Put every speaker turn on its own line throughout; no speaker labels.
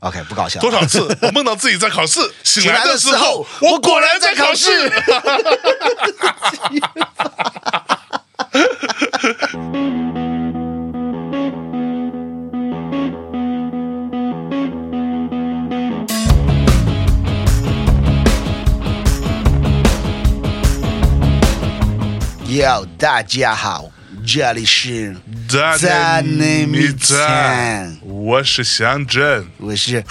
OK，不搞笑。
多少次我梦到自己在考试，醒
醒来
来
的
的时
时
候
候，我
我
果
果
然
然
在
在
考
考试。
Yo，大家好，这里是
在
内密
站，我是祥真。
我 是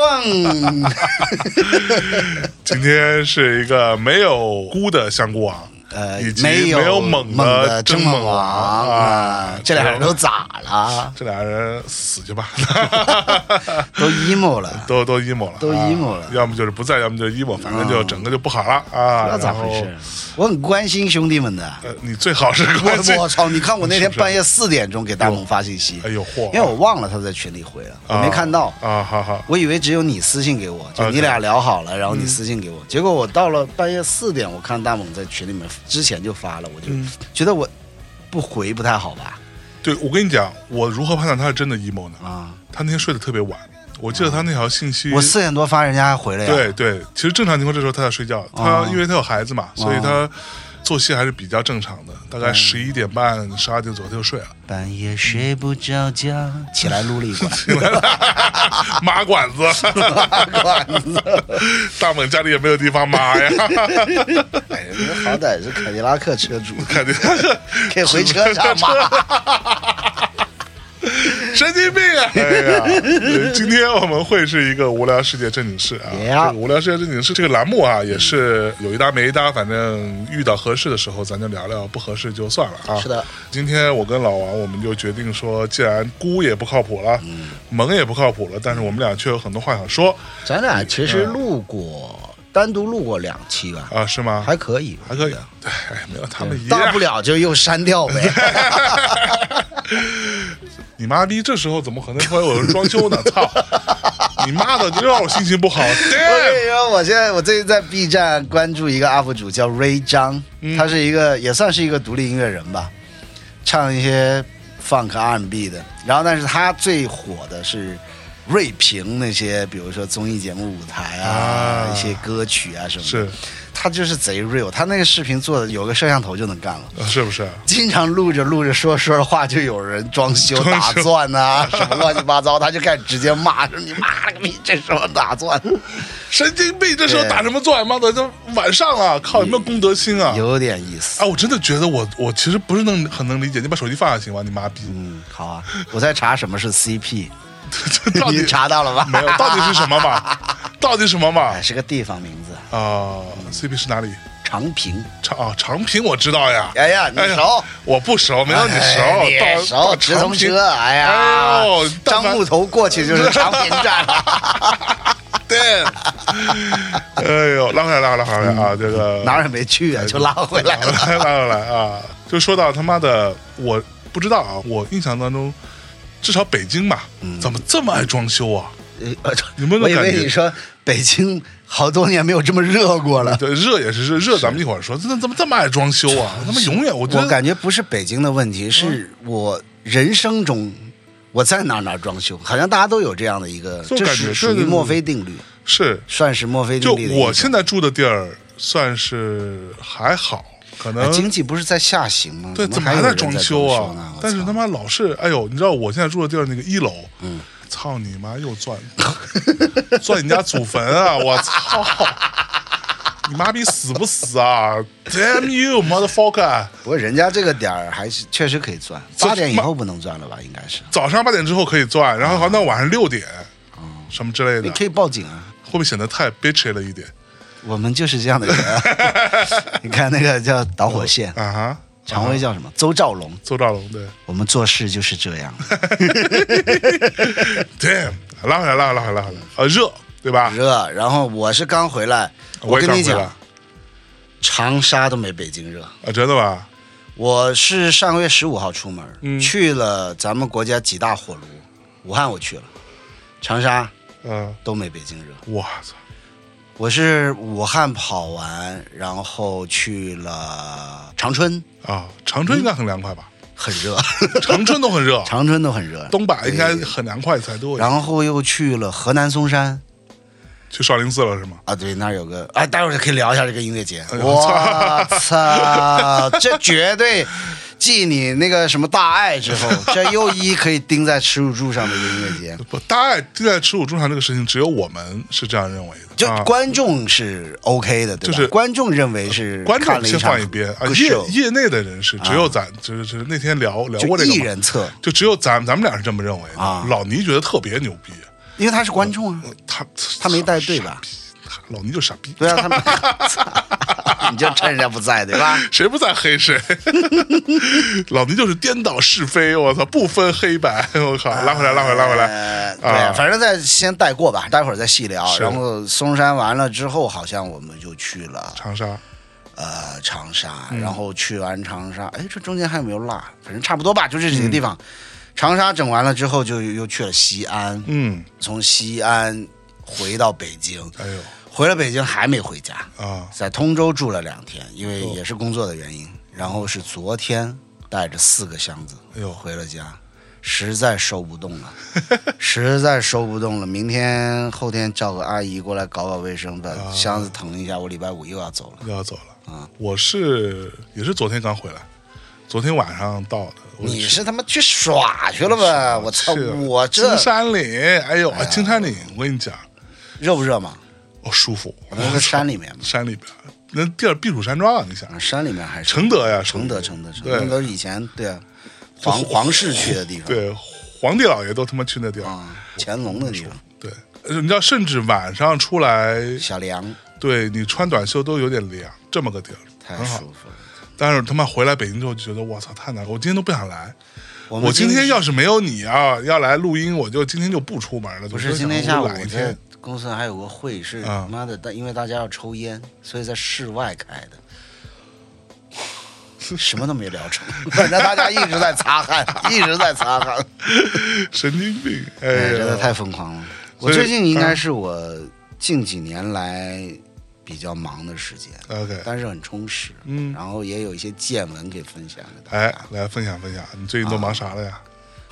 旺。
今天是一个没有菇的香菇王，
呃
以，及
没
有
猛
的
蒸
猛
王
啊，
这俩人都
这
咋了？
这俩人死去吧，
都 emo 了。
都都 emo 了，
都
啊
emo 了
要么就是不在，要么就是 emo，反正就整个就不好了啊。
不知道咋
然后
回事？我很关心兄弟们的。
呃，你最好是 关心
哎我我操！你看我那天
是不是
半夜四点钟给大鹏发信息，
哎呦嚯
因为我忘了他在群里回了，我没看到，
啊，好好，
我以为只有你私信给我，就
OK
你俩聊好了，
嗯
然后你私信给我。结果我到了半夜四点，我看大猛在群里面之前就发了，我就
嗯
觉得我不回不太好吧？
对我跟你讲，我如何判断他是真的 emo 呢？
啊，
他那天睡得特别晚，我记得他那条信息，
我四点啊哦多发，人家还回了呀。
嗯对对，其实正常情况这时候他在睡觉，他因为他有孩子嘛，
哦
所以他作息还是比较正常的，大
嗯
概十一点半、十二点左右他就睡了，
半夜睡不着觉，起来撸了一 管。
麻管子，大猛家里也没有地方麻呀，
哎，人家好歹是凯迪拉克车主，
肯定
可以回车上骂。
神经病啊！哎呀，呃今天我们会是一个无聊世界正经事啊。
Yeah
这个无聊世界正经事这个栏目啊，也是有一搭没一搭，反正遇到合适的时候咱就聊聊，不合适就算了啊。
是的，
今天我跟老王，我们就决定说，既然姑也不靠谱了，
嗯
萌也不靠谱了，但是我们俩却有很多话想说
咱俩其实录过，单独录过两期吧，
啊，是吗？
还可以，
还可以，对，哎没有他们一样。
大不了就又删掉 呗。
你妈逼，这时候怎么可能说有人装 修呢？操！你妈的，又让我心情不好。
我跟
Damn！
你说，我现在我最近在 B 站关注一个 UP 主叫 Ray 张，他是一个也算是一个独立音乐人吧，唱一些 funk R&B 的。然后，但是他最火的是锐评那些，比如说综艺节目舞台啊，
啊
一些歌曲啊什么的。
是，
他就是贼 real，他那个视频做的有个摄像头就能干了。
呃是不是？
经常录着录着说说着话，就有人装修
装
打
修
钻呐、 什么乱七八糟，他就开始直接骂说：“你妈了个逼，这什么打钻？”
神经病！这时候打什么钻？妈的，都晚上了，靠，有没有公德心啊？
有点意思
啊，。我真的觉得我我其实不是能很能理解，你把手机放下行吗？你妈逼，
嗯，好啊，我在查什么是 CP，
这到底
你查到了吧？
没有？到底是什么嘛？到底什么嘛
哎？是个地方名字，
啊，CP 是哪里？
长平。
长啊，长平我知道呀。
哎呀，你熟？
我不熟，没有你
哎
熟。到
你熟，
到
直
长
通
平
车，哎呀
哎呦，但
张
凡
木头过去就是长平站 了，
对。 哎呦，拉回来，拉回来，拉回来啊！
嗯
这个
哪儿也没去啊，就拉回来了。
拉回来啊！就说到他妈的，我不知道啊，我印象当中，至少北京吧，
嗯
怎么这么爱装修啊？
呃
有没有
我
那
以
种
为
感
你
觉？
说北京好多年没有这么热过了。
对，热也是热，热咱们一会儿说，真的怎么这么爱装修啊？他妈永远，我觉
我
得嗯
感觉不是北京的问题，是我人生中我在哪儿哪儿装修，好像大家都有这样的一个，
这种
这
感
是
觉
属
对
于
对对
墨菲定律，
是。
算是墨菲
就
定律的一
我
种。
现在住的地儿，算是还好，可
哎
能
经济不是在下行吗？
对，
怎
怎
么
么还
有人在
装
修呢
啊？但是他妈老是，哎呦，你知道我现在住的地儿那个一楼，
嗯，
操你妈又钻， 钻你家祖坟啊！我操，你妈逼死不死啊？Damn you motherfucker！
不过人家这个点儿还是确实可以赚，
这
八点以后不能赚了吧？应该是，
早上八点之后可以钻，然后好像到晚上六点，什么之类
哦你
的，
可以报警啊。
会不会显得太 bitchy 了一点
我们就是这样的人 啊。你看那个叫导火线，
啊？哈，
常威叫什么？邹兆龙。
邹兆龙对
我们做事就是这样，
，Damn，拉回来，拉回来，拉回来，拉回来，啊，热对吧？
热。然后我是刚回来，
也
跟
想
你
回来
讲，长沙都没北京热。
啊，真的吧？
我是上个月十五号出门，
嗯
去了咱们国家几大火炉，武汉我去了，长沙
嗯，
都没北京热。
我操，
我是武汉跑完，然后去了长春，
啊，长春应该很凉快吧？
很热，
长春都 很热，
长春都很热。
东北应该很凉快才对。
然后又去了河南嵩山
去少林寺了是吗？
啊，对，那儿有个哎，待会儿可以聊一下这个音乐节。
哎呦
我操，这绝对继你那个什么大爱之后，这又一可以钉在耻辱柱上的一个音乐节。
不，大爱对待耻辱中场这个事情，只有我们是这样认为的。
就
啊、
观众是 OK 的，对吧？
就是呃
观众认为是
观
看
众
了一
先
场
放一边啊，
good
业
show
业内的人士，只有咱、就是就是那天聊聊过
就
这
艺
个嘛，
人侧，
就只有咱咱们俩是这么认为的。
啊
老倪觉得特别牛逼，
因为他是观众啊，
他
他没带队吧？
傻逼老倪就傻逼，
对啊， 他们你就趁人家不在，对吧？
谁不在黑谁？ 老倪就是颠倒是非，我操，不分黑白，我靠， 拉回来，拉回来，拉回来。
呃，对，
啊
反正再先带过吧，待会儿再细聊。
是
然后嵩山完了之后，好像我们就去了
长沙，
呃长沙，
嗯
然后去完长沙，哎，这中间还有没有落？反正差不多吧，就这
嗯
几个地方。长沙整完了之后，就又去了西安，
嗯，
从西安回到北京，
哎呦
回了北京还没回家，
啊，
在通州住了两天，因
哦
为也是工作的原因。然后是昨天带着四个箱子，
哎呦
回了家，实在收不动 了，实在收不动了。明天后天叫个阿姨过来搞搞卫生，把
啊
箱子腾一下。我礼拜五又要走了。
又要走了
啊！
我是也是昨天刚回来，昨天晚上到的。我
你是他妈去耍去了吧？我操！
去了
我这
金山岭，哎呦，金山岭，我跟你讲，
热不热嘛？
哦，舒服，
我们 在山里面嘛，
山里边那地儿避暑山庄啊，你想
啊，山里面还是
承德呀，
承德，
属于
承德，承德，
嗯对
那都是以前对啊，皇皇室去的地方，
对，皇帝老爷都他妈去那地儿，
啊，乾隆的地方，
对，呃你知道，甚至晚上出来，
小梁
对你穿短袖都有点凉，这么个地儿，
太
很好
舒。服了。
但是他妈回来北京之后就觉得，我操，太难了，我今天都不想来。
我
我
们
今天要是没有你啊，要来录音，我就今天就不出门了。
不
不
是今天下午
懒一
在
天，
公司还有个会，是
啊
妈的，但因为大家要抽烟，所以在室外开的。什么都没 聊成，反正大家一直在擦汗，一直在擦汗，
神经病，哎
哎，真
呀，
的太疯狂了。
所
我
以啊
最近应该是我近几年来比较忙的时间，
OK。
但是很充实，
嗯
然后也有一些见闻可以分享给大家。
哎，来分享分享，你最近都忙啥了
啊
呀？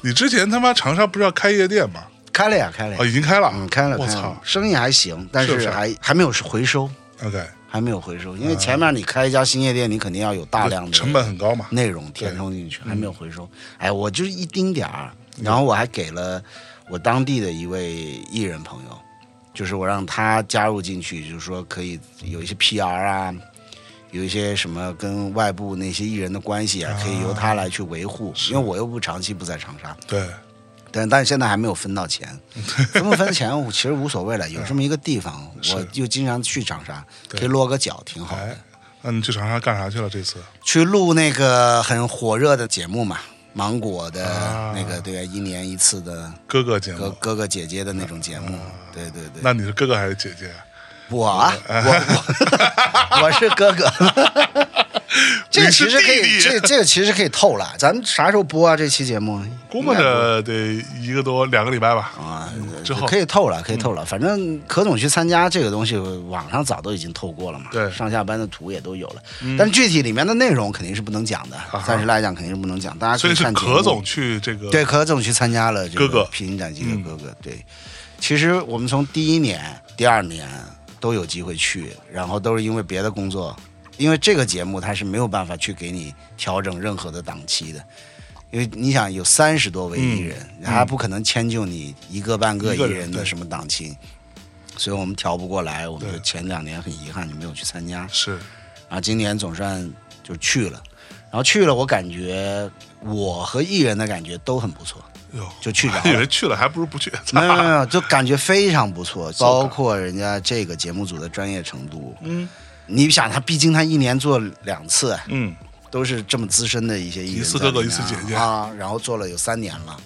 你之前他妈长沙不是要开夜店吗？
开了呀，开了
哦，
呀，
已经开了，
嗯，开了，
我
开
操
了，生意还行，但
是不啊
是
是
还还没有回收，
，OK，
还没有回收，因为前面你开一家新夜店，你肯定要有大量的嗯
成本嗯很高嘛。
内容填充进去，还没有回收。哎，我就是一丁点儿，然后我还给了我当地的一位艺人朋友，就是我让他加入进去，就是说可以有一些 PR 啊，有一些什么跟外部那些艺人的关系啊，可以由他来去维护，因为我又不长期不在长沙，
对，
但但是现在还没有分到钱， 分不分钱我其实无所谓了，有这么一个地方，我又经常去长沙，可以落个脚，挺好的
嗯哎。，那你去长沙干啥去了这次？
去录那个很火热的节目嘛，芒果的
啊
那个、对，一年一次的
哥哥节
哥
目，
哥哥姐姐的那种节目，对对对。
啊那你是哥哥还是姐姐？
我啊，我我 我是哥 哥，这个其实可以，
你
这
是弟弟
这个其实可以透了。咱们啥时候播啊？这期节目
估摸着得一个多两个礼拜吧。
啊，
嗯之后嗯
可以透了，可以透了。反正柯总去参加这个东西，网上早都已经透过了嘛，
对嗯
上下班的图也都有了。但具体里面的内容肯定是不能讲的，
啊哈
暂时来讲肯定是不能讲，大家
所
可
以是
看节目
柯总去这个，
对，柯总去参加了这个
哥嗯哥
披荆斩棘的哥哥。对，其实我们从第一年、第二年都有机会去，然后都是因为别的工作，因为这个节目它是没有办法去给你调整任何的档期的。因为你想有三十多位艺人，
嗯
他不可能迁就你一个半个
一
艺
个人
人的
对
什么档期，所以我们调不过来，我们就
对
前两年很遗憾就没有去参加。
是
啊，今年总算就去了，然后去了，我感觉我和艺人的感觉都很不错，
哟，
就去着
以
了。
为去了还不如不去。
没有没有没有， 就感觉非常不错，
So
包括人家这个节目组的专业程度。
嗯
你想，他毕竟他一年做两次，
嗯，
都是这么资深的一些艺人，
一次哥哥一次姐姐
啊，然后做了有三年了，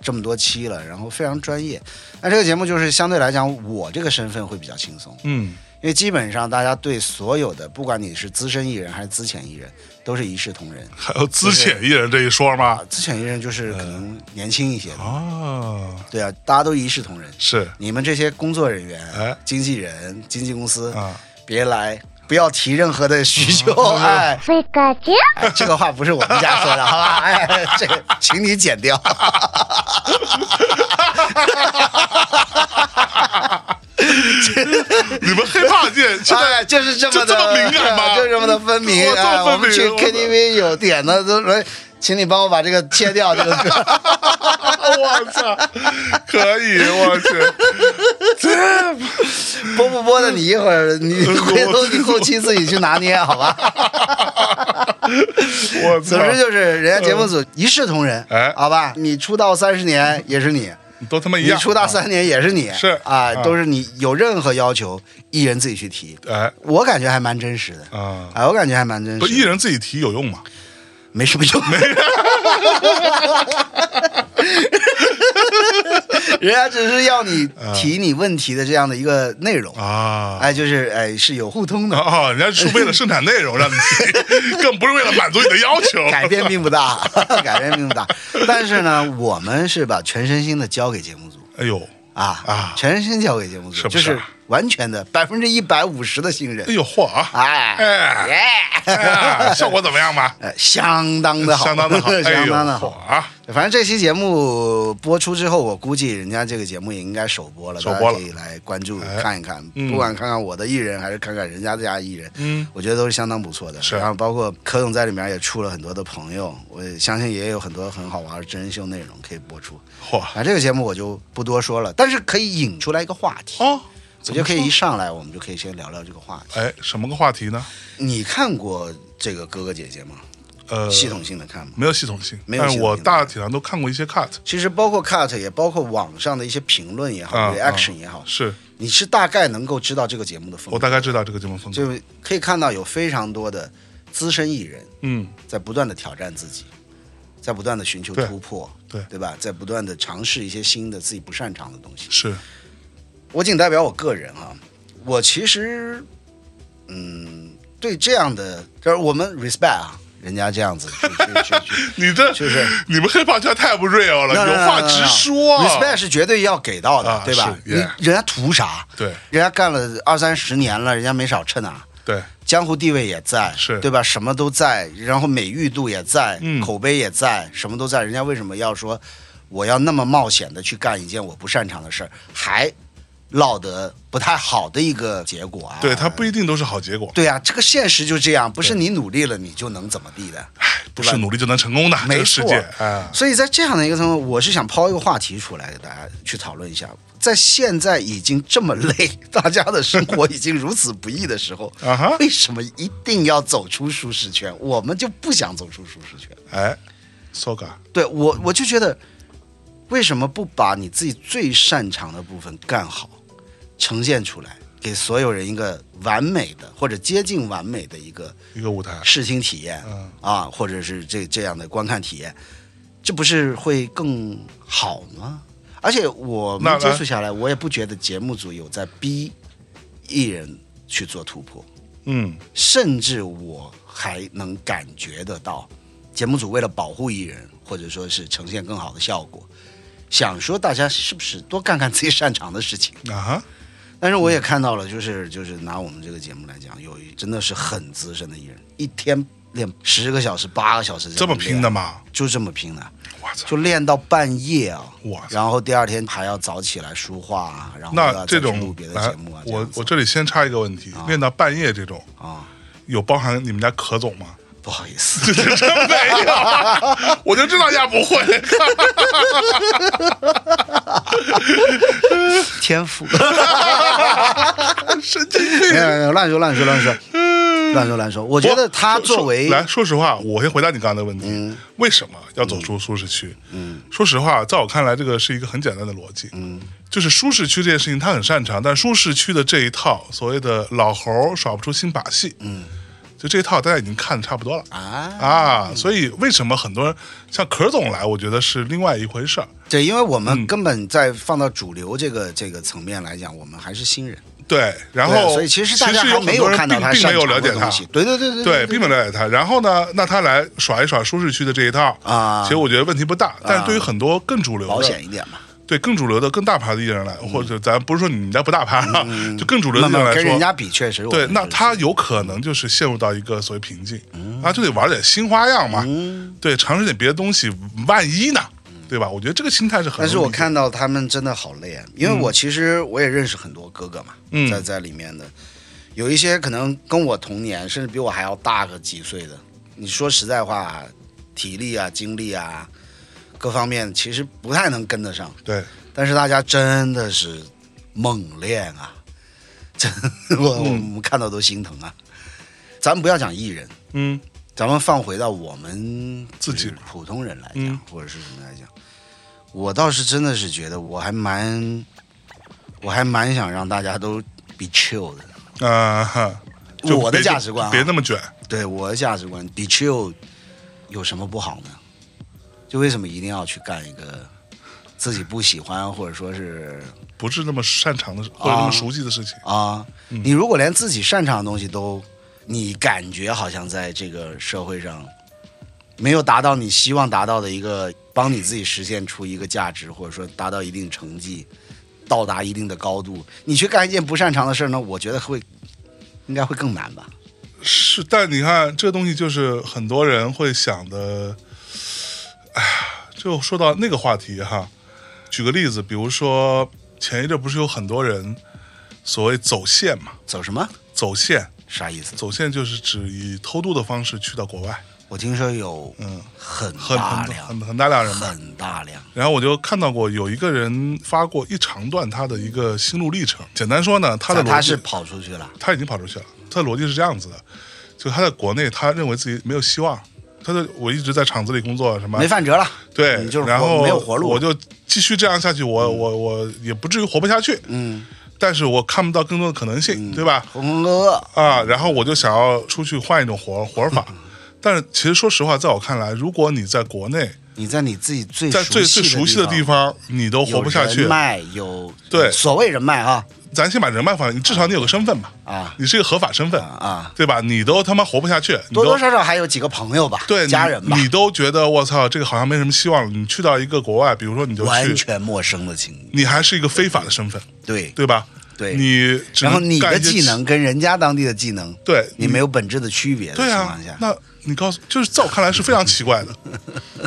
这么多期了，然后非常专业。那这个节目就是相对来讲，我这个身份会比较轻松，
嗯，
因为基本上大家对所有的，不管你是资深艺人还是资浅艺人，都是一视同仁。
还有资浅艺人这一说吗
啊？，资浅艺人就是可
嗯
能年轻一些的，
啊，
对啊，大家都一视同仁。
是
你们这些工作人员
哎、
经纪人、经纪公司，
啊，
别来不要提任何的需 求，哎，
睡个觉。
哎这个话不是我们家 说的，好吧？哎，这个请你剪掉。
你们黑怕界现在
哎，就是这么的，
就这么敏感吗
哎就这么的分明。
我这么
哎我们
分
去
明我
KTV 有点呃的都说，请你帮我把这个切掉这个歌。哎
我操，可以，我 去，
播不播的，你一会儿你回头你后期自己去拿捏，好吧？
我操
总，之 就是人家节目组一视同仁，
哎
好吧？你出道三十年也是你，
都他妈 一
你
样。啊
出道三年也是你，
是
啊，
啊
都是你有任何要求，艺人自己去提。
哎
我感觉还蛮真实的，
啊，
哎，我感觉还蛮真
不，
实的，
艺人自己提有用吗？
没什么用。 人家只是要你提你问题的这样的一个内容，
啊。
哎，就是哎是有互通的，
啊，人家是为了生产内容让你 提，更不是为了满足你的要求。
改变并不 大，改变并不大。但是呢，我们是把全身心的交给节目组
哎呦，
啊
啊
全身心交给节目组，
是不
就是是完全的百分之一百五十的信
哎
任，
呦嚯啊！
哎
哎，
耶，
哎效果怎么样吧？
呃，相当的好，
相 当的好，哎
相
呦
当的
嚯
好。
啊！
反正这期节目播出之后，我估计人家这个节目也应该首播了，
首播了
大家可以来关注
哎
看一看，
嗯
不管看看我的艺人还是看看人家家艺人，
嗯，
我觉得都是相当不错的。
是
然后包括柯总在里面也出了很多的朋友，我也相信也有很多很好玩的真人秀内容可以播出。
嚯
啊，这个节目我就不多说了，但是可以引出来一个话题，
哦，
我觉得可以一上来我们就可以先聊聊这个话题。
哎，什么个话题呢？
你看过这个哥哥姐姐吗？
呃，
系统性的看吗？
没有系统性，
没有系统
但
性
我大体上都看过一些 cut
其实包括 cut 也包括网上的一些评论也好、
啊
r e a c t i o n 也好，
是
你是大概能够知道这个节目的风
我
格，
大概知道这个节目风格。
就可以看到有非常多的资深艺人
嗯，
在不断的挑战自己，在不断的寻求
对
突破，
对
对吧？在不断的尝试一些新的自己不擅长的东西。
是
我仅代表我个人哈、我其实，嗯，对这样的，就是我们 respect 啊，人家这样子去去 去去
你这
就是
你们黑怕圈太不 real 了，
No, no, no,
有
no,
话
no,
直
no.
说啊。
，respect 是绝对要给到的，
啊
对吧？
是，yeah
你人家图啥？
对
人家干了二三十年了，人家没少趁啊，
对，
江湖地位也在，
是
对吧？什么都在，然后美誉度也在，
嗯
口碑也在，什么都在。人家为什么要说我要那么冒险的去干一件我不擅长的事儿，还落得不太好的一个结果啊？
对，它不一定都是好结果，
对啊，这个现实就这样，不是你努力了你就能怎么地的。
不是努力就能成功的。这
没
个世
错
界，哎，
所以在这样的一个层面，我是想抛一个话题出来给大家去讨论一下，在现在已经这么累， 大家的生活已经如此不易的时候，
啊哈
为什么一定要走出舒适圈？我们就不想走出舒适圈。
哎，soga，
对我，我就觉得，为什么不把你自己最擅长的部分干好，呈现出来，给所有人一个完美的或者接近完美的一个
一个舞台，
视听体验，
嗯
啊，或者是这这样的观看体验，这不是会更好吗？而且我
那
们接触下来，我也不觉得节目组有在逼艺人去做突破，
嗯，
甚至我还能感觉得到，节目组为了保护艺人，或者说是呈现更好的效果，想说大家是不是多干干自己擅长的事情。
啊哈，
但是我也看到了，就是就是拿我们这个节目来讲，有一真的是很资深的艺人，一天练十个小时、八个小时
这么
练
拼的，吗？
就这么拼的，
我操！
就练到半夜啊
哇，塞
然后第二天还要早起来书画啊，然后又
那
要
这
再去录
种
别的
来
节目啊，，这
我
样子
我这里先插一个问题，练到半夜这种，
啊，
有包含你们家可总吗？
不好意 思，
真没有， 我就知道丫不会。
天赋，
神经
没有
病。
没有乱说乱说乱 说乱说乱说， 我觉得他作为嗯
来说实话，我先回答你刚才的问题，为什么要走出舒适区？嗯，说实话，在我看来，这个是一个很简单的逻辑。嗯，就是舒适区这件事情，他很擅长，但舒适区的这一套所谓的老猴儿耍不出新把戏。嗯，就这一套，大家已经看的差不多了。
啊，
啊，所以为什么很多人像可总来，我觉得是另外一回事儿。
对，因为我
嗯
们根本在放到主流这个这个层面来讲，我们还是新人。
对，然
对啊
后
所以其实大家还
有
没
很多人
看到
并
他
并
擅
没有
长
了
的
解
东
他，
西，对对对对
对，并没有了解他。然后呢，那他来耍一耍舒适区的这一套
啊
其实我觉得问题不大。但是对于很多更主流的，
保险一点嘛，嗯
对更主流的、更大牌的艺人来，或者咱不是说你们家不大牌啊，就更主流的
那
艺人
么
来
嗯跟
说
人，家比，确实我
对，
们
那
是
他有可能就是陷入到一个所谓瓶颈，
嗯
啊，就得玩点新花样嘛，对，尝试点别的东西，万一呢，对吧？我觉得这个心态是很，
嗯但是我，看到他们真的好累啊，因为我其实我也认识很多哥哥嘛，
嗯
在在里面的，有一些可能跟我同年，甚至比我还要大个几岁的。你说实在话，体力啊、精力啊，各方面其实不太能跟得上。
对，
但是大家真的是猛练啊， 真我、
嗯
我们看到都心疼啊。咱们不要讲艺人，
嗯，
咱们放回到我们
自己
就是普通人来讲，
嗯
或者是什么来讲，我倒是真的是觉得我还蛮，我还蛮想让大家都 be chill 的。
啊哈，就
我的
别
价值观啊
别那么卷，
对我的价值观，be chill 有什么不好呢？就为什么一定要去干一个自己不喜欢或者说是
不是那么擅长的或者那么熟悉的事情，
啊？你如果连自己擅长的东西都，你感觉好像在这个社会上没有达到你希望达到的一个，帮你自己实现出一个价值，或者说达到一定成绩，到达一定的高度，你去干一件不擅长的事儿呢，我觉得会应该会更难吧？
是，但你看这东西就是很多人会想的，哎呀，就说到那个话题哈，举个例子，比如说前一阵不是有很多人所谓走线嘛，
走什么？
走线。
啥意思？
走线就是指以偷渡的方式去到国外，
我听说有
嗯，
很
很
大
很
量、
很嗯很大 量人吧。
很大量，
然后我就看到过有一个人发过一长段他的一个心路历程。简单说呢，他的
但他
逻辑
是跑出去了，
他已经跑出去了，他的逻辑是这样子的，就他在国内他认为自己没有希望，他就我一直在厂子里工作什么
没，饭辙了。
对
你就是，活
然后
没有活路
我就继续这样下去，我我我也不至于活不下去，
嗯，
但是我看不到更多的可能性，对吧？
浑浑噩噩。
啊，然后我就想要出去换一种活活法。
嗯
但是其实说实话，在我看来，如果你在国内，
你在你自己最
在最最熟悉的地方，你都活
有
不下去
人，脉有
对
所谓人脉啊
咱先把人脉放下，你至少你有个身份吧，
啊
你是一个合法身份，
啊，
对吧？你都他妈活不下去，你
多
都
多少少还有几个朋友吧，
对
家人吧
你，，你都觉得我操，这个好像没什么希望了。你去到一个国外，比如说你就
完
去，
全陌生的情侣，
你还是一个非法的身份，
对
对吧？
对
你只能
然后你
干
的
一些
技能跟人家当地的技能，
对
你没有本质的区别的
对
情
啊
况下，，
那你告诉，就是在我看来是非常奇怪的，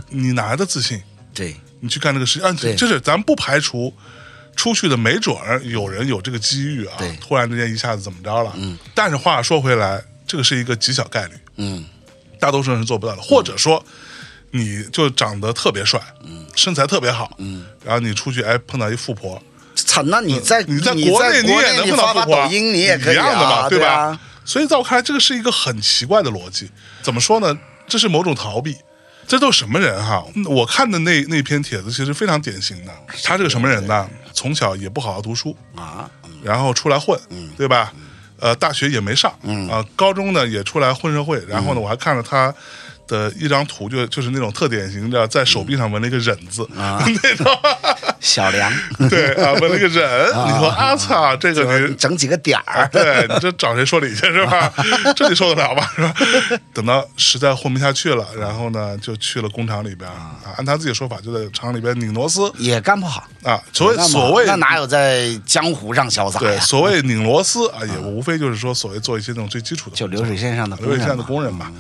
你哪来的自信？
对
你去干这个事情，啊，
对
就是咱不排除出去的没准儿有人有这个机遇啊
对，
突然之间一下子怎么着了，嗯，但是话说回来，这个是一个极小概率，
嗯，
大多数人是做不到的，或者说。你就长得特别帅，嗯，身材特别好，嗯，然后你出去哎碰到一富婆，
操，那你在
呃你在
在
国内
国
也能
你
碰到
发
富
发
婆啊，
抖音你也可以
一样的嘛，
啊，
对
对
吧？
啊
所以在我看来，这个是一个很奇怪的逻辑。怎么说呢？这是某种逃避。这都什么人哈、嗯我看的那那篇帖子其实非常典型的，他是个什么人呢？从小也不好好读书，
啊，
然后出来混，
嗯
对吧？呃，大学也没上，啊、高中呢也出来混社会。然后
嗯
呢，我还看了他的一张图，就就是那种特典型的，在手臂上纹了一个忍字，
嗯啊
那种。
小梁，
对啊，纹了个忍，你说啊操，这个 你
整几个点
啊
儿，，
对你这找谁说理去是 吧？这你受得了吗？是吧？等到实在混不下去了，然后呢，就去了工厂里边啊，按他自己说法，就在厂里边拧螺丝
也干不好。
啊。所谓
哎那么
所谓
那哪有在江湖上潇洒
对
呀？
所谓拧螺丝啊，也无非就是说所谓做一些那种最基础的
就流水线上的
流水线的
嘛嗯
工人嘛，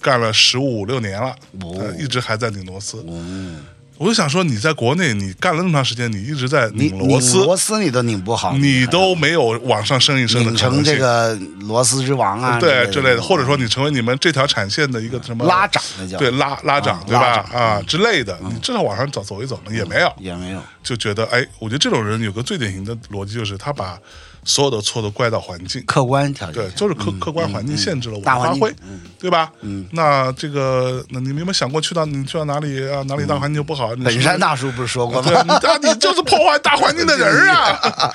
干了十五六年了，
哦
呃一直还在拧螺丝。
嗯，
我就想说，你在国内你干了那么长时间，你一直在
你
拧螺丝
拧，螺丝你都拧不好，
你都没有往上升一升的
拧
可
成
能
这
性。
个螺丝之王啊，
对之类的，或
者
者说你成为你们这条产线的一个什么
拉长那叫
对拉拉长
啊
对吧
拉长嗯
啊之类的，你至少往上走走一走嘛，也没有
也没有，
就觉得哎，我觉得这种人有个最典型的逻辑就是他把所有的错都怪到环境。
客观条件
对，
下
就是客客观环境限制了我的
大环
发
境嗯
挥，对吧？那这个，那你们有没有想过去到你去到哪里啊？哪里大环境就不好？你是
嗯本
不是
山大叔不是说过吗
对？，嗯你那你就是破坏大环境的人儿啊，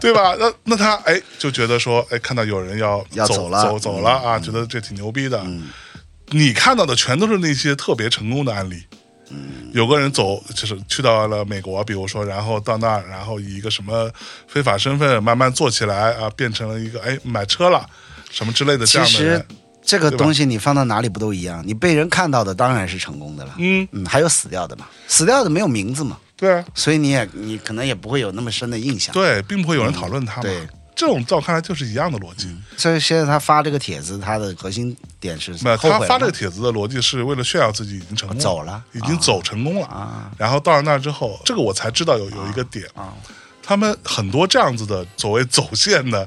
对吧？那那他哎就觉得说，哎，看到有人要
要
走
走了嗯
走走了啊，觉得这挺牛逼的。你看到的全都是那些特别成功的案例。
嗯
有个人走，就是去到了美国，比如说，然后到那儿，然后以一个什么非法身份慢慢做起来啊，变成了一个哎买车了什么之类的这
其
样的
实
人。
这个
对吧
东西你放到哪里不都一样？你被人看到的当然是成功的了，
嗯
嗯，还有死掉的嘛，死掉的没有名字嘛，
对啊，
所以你也你可能也不会有那么深的印象。
对，并不会有人讨论他嘛。
对，嗯
这种在我看来就是一样的逻辑。
所以现在他发这个帖子，他的核心点是
那
后
他
悔
发
了
这个
吗哦
帖子的逻辑是为了炫耀自己已经成功
走了
已经走成功了。
啊
然后到了那儿之后，这个我才知道有有一个点，
啊，
他们很多这样子的所谓走线的，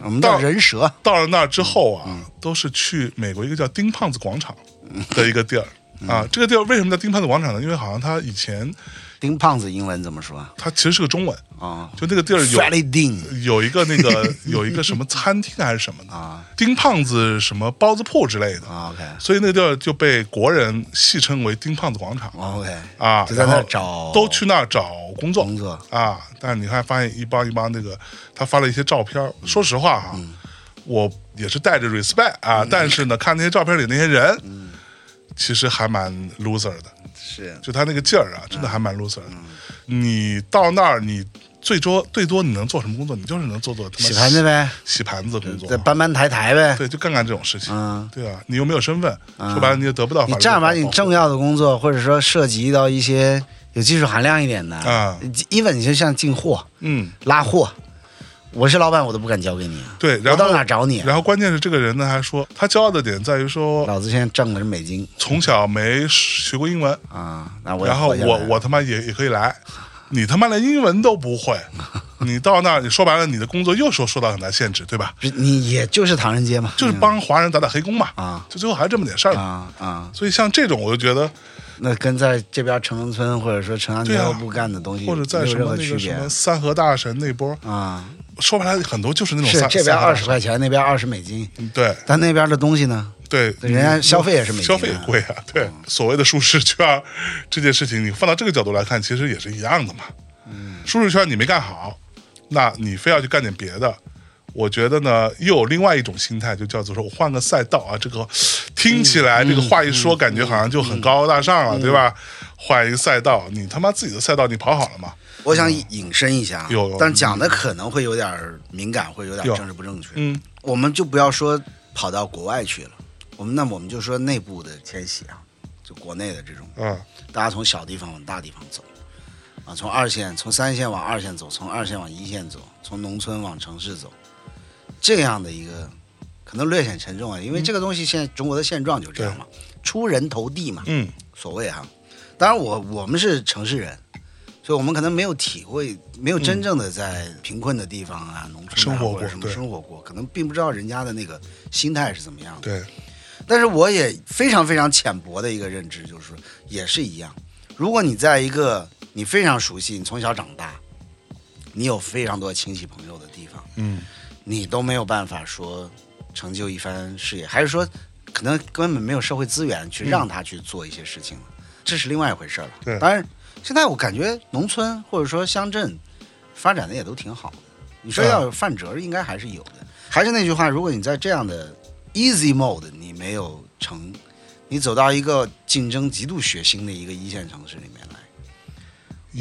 我们叫
到
人蛇，
到了那儿之后啊，
嗯
都是去美国一个叫丁胖子广场的一个地儿。
嗯
啊，这个地儿为什么叫丁胖子广场呢？因为好像他以前
丁胖子英文怎么说啊
他其实是个中文，
啊
就那个地儿有
？Fatty Dean
有一个那个有一个什么餐厅还是什么 的，
啊
丁胖子什么包子铺之类的，
啊，OK
所以那个地儿就被国人戏称为丁胖子广场
OK，
啊，
就在那儿
然后
找
都去那儿找工作
工作
啊，但是你看发现一帮一帮那个他发了一些照片儿，
嗯
说实话哈，我也是带着 respect 啊，
嗯
但是呢，看那些照片里那些人，其实还蛮 loser 的，
是
就他那个劲儿啊，
嗯
真的还蛮 loser 的。你到那儿，你最多最多你能做什么工作？你就是能做做他妈
洗盘子呗，
洗盘子工作
再，搬搬抬抬呗。
对，就干干这种事情。
嗯
对啊，你又没有身份，说白了你也得不到法律
你
的
正儿八经
保护
重要的工作，或者说涉及到一些有技术含量一点的
啊
，even 你就像进货、
嗯，
拉货，我是老板我都不敢交给你啊，
对。然
我
后
到哪找你啊？
然后关键是这个人呢，还说他骄傲的点在于说，
老子现在挣的是美金
从小没学过英文，
啊，那我也
然后
活下来
我
了
我他妈也也可以来，你他妈连英文都 不会，你到那儿，你说白了，你的工作又受受到很大限制，对吧？
不是你也就是唐人街嘛，
就是帮华人打打黑工嘛，
嗯啊
就最后还这么点事儿嘛。
啊啊，
所以像这种，我就觉得，
那跟在这边城中村或者说城乡结合
对啊
部干的东西
或者在
没有
什
任
么
何
那
区
个什
别
么三河大神那波，
啊，
说白了很多就是那种
是
三
这边
三河大
二十块钱，那边二十美金，
神对
但那边的东西呢？
对，
对人家消费也是美金
消
啊
费也贵啊，对，所谓的舒适圈这件事情，你放到这个角度来看，其实也是一样的嘛。嗯，舒适圈你没干好，那你非要去干点别的。我觉得呢，又有另外一种心态，就叫做说我换个赛道啊。这个听起来，这个话一说，感觉好像就很高大
嗯
上了，对吧？换一个赛道，你他妈自己的赛道你跑好了吗？
我想引申一下啊
嗯有有，
但讲的可能会有点儿敏感，会有点儿
有
政治不正确。
嗯，
我们就不要说跑到国外去了，我们那我们就说内部的迁徙啊，就国内的这种，
啊，
大家从小地方往大地方走，啊，从二线、从三线往二线走，从二线往一线走，从农村往城市走，这样的一个可能略显沉重啊，
嗯
因为这个东西现在中国的现状就这样嘛，出人头地嘛，
嗯，
所谓哈、当然我我们是城市人，所以我们可能没有体会，没有真正的在贫困的地方啊、农村
嗯生
啊
活
或者
过
什么
对
生活过，可能并不知道人家的那个心态是怎么样的。
对，
但是我也非常非常浅薄的一个认知就是，也是一样，如果你在一个你非常熟悉、你从小长大、你有非常多亲戚朋友的地方，
嗯，
你都没有办法说成就一番事业，还是说可能根本没有社会资源去让他去做一些事情了，这是另外一回事儿了。
对
当然现在我感觉农村或者说乡镇发展的也都挺好的，你说
对
要有泛折儿，应该还是有的。还是那句话，如果你在这样的 easy mode 你没有成，你走到一个竞争极度血腥的一个一线城市里面来。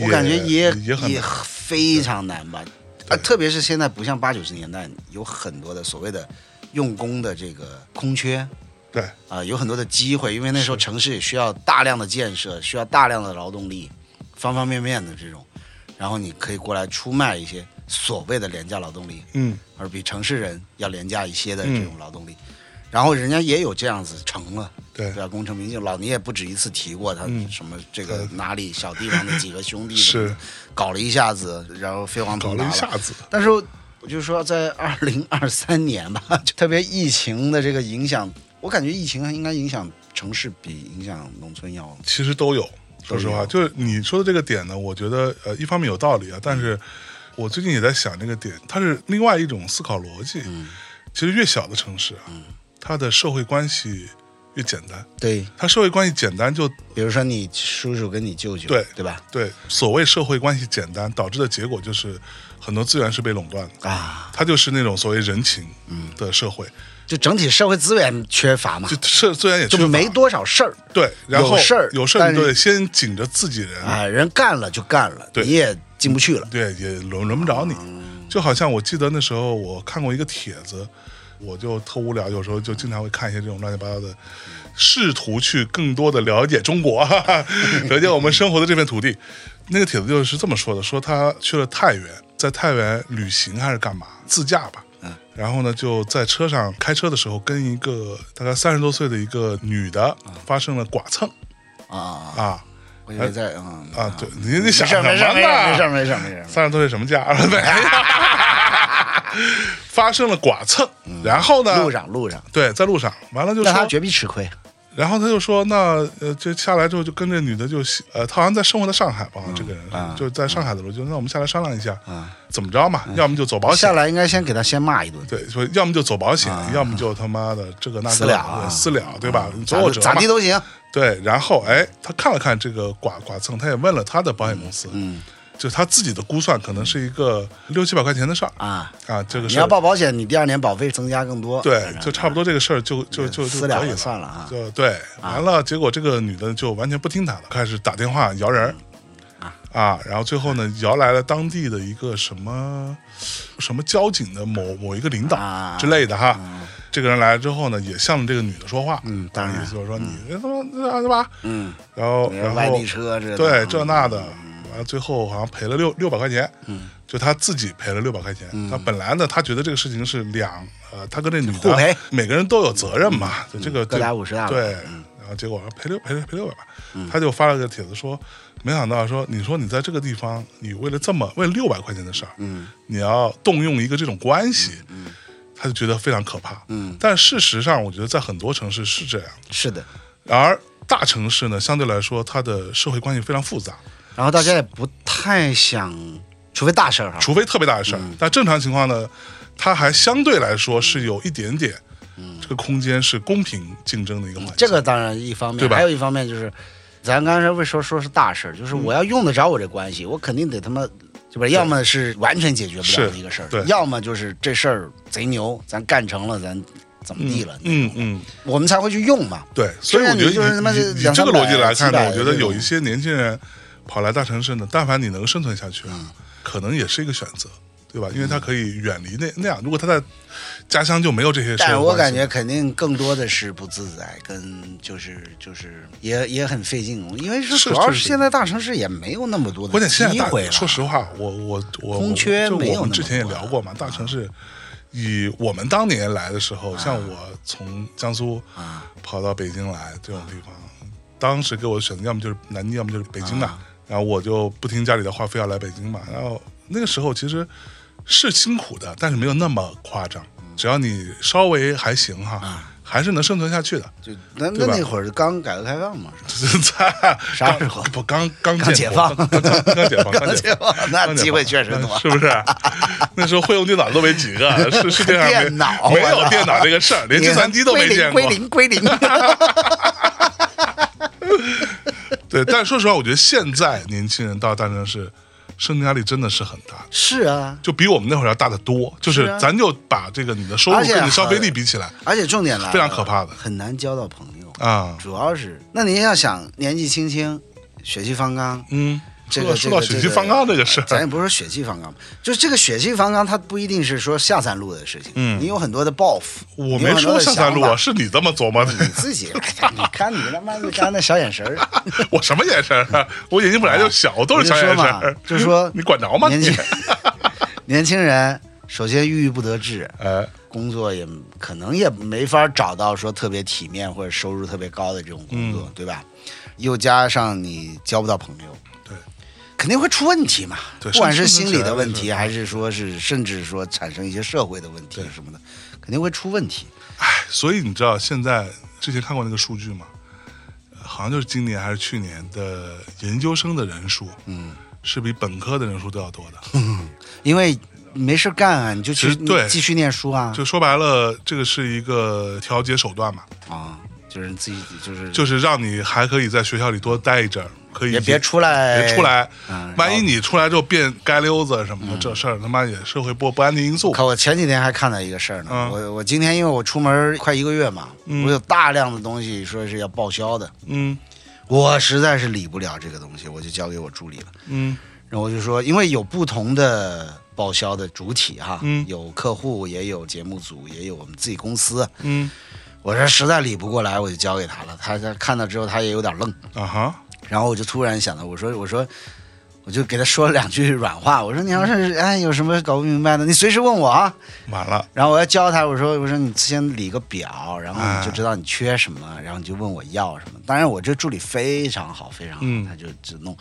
我感觉也
也很难
非常难吧。啊，特别是现在不像八九十年代有很多的所谓的用工的这个空缺
对，
啊、有很多的机会，因为那时候城市也需要大量的建设，需要大量的劳动力，方方面面的这种，然后你可以过来出卖一些所谓的廉价劳动力，
嗯，
而比城市人要廉价一些的这种劳动力，然后人家也有这样子成了。
对
对，吧？功成名就，老倪也不止一次提过他
嗯
什么这个哪里小地方的几个兄 弟
是
搞了一下子，然后飞黄
搞
腾
了
达
一
了。
下子，
但是我就说，在二零二三年吧，就特别疫情的这个影响，我感觉疫情应该影响城市比影响农村要
其实都有。说实话，就是你说的这个点呢，我觉得呃，一方面有道理啊，但是我最近也在想这个点，它是另外一种思考逻辑。
嗯
其实越小的城市啊，它的社会关系越简单，
对。
它社会关系简单就
比如说你叔叔跟你舅舅，
对
对吧？
对所谓社会关系简单导致的结果就是很多资源是被垄断的，
啊，
它就是那种所谓人情
嗯
的社会，
就整体社会资源缺乏嘛
就，社资源也缺
就
乏
没多少事儿。
对，然后
有事儿
有事
但
儿
是
你都得先紧着自己人，
哎，人干了就干了，
对
你也进不去了。
对，也轮轮不着你。就好像我记得那时候我看过一个帖子，我就特无聊，有时候就经常会看一些这种乱七八糟的， 试图去更多的了解中国，哈哈，了解我们生活的这片土地。那个帖子就是这么说的：说他去了太原，在太原旅行还是干嘛，自驾吧。嗯，然后呢，就在车上开车的时候，跟一个大概三十多岁的一个女的
嗯
发生了剐蹭
啊啊！
啊
我以为在嗯
啊！对，你你
没事
想
儿
什么
没事儿没事儿没事儿
呢？
没事儿没事儿，
三十多岁什么家？没有， 发生了剐蹭，然后呢？
路上路上，
对，在路上，完了就
那他
说，
绝逼吃亏。
然后他就说，那呃，就下来之后就跟这女的就，呃，他好像在生活在上海吧，这个人
啊
就在上海的时候，就那我们下来商量一下
啊，
怎么着嘛，要么就走保
下
险，
来应该先给他先骂一顿，
对，说要么就走保险，要么就他妈的这个那个
私了啊
对私了，对吧？你
咋
走我折
咋
嘛
地，都行。
对。然后哎，他看了看这个剐剐蹭，他也问了他的保险公司，嗯，就他自己的估算可能是一个六七百块钱的事儿
啊
啊，这个
你
事儿
要报保险，你第二年保费增加更多。嗯
对，就差不多这个事儿就就就就
私
可以
了
了
也。算了啊。
就对，完了，结果这个女的就完全不听他的，开始打电话摇人儿
嗯
啊，然后最后呢，摇来了当地的一个什么什么交警的某某一个领导
啊
之类的哈。这个人来了之后呢，也向这个女的说话，啊
嗯当然
意思就是说你这他妈对吧？
嗯，
然后然
外
后
地车这啊
对嗯这那的，完了最后好像赔了六六百块钱，就他自己赔了六百块钱。他本来呢，他觉得这个事情是两呃，他跟这女
互赔
的每个人都有责任嘛，就这个
各打50大板
对，然后结果赔六赔了赔六百吧，他就发了个帖子说。没想到说，你说你在这个地方，你为了这么为六百块钱的事儿，嗯，你要动用一个这种关系，嗯，他就觉得非常可怕，嗯。但事实上，我觉得在很多城市是这样，
是的。
然而大城市呢，相对来说，它的社会关系非常复杂，
然后大家也不太想，除非大事儿哈。
除非特别大的事儿。
嗯
但正常情况呢，它还相对来说是有一点点，这个空间是公平竞争的一个环境。
嗯这个当然一方
啊对
面，
吧
还有一方面就是，咱刚才为什么说是大事儿，
嗯
就是我要用得着我这关系，我肯定得他妈。对吧？要么是完全解决不了
是
的一个事儿
对，
要么就是这事儿贼牛，咱干成了，咱怎么地了，
嗯嗯，
我们才会去用嘛。
对。所以我觉得
你就是他妈
以以以
两三
这个
百
逻辑来看
几百
呢，我觉得
这种
有一些年轻人跑来大城市呢，但凡你能生存下去
嗯
啊，可能也是一个选择。对吧？因为他可以远离那那样，如果他在家乡就没有这些社会
但
关系。
是我感觉肯定更多的是不自在，跟就是就是也也很费劲，因为是
是
主要
是
是
是
现在大城市也没有那么多
嗯关
的
键现在
机
大
会，了。
说实话，我我我
空缺
就
没有
我们
那
之
么
前也
多
聊过嘛，大城市。以我们当年来的时候，像我从江苏
啊
跑到北京来这种地方，当时给我选择，要么就是南京，要么就是北京
啊
的。然后我就不听家里的话，非要来北京嘛。然后那个时候其实是辛苦的，但是没有那么夸张。
嗯
只要你稍微还行哈，
啊
还是能生存下去的。
就那
对
那
吧
那会儿刚改革开放嘛，是吧
在
啥时候
不刚刚
刚解
建国
放
刚刚刚解放， 刚解放。
那机会确实多。
是不是？那时候会用电脑都没几 个，是世界上没
电脑啊
没有电脑这个事儿，连计算机都没见过
归。零归 零归零。
对，但是说实话，我觉得现在年轻人到大城市，生存压力真的是很大，
是啊，
就比我们那会儿要大得多。就是
是啊
咱就把这个你的收入
而且
跟你消费
好
力比起来
而且重点来了，
非常可怕的
很难交到朋友。
啊，
主要是，那您要想年纪轻轻，血气方刚，
嗯，
这
说
个
到
这
说
个
到血气方刚这个事
咱
儿，
也不是说血气方刚，就是这个血气方刚，它不一定是说下三路的事情。
嗯
你有很多的抱负，
我
你有
没
很多
说
的
上三路
想
啊，
法
是你这么琢 磨的。
你自己，哎你看你他妈的刚才那小眼神 儿，
我什么眼神啊？我眼睛本来就小，哦我都是小眼神
啊我
儿。
就说嘛就说
你管着吗
年
你
轻？ 年轻人首先郁郁不得志，
哎，
工作也可能也没法找到说特别体面或者收入特别高的这种工
嗯
作，对吧？又加上你交不到朋友，
对，
肯定会出问题嘛。
对
不管是
生
心理的问
生存起
题，
来
还是说是甚至说产生一些社会的问题什么的，肯定会出问题。
所以你知道现在之前看过那个数据吗？呃好像就是今年还是去年的研究生的人数，嗯，是比本科的人数都要多的。
因为没事干啊，你就
其
去
实对
继续念书啊，
就说白了，这个是一个调节手段嘛，
啊，就是自己就是
就是让你还可以在学校里多待一阵儿，可以
也别出来，
别出。来
嗯。
万一你出来之后变街溜子什么的，这事儿他妈也是会不不安定因素。
靠！我前几天还看到一个事儿呢，
嗯
我我今天因为我出门快一个月嘛，
嗯
我有大量的东西说是要报销的，
嗯
我实在是理不了这个东西，我就交给我助理了。
嗯
然后我就说，因为有不同的报销的主体哈，
嗯
有客户，也有节目组，也有我们自己公司。
嗯
我说实在理不过来，我就交给他了。他他看到之后，他也有点愣。
啊哈
然后我就突然想到，我说我说我就给他说了两句软话，我说你要是哎有什么搞不明白的，你随时问我啊。
完了，
然后我要教他，我说我说你先理个表，然后
哎
你就知道你缺什么，然后你就问我要什么。当然我这助理非常好，非常好，
嗯
他就只弄。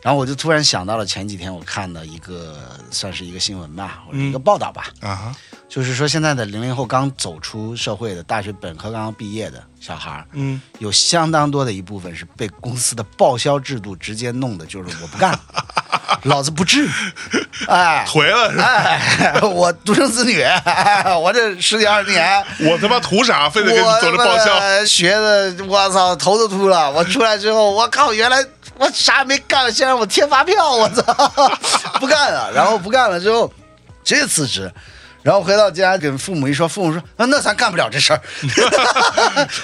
然后我就突然想到了前几天我看的一个算是一个新闻吧，或者一个报道吧，
啊哈，
就是说现在的零零后刚走出社会的大学本科刚刚毕业的小孩儿，
嗯，
有相当多的一部分是被公司的报销制度直接弄的，就是我不 干，老子不至于，哎。
回了是 吧？
哎，我独生子女， 我这十几二十年，
我他妈图啥？非得给你
我
走这报销？
妈学的，我操，头都秃了。我出来之后，我靠，原来我啥也没干，先让我贴发票，我操， 不干了。然后不干了之后，直接辞职。然后回到家跟父母一说，父母说：“啊、那咱干不了这事儿，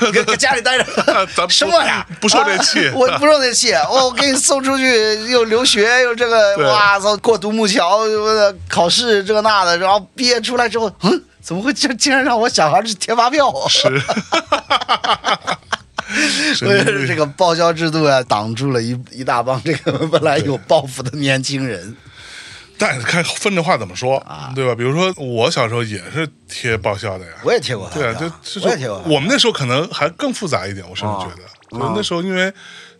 搁搁家里待着，
咱不
什么玩意儿
不受这气
啊 我不受这气，哦我我给你送出去，又留学又这
对
个，哇操，过独木桥什么的，考试这个那的，然后毕业出来之后，嗯，怎么会竟竟然让我小孩去贴发票？
是，
我
神
觉
经
得
病
这个报销制度啊，挡住了一一大帮这个本来有抱负的年轻人。
但是看分着话怎么说，对吧？比如说我小时候也是贴报销的呀，
啊我也贴过发
对
票
啊，就就
我也贴
是
过发票。
我们那时候可能还更复杂一点，我甚至觉得，就那时候因为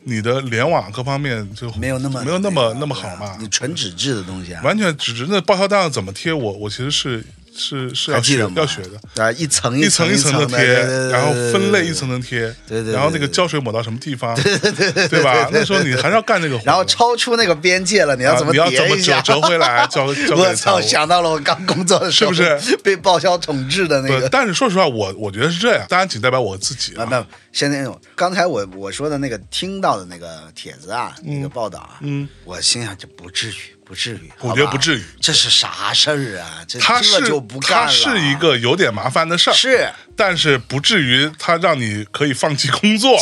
你的联网各方面就
啊没有那么
没有那
个
么
对啊
那么好嘛，
你纯纸质的东西啊，
完全只是那报销单要怎么贴，我我其实是是是
还
要
记
学
得吗？
要学的。
啊，一层
一
层
层一层
的
的贴，然后分类一。
对对对对对对
层层贴，
对对对
然后那个
对
胶水抹到什么地方，对吧？那时候你还是要干这个活的，
然后超出那个边界了，你
啊
要怎么
你要怎
叠
么
一
折
下？
折回 来，交交
我
给
操！
财务
想到了我刚工作的时候，
是不是
被报销统治的那
不
个？
但是说实话，我我觉得是这样，当然仅代表我自己
啊，
啊。
没有，先那种。刚才我我说的那个听到的那个帖子啊，那个报道啊，
嗯，
我心想这不至于，不至于，
我觉得
好吧
不至于
这是啥事儿啊？这
它是
这就不干了。啊
它是一个有点麻烦的事儿，
是，
但是不至于它让你可以放弃 工作。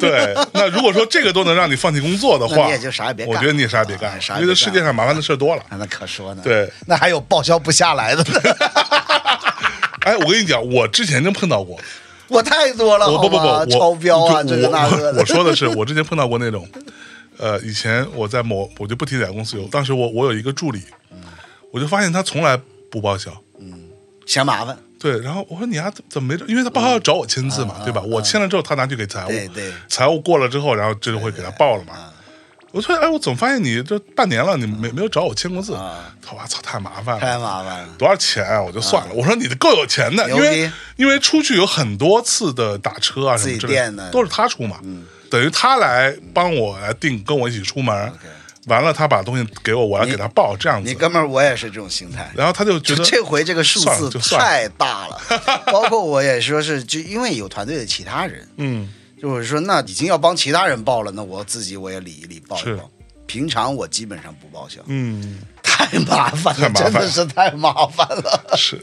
对，那如果说这个都能让你放弃工作的
那
话，
你也就啥也别干
我觉得你也啥也别干
啊啥也
了，
别
因为这世界上麻烦的事儿多 了。
啊那可说呢。
对，
那还有报销不下来的呢，
哎，我跟你讲，我之前真碰到过，
我太多了，
我不不
哦好
不，
吗
我
超标啊，
就
这个
我
那个
我
的。
我说的是，我之前碰到过那种，呃，以前我在某我就不提哪个公司有，当时我我有一个助理，
嗯
我就发现他从来不报销。
嫌麻烦，
对，然后我说你丫、怎么没这？因为他报销要找我签字嘛，对吧？我签了之后，他拿去给财务，
嗯对对
财务过了之后，然后这就会给他报了嘛。我说，哎，我总发现你这半年了，你没、没有找我签过字。
啊
他说，我操，太麻烦
嗯
了，
太麻烦了。
多少钱啊？我就算了。我说你够有钱的，因
牛
为
逼
因为出去有很多次的打车啊什
自
么
己
之类的
垫的嗯
都是他出嘛，等于他来帮我来定，跟我一起出门。完了，他把东西给我，我来给他报，这样
你
子。
哥们儿，我也是这种心态。
然后他就
就
觉得
这回这个数
算了
字
就算了
太大 了，包括我也说是，就因为有团队的其他人，
嗯，
就是说那已经要帮其他人报了，那我自己我也理一理，报一
是
报。平常我基本上不报销，
嗯，
太麻烦
太
了，
麻
真
烦
的是太麻烦了。
是。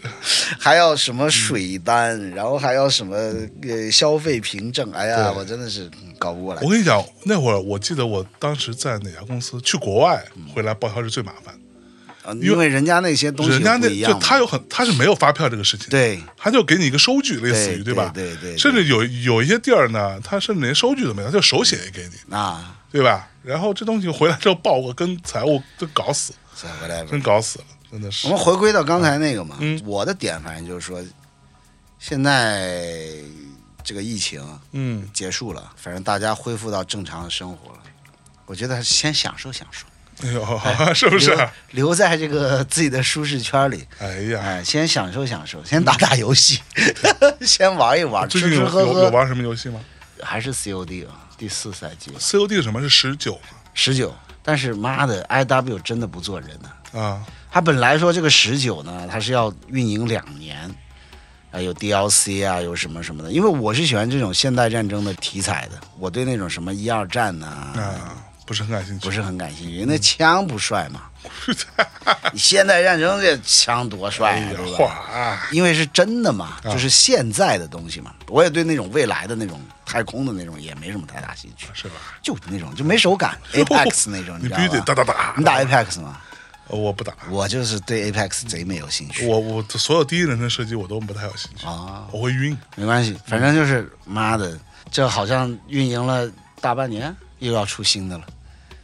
还要什么水单，
嗯
然后还要什么呃消费凭证，哎呀，
对
我真的是嗯搞不过来
我。跟你讲，那会儿我记得我当时在哪家公司去国外回来报销是最麻烦，
啊因为人家那些东西
人家那
不一样
就
嘛，
他有很他是没有发票这个事情，，
对
他就给你一个收据，类似于
对
吧？
对对对对
甚至有有一些地儿呢，他甚至连收据都没有，他就手写给你，
啊，
对吧？然后这东西回来之后报，我跟财务都搞死，
所以回来吧
真搞死了，真的是
我们回归到刚才那个嘛，
嗯
我的点反正就是说，现在这个疫情
嗯，
结束了，反正大家恢复到正常的生活了。我觉得还是先享受享受，
哎呦， 是不是？
留留在这个自己的舒适圈里，
哎呀，
哎，先享受享受，先打打游戏， 先玩一玩，
最
吃啊
近
吃
有
喝
有有
喝，
玩什么游戏吗
还是 COD 啊，第四赛季
？COD 什么是十九
十九。但是妈的，IW 真的不做人呢、
啊？
他本来说这个十九呢，它是要运营两年，啊，有 DLC 啊，有什么什么的。因为我是喜欢这种现代战争的题材的，我对那种什么一二战呐、
啊，不是很感兴趣，
不是很感兴趣。那枪不帅嘛？
不是，
你现代战争这枪多帅
哎
啊，
呀，
对
话
吧？
啊。
因为是真的嘛，就是现在的东西嘛。我也对那种未来的那种太空的那种也没什么太大兴趣，
是吧？
就那种就没手 感 ，Apex 那种，
你必须
知道
得打
吧？
打打。
你打 Apex 吗？
呃我不打，
我就是对 Apex 贼没有兴趣。
我我所有第一人称射击我都不太有兴趣
啊
我会晕。
没关系，反正就是妈的，这好像运营了大半年，又要出新的了。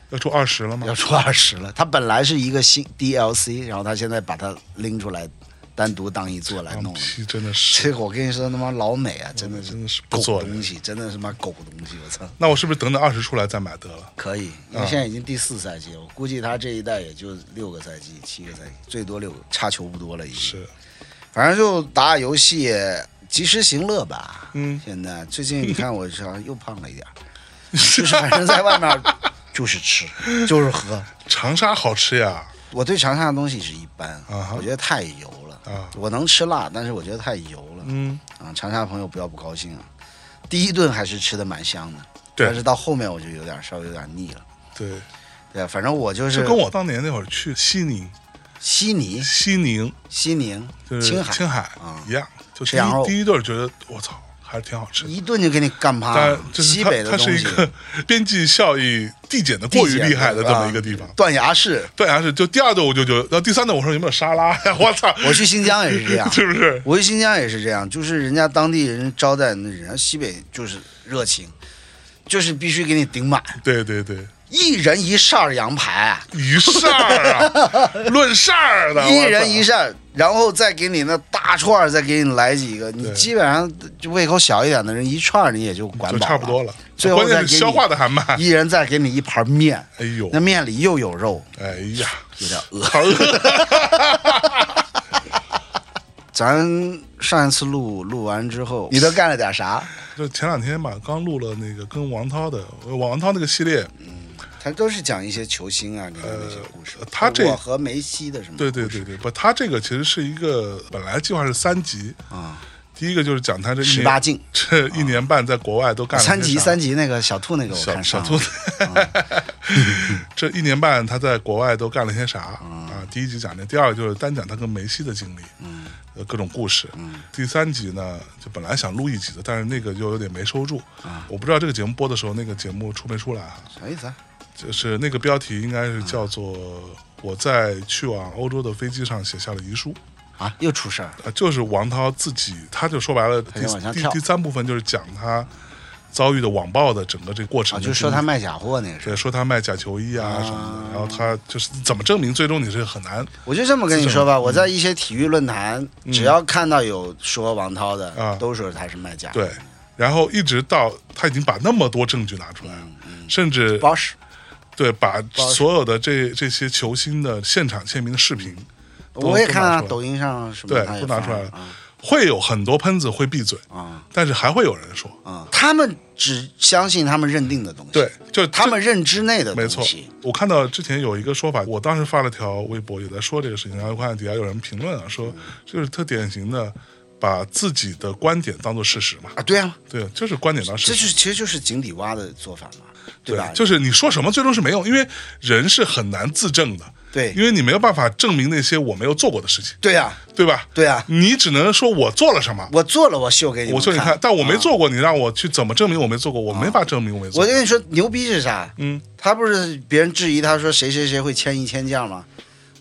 要出二十了吗
要？出二十了。它本来是一个新 DLC，然后他现在把它拎出来，单独当一座来弄了。
屁，真的是。
这个我跟你说，他妈老美啊，真的是
真的是不
狗
做人
东西，真的是妈狗东西，我操！
那我是不是等等二十出来再买得了？
可以，因为现在已经第四赛季了，我估计他这一代也就六个赛季、七个赛季，最多六个，差球不多了已经。
是，
反正就打打游戏，及时行乐吧。
嗯
现在最近你看我好像又胖了一点儿， 就是反正在外面儿 就是吃， 就是喝。
长沙好吃 呀，
我对长沙的东西是一般，
啊哈
我觉得太油了。
啊
我能吃辣，但是我觉得太油了。
嗯，
啊，长沙朋友不要不高兴啊。第一顿还是吃的蛮香的，
对
但是到后面我就有点儿稍微有点儿腻了。
对，
对，啊反正我就是
就跟我当年那会儿去西宁，
西宁、
西宁
西宁、
就是
青海、
青海
啊
一样，就
吃
第
羊肉
一第一顿觉得我操还是挺好吃的，
一顿就给你干趴
但
了。
就是
西
它
北的
它
东
是
西
一，个 边际效益递减的过于
地铁
厉害的这么
啊
一个地方。
断崖式。
断崖式就第二顿我就觉得，然后第三顿我说有没有沙拉呀？ 我操！
我去新疆也是这 样，
是不是？
我去新疆也是这样，就是人家当地人招待那人，西北就是热情，就是必须给你顶满，
对对对，
一人一扇羊排，啊
一扇儿啊，论扇儿的，
一
我操
人一扇，然后再给你那大串儿，再给你来几个，你
对
基本上就胃口小一点的人，一串儿你也就管
就
饱
差不多了。
最后
关
再给
键
你
是消化的还慢。
一人再给你一盘面，
哎呦
那，面里又有肉，
哎呀，
有点饿。
好饿！
咱上一次录录完之后，你都干了点啥？
就前两天吧，刚录了那个跟王涛的，呃王涛那个系列，
他都是讲一些球星啊，里面那些故事。
呃他这
我和梅西的什么？
对对对对，不，他这个其实是一个本来计划是三集，
啊，
第一个就是讲他这一
十
年
八禁，
这一年半在国外都干了
三
些
级
啥
三级那个小兔那嗯个我
小
看上
小
了
兔 子，啊 这一年半他在国外都干了些啥
嗯
啊？第一集讲的，第二个就是单讲他跟梅西的经历，呃，各种故事。
嗯
第三集呢，就本来想录一集的，但是那个又有点没收住。
啊
我不知道这个节目播的时候，那个节目出没出来啊？
啥意思啊？
就是那个标题应该是叫做《我在去往欧洲的飞机上写下了遗书》。
啊，又出事儿了，
啊，就是王涛自己，他就说白了，第
就往下
第
跳
第三部分就是讲他遭遇的网暴的整个这个过程
啊，
的
就
经历。
说他卖假货那个事儿。
对，说他卖假球衣啊什么的，然后他就是怎么证明，最终你是很难
我就这么跟你说吧，我
嗯
在一些体育论坛，只要看到有说王涛的
啊，
都说他是卖假货。
对。然后一直到他已经把那么多证据拿出来了，甚至
，Bosch，
对把
嗯包
所有的这这些球星的现场签名的视频，都
我也看
都拿
啊，
出来
抖音上什么
对
他也
都拿
发
出来了
啊，
会有很多喷子会闭嘴，
啊
但是还会有人说，
啊，他们只相信他们认定的东西，
对，就是
他们认知内的
没
东
错
西。，
我看到之前有一个说法，我当时发了条微博也在说这个事情，然后我看底下有人评论啊，
嗯
说就是特典型的把自己的观点当做事实嘛，
啊，对啊，
对，就是观点当事
这
实，
就是其实就是井底蛙的做法嘛，对吧？
就是你说什么最终是没用，因为人是很难自证的，
对
因为你没有办法证明那些我没有做过的事情，
对呀、啊，
对吧？
对呀、啊，
你只能说我做了什么，
我做了，我秀给你
我
们
说
看。啊
你看，但我没做过，你让我去怎么证明我没做过？我没法证明我没做
我
过，
跟你说，牛逼是啥？
嗯，
他不是别人质疑他说谁谁谁会签一千将吗？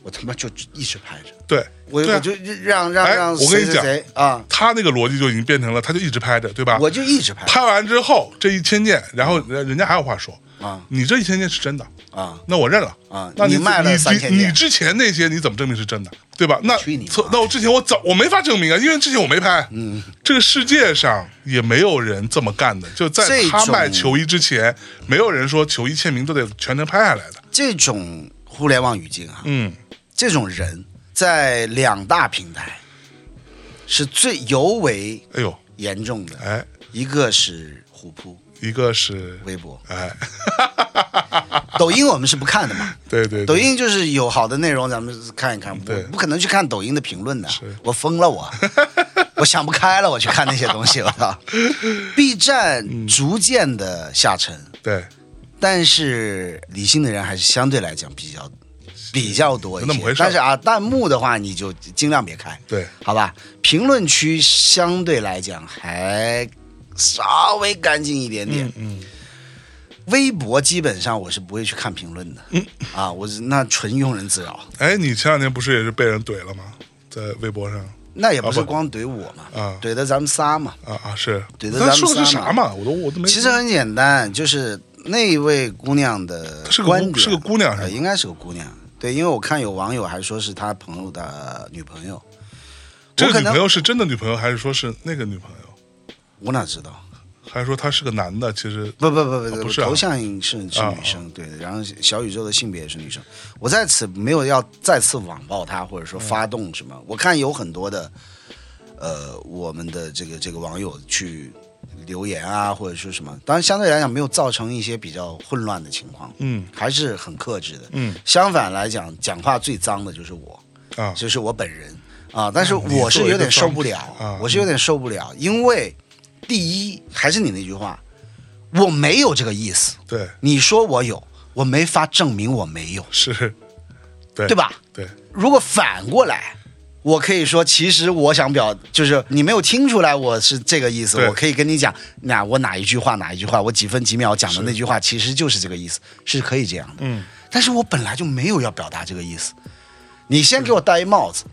我他妈就一直拍着，
对，
我、
对啊
我就让让
哎
让
我跟
谁
你
谁
讲
谁啊，
他那个逻辑就已经变成了，他就一直拍着，对吧？
我就一直拍
拍完之后这一千件，然后人人家还有话说
啊，
你这一千件是真的，
啊
那我认了
啊
那
你卖了
你
3000件
你你之前那些你怎么证明是真的，对吧？那
去你妈
从那我之前我怎我没法证明啊，因为之前我没拍。嗯，这个世界上也没有人这么干的，就在
这
他
种
卖球衣之前，没有人说球衣签名都得全程拍下来的。
这种互联网语境啊，
嗯，
这种人在两大平台是最尤为
哎呦，
严重的，
哎，
一个是虎扑、
一个是
微博、
哎，
抖音，我们是不看的嘛。
对 对，对
抖音就是有好的内容，咱们看一看。我
对
不可能去看抖音的评论的
是，
我疯了 我，我想不开了，我去看那些东西，我操！B
嗯
站逐渐的下沉，
对，
但是理性的人还是相对来讲比较比较多一
那么
些
回。事儿
但是啊，弹幕的话你就尽量别开，
对，
好吧？评论区相对来讲还稍微干净一点点。
嗯嗯，
微博基本上我是不会去看评论的，
嗯
啊，我是那纯庸人自扰，
哎，你前两天不是也是被人怼了吗？在微博上。
那也不是
啊不
光怼我嘛，
啊
怼的咱们仨嘛。
啊啊是，
对那
他
咱们
说的是
仨嘛
啥嘛？我都我都没。
其实很简单，就是那一位姑娘的
是个
观
姑
点
是个姑娘是
呃
吧
应该是个姑娘。对，因为我看有网友还说是他朋友的女朋友，
这
我
个
可
女朋
能
友是真的女朋友，还是说是那个女朋友，
我哪知道？
还是说他是个男的？其实
不不不
哦
不，
不是啊
头像是是
啊
女生，对，然后小宇宙的性别也是女生。我在此没有要再次网暴他，或者说发动什么。
嗯
我看有很多的，呃，我们的这个这个网友去留言啊，或者说什么，当然相对来讲没有造成一些比较混乱的情况，
嗯
还是很克制的。
嗯
相反来讲，讲话最脏的就是我，
啊
就是我本人啊，但是
哎你作
我是
为一
有
个
点受
装
不
置
了
啊，
我是有点受不了，因为第一还是你那句话，我没有这个意思，
对
你说我有，我没法证明我没有，
是，对
对？吧？
对
如果反过来，我可以说，其实我想表，就是你没有听出来我是这个意思，
对
我可以跟你讲，那我哪一句话哪一句话，我几分几秒讲的那句话，其实就是这个意思，是可以这样的。
嗯，
但是我本来就没有要表达这个意思，你先给我戴一帽子，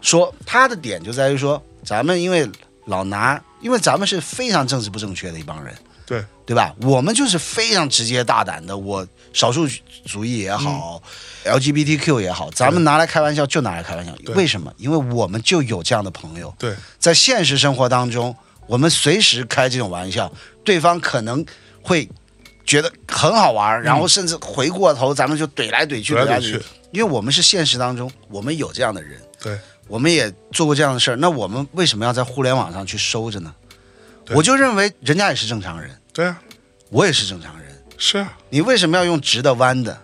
说他的点就在于说，咱们因为老拿，因为咱们是非常政治不正确的一帮人。
对
对吧？我们就是非常直接大胆的，我少数族裔也好、l
嗯
g b t q 也好，咱们拿来开玩笑就拿来开玩笑。
对
为什么？因为我们就有这样的朋友，
对
在现实生活当中，我们随时开这种玩笑，对方可能会觉得很好玩
嗯
儿，然后甚至回过头咱们就怼来怼去，
怼来
怼来怼
怼去
去。因为我们是现实当中，我们有这样的人，
对，
我们也做过这样的事儿，那我们为什么要在互联网上去收着呢？
对
我就认为人家也是正常人。
对啊，
我也是正常人，
是啊，
你为什么要用直的、弯 的、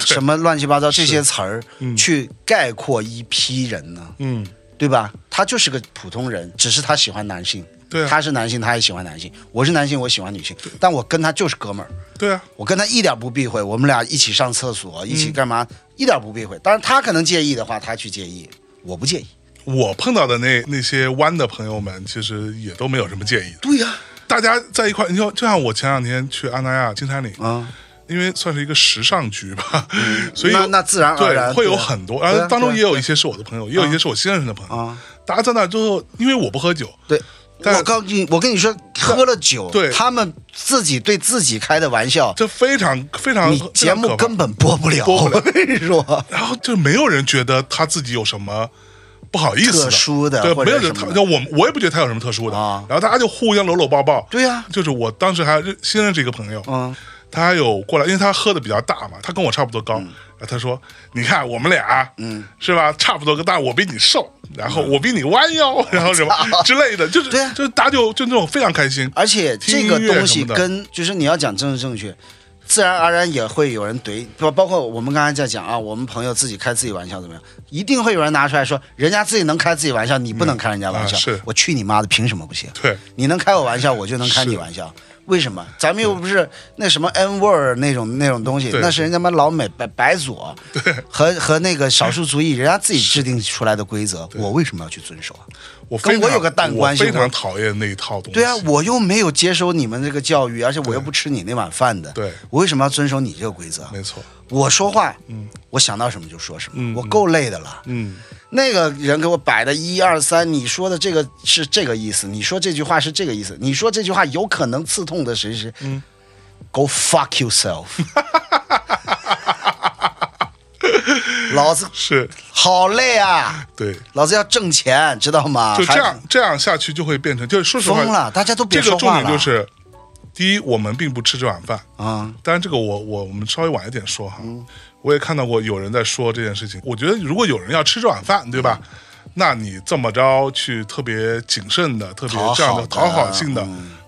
什么乱七八糟这些词儿
嗯
去概括一批人呢？
嗯，
对吧？他就是个普通人，只是他喜欢男性，
对啊，
他是男性，他也喜欢男性，我是男性，我喜欢女性，但我跟他就是哥们儿，
对啊，
我跟他一点不避讳，我们俩一起上厕
嗯
所，一起干嘛，一点不避讳。当然，他可能介意的话，他去介意，我不介意。
我碰到的那那些弯的朋友们，其实也都没有什么介意的。
对呀、
大家在一块，你就就像我前两天去安那亚金山岭，
嗯，
因为算是一个时尚局吧，所以
那那自然而
对
然
会有
对啊
很多，
对啊
然后当中
对啊
也有一些是我的朋友，也有一些是我新认识的朋友。
啊
大家在那之后，因为我不喝酒，
对。
但
我告诉你，我跟你说，喝了酒，
对
他们自己对自己开的玩笑，
这非常非常
你节目
非常可怕
根本播不了，
播不了
我跟你说，
然后就没有人觉得他自己有什么不好意思的
特殊的
对，
或
没
者
有人
什
他，
么的
就我我也不觉得他有什么特殊的。
啊
然后大家就互相搂搂抱抱。
对呀
就是我当时还认新认识一个朋友，
嗯，
他还有过来，因为他喝的比较大嘛，他跟我差不多
嗯
高。然后他说：“你看我们俩，嗯，是吧？差不多个大，我比你瘦，然后我比你弯 腰，然后什么之类的，就是
对嗯啊
就是大家就就那种非常开心。
而且这
听
个
音乐
东
什
西
么的
跟就是你要讲政治正确，自然而然也会有人怼，包包括我们刚才在讲啊，我们朋友自己开自己玩笑怎么样，一定会有人拿出来说，人家自己能开自己玩笑，你不能开人家玩笑，
啊是
我去你妈的，凭什么不行？
对，
你能开我玩笑，我就能开你
是
玩笑。为什么？咱们又不是那什么 N word 那种那种东西，
对
那是人家妈老美白白左和和那个少数族裔人家自己制定出来的规则，我为什么要去遵守啊？
我
跟
非常
我有个淡关系
我非
我
常讨厌那一套东西。
对啊，我又没有接收你们这个教育，而且我又不吃你那碗饭的，
对
我为什么要遵守你这个规则？
没错，
我说话，我想到什么就说什么，
嗯
我够累的了。
嗯，
那个人给我摆的一二三，你说的这个是这个意思，你说这句话是这个意思，你说这句话有可能刺痛的谁谁，嗯，Go fuck yourself，老子
是
好累啊，
对。
老子要挣钱，知道吗？
就这
啊还
样这样下去就会变成，就是说实话，
疯了，大家都别
这个
说
重
话
点
了。
就是，第一，我们并不吃这碗饭，
啊，
当然这个我我我们稍微晚一点说哈。
嗯
我也看到过有人在说这件事情，我觉得如果有人要吃这碗饭，对吧？
嗯
那你这么着去特别谨慎的、特别
讨好
这样的
的
讨好性的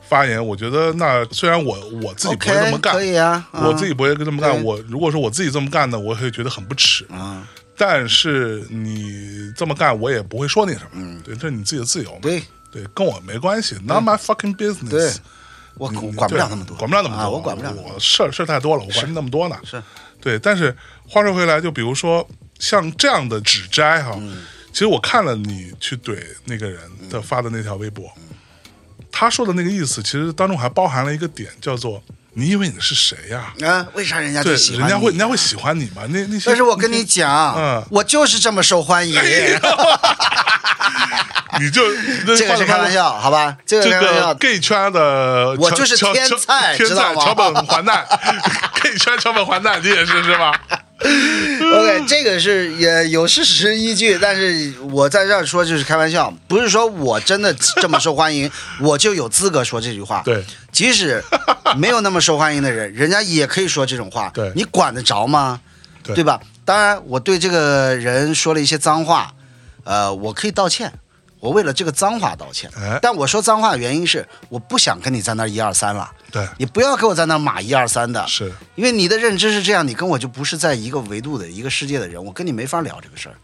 发言，我觉得那虽然我我自己不会
OK，
这么干，
可以啊嗯
我自己不会这么干。
对
我如果说我自己这么干呢，我会觉得很不耻。
嗯
但是你这么干，我也不会说你什么。对，这是你自己的自由嘛。
嗯对
对，跟我没关系，not my fucking business。
对我管
嗯
啊管不了那么多，
对管不了那么多，
啊我管不了那么多。
我事儿事儿太多了，我管你那么多呢。
是，
对。但是话说回来，就比如说像这样的指摘哈，
嗯
其实我看了你去怼那个人的发的那条微博，他说的那个意思，其实当中还包含了一个点，叫做你以为你是谁呀、
啊，为啥人家
对
就，喜欢
人家
你啊
会人家嗯会喜欢你吗？那那些，
但是我跟你讲，
嗯
我就是这么受欢迎。
你就 那
这个是开玩。笑，好吧？这个
这
开玩笑
个，gay 圈的
我
桥
就是
桥
天
桥
才
天
知道
才
吗
桥本环奈 ，gay 圈桥本环奈，你也是是吧？
OK，这个是也有事实依据，但是我在这儿说就是开玩笑，不是说我真的这么受欢迎，我就有资格说这句话。
对，
即使没有那么受欢迎的人，人家也可以说这种话。
对
你管得着吗？
对
吧？当然，我对这个人说了一些脏话，呃，我可以道歉，我为了这个脏话道歉。
哎
但我说脏话的原因是，我不想跟你在那儿一二三了。
对，
你不要给我在那儿码一二三的，
是
因为你的认知是这样，你跟我就不是在一个维度的一个世界的人，我跟你没法聊这个事儿。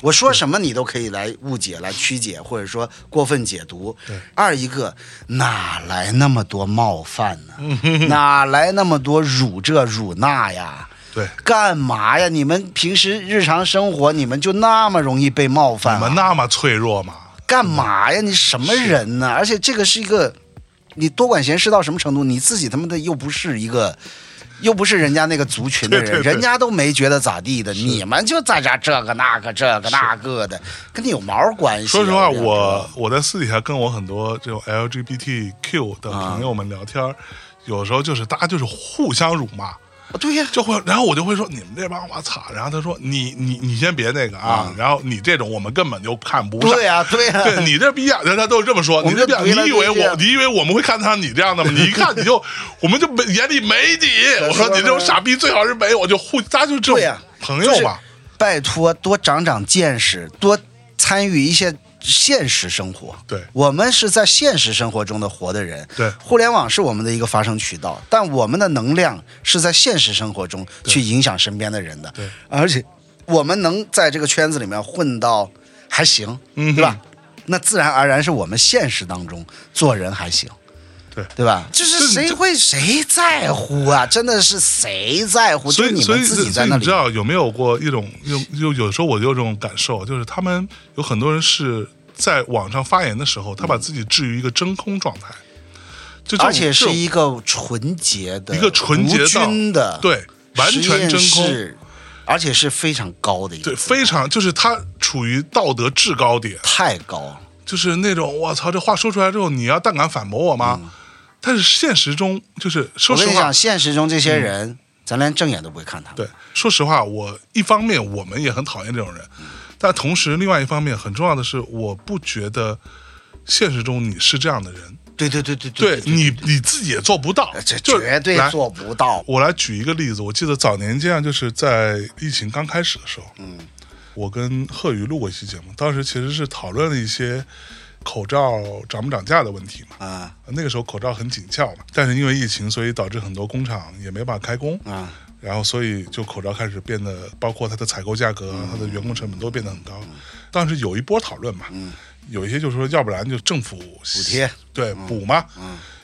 我说什么你都可以来误解、来曲解，或者说过分解读。二一个哪来那么多冒犯呢？ 哪来那么多辱这辱那呀？
对，
干嘛呀？你们平时日常生活你们就那么容易被冒犯、
你
啊？
们那么脆弱吗？
干嘛呀？你什么人呢、而且这个是一个，你多管闲事到什么程度？你自己他妈的又不是一个，又不是人家那个族群的人，
对对对
人家都没觉得咋地的，你们就在这儿这个那个这个那个的，跟你有毛关系啊？
说实话，
这样
我我在私底下跟我很多这种 LGBTQ 的
啊
朋友们聊天儿，有时候就是大家就是互相辱骂，
说对呀、
就会，然后我就会说你们这帮我操，然后他说你你你先别那个啊，然后你这种我们根本就看不上。
对呀、啊对呀、
对你这逼样，人家都是这么说。
我
你
们
这
就
逼样，
怼了
啊你以为
这些
我，你以为我们会看上你这样的吗？你一看你 就，我们就没眼里没你。我说你这种傻逼最好是没有，我就互，大家就这
对啊
种
呀
朋友嘛。
拜托多长长见识，多参与一些现实生活。
对
我们是在现实生活中的活的人。
对
互联网是我们的一个发声渠道，但我们的能量是在现实生活中去影响身边的人的。
对，
而且我们能在这个圈子里面混到还行，
嗯哼
对吧？那自然而然是我们现实当中做人还行。
对
对吧？就
就是你
谁
这
会谁在乎啊？真的是谁在乎？
所
就
以，
你
所以
们自己在
所以
那
你
里
知道有没有过一种，有有有时候我有这种感受，就是他们有很多人是在网上发言的时候，他把自己置于一个真空状态，就这种
而且
这
是
种
一个纯洁的、
一个纯洁
无
到
菌的，
对完全真空，，
而且是非常高的一个，
对，非常就是他处于道德制高点，
太高了。
就是那种我操，这话说出来之后，你要但敢反驳我吗？但是现实中就是说
嗯我
实
跟你
话嗯
讲，，现实中这些人，咱连正眼都不会看他。，
对，说实话，我一方面我们也很讨厌这种人，
嗯
但同时另外一方面很重要的是，我不觉得现实中你是这样的人，
对对对对
对你你自己也做不到
呃，这
就
绝对
来
做不到。
我来举一个例子，我记得早年间啊，就是在疫情刚开始的时候，嗯，我跟贺宇录过一期节目，当时其实是讨论了一些口罩涨不涨价的问题嘛。
啊
那个时候口罩很紧俏嘛，但是因为疫情，所以导致很多工厂也没办法开工，
啊，
然后所以就口罩开始变得，包括它的采购价格、啊它的员工成本都变得很高。当时有一波讨论嘛，有一些就说，要不然就政府嗯补嗯
贴，
对补嘛，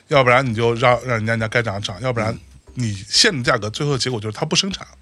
要不然你就让让人家人家该涨涨，要不然你限制价格，最后结果就是它不生产。
啊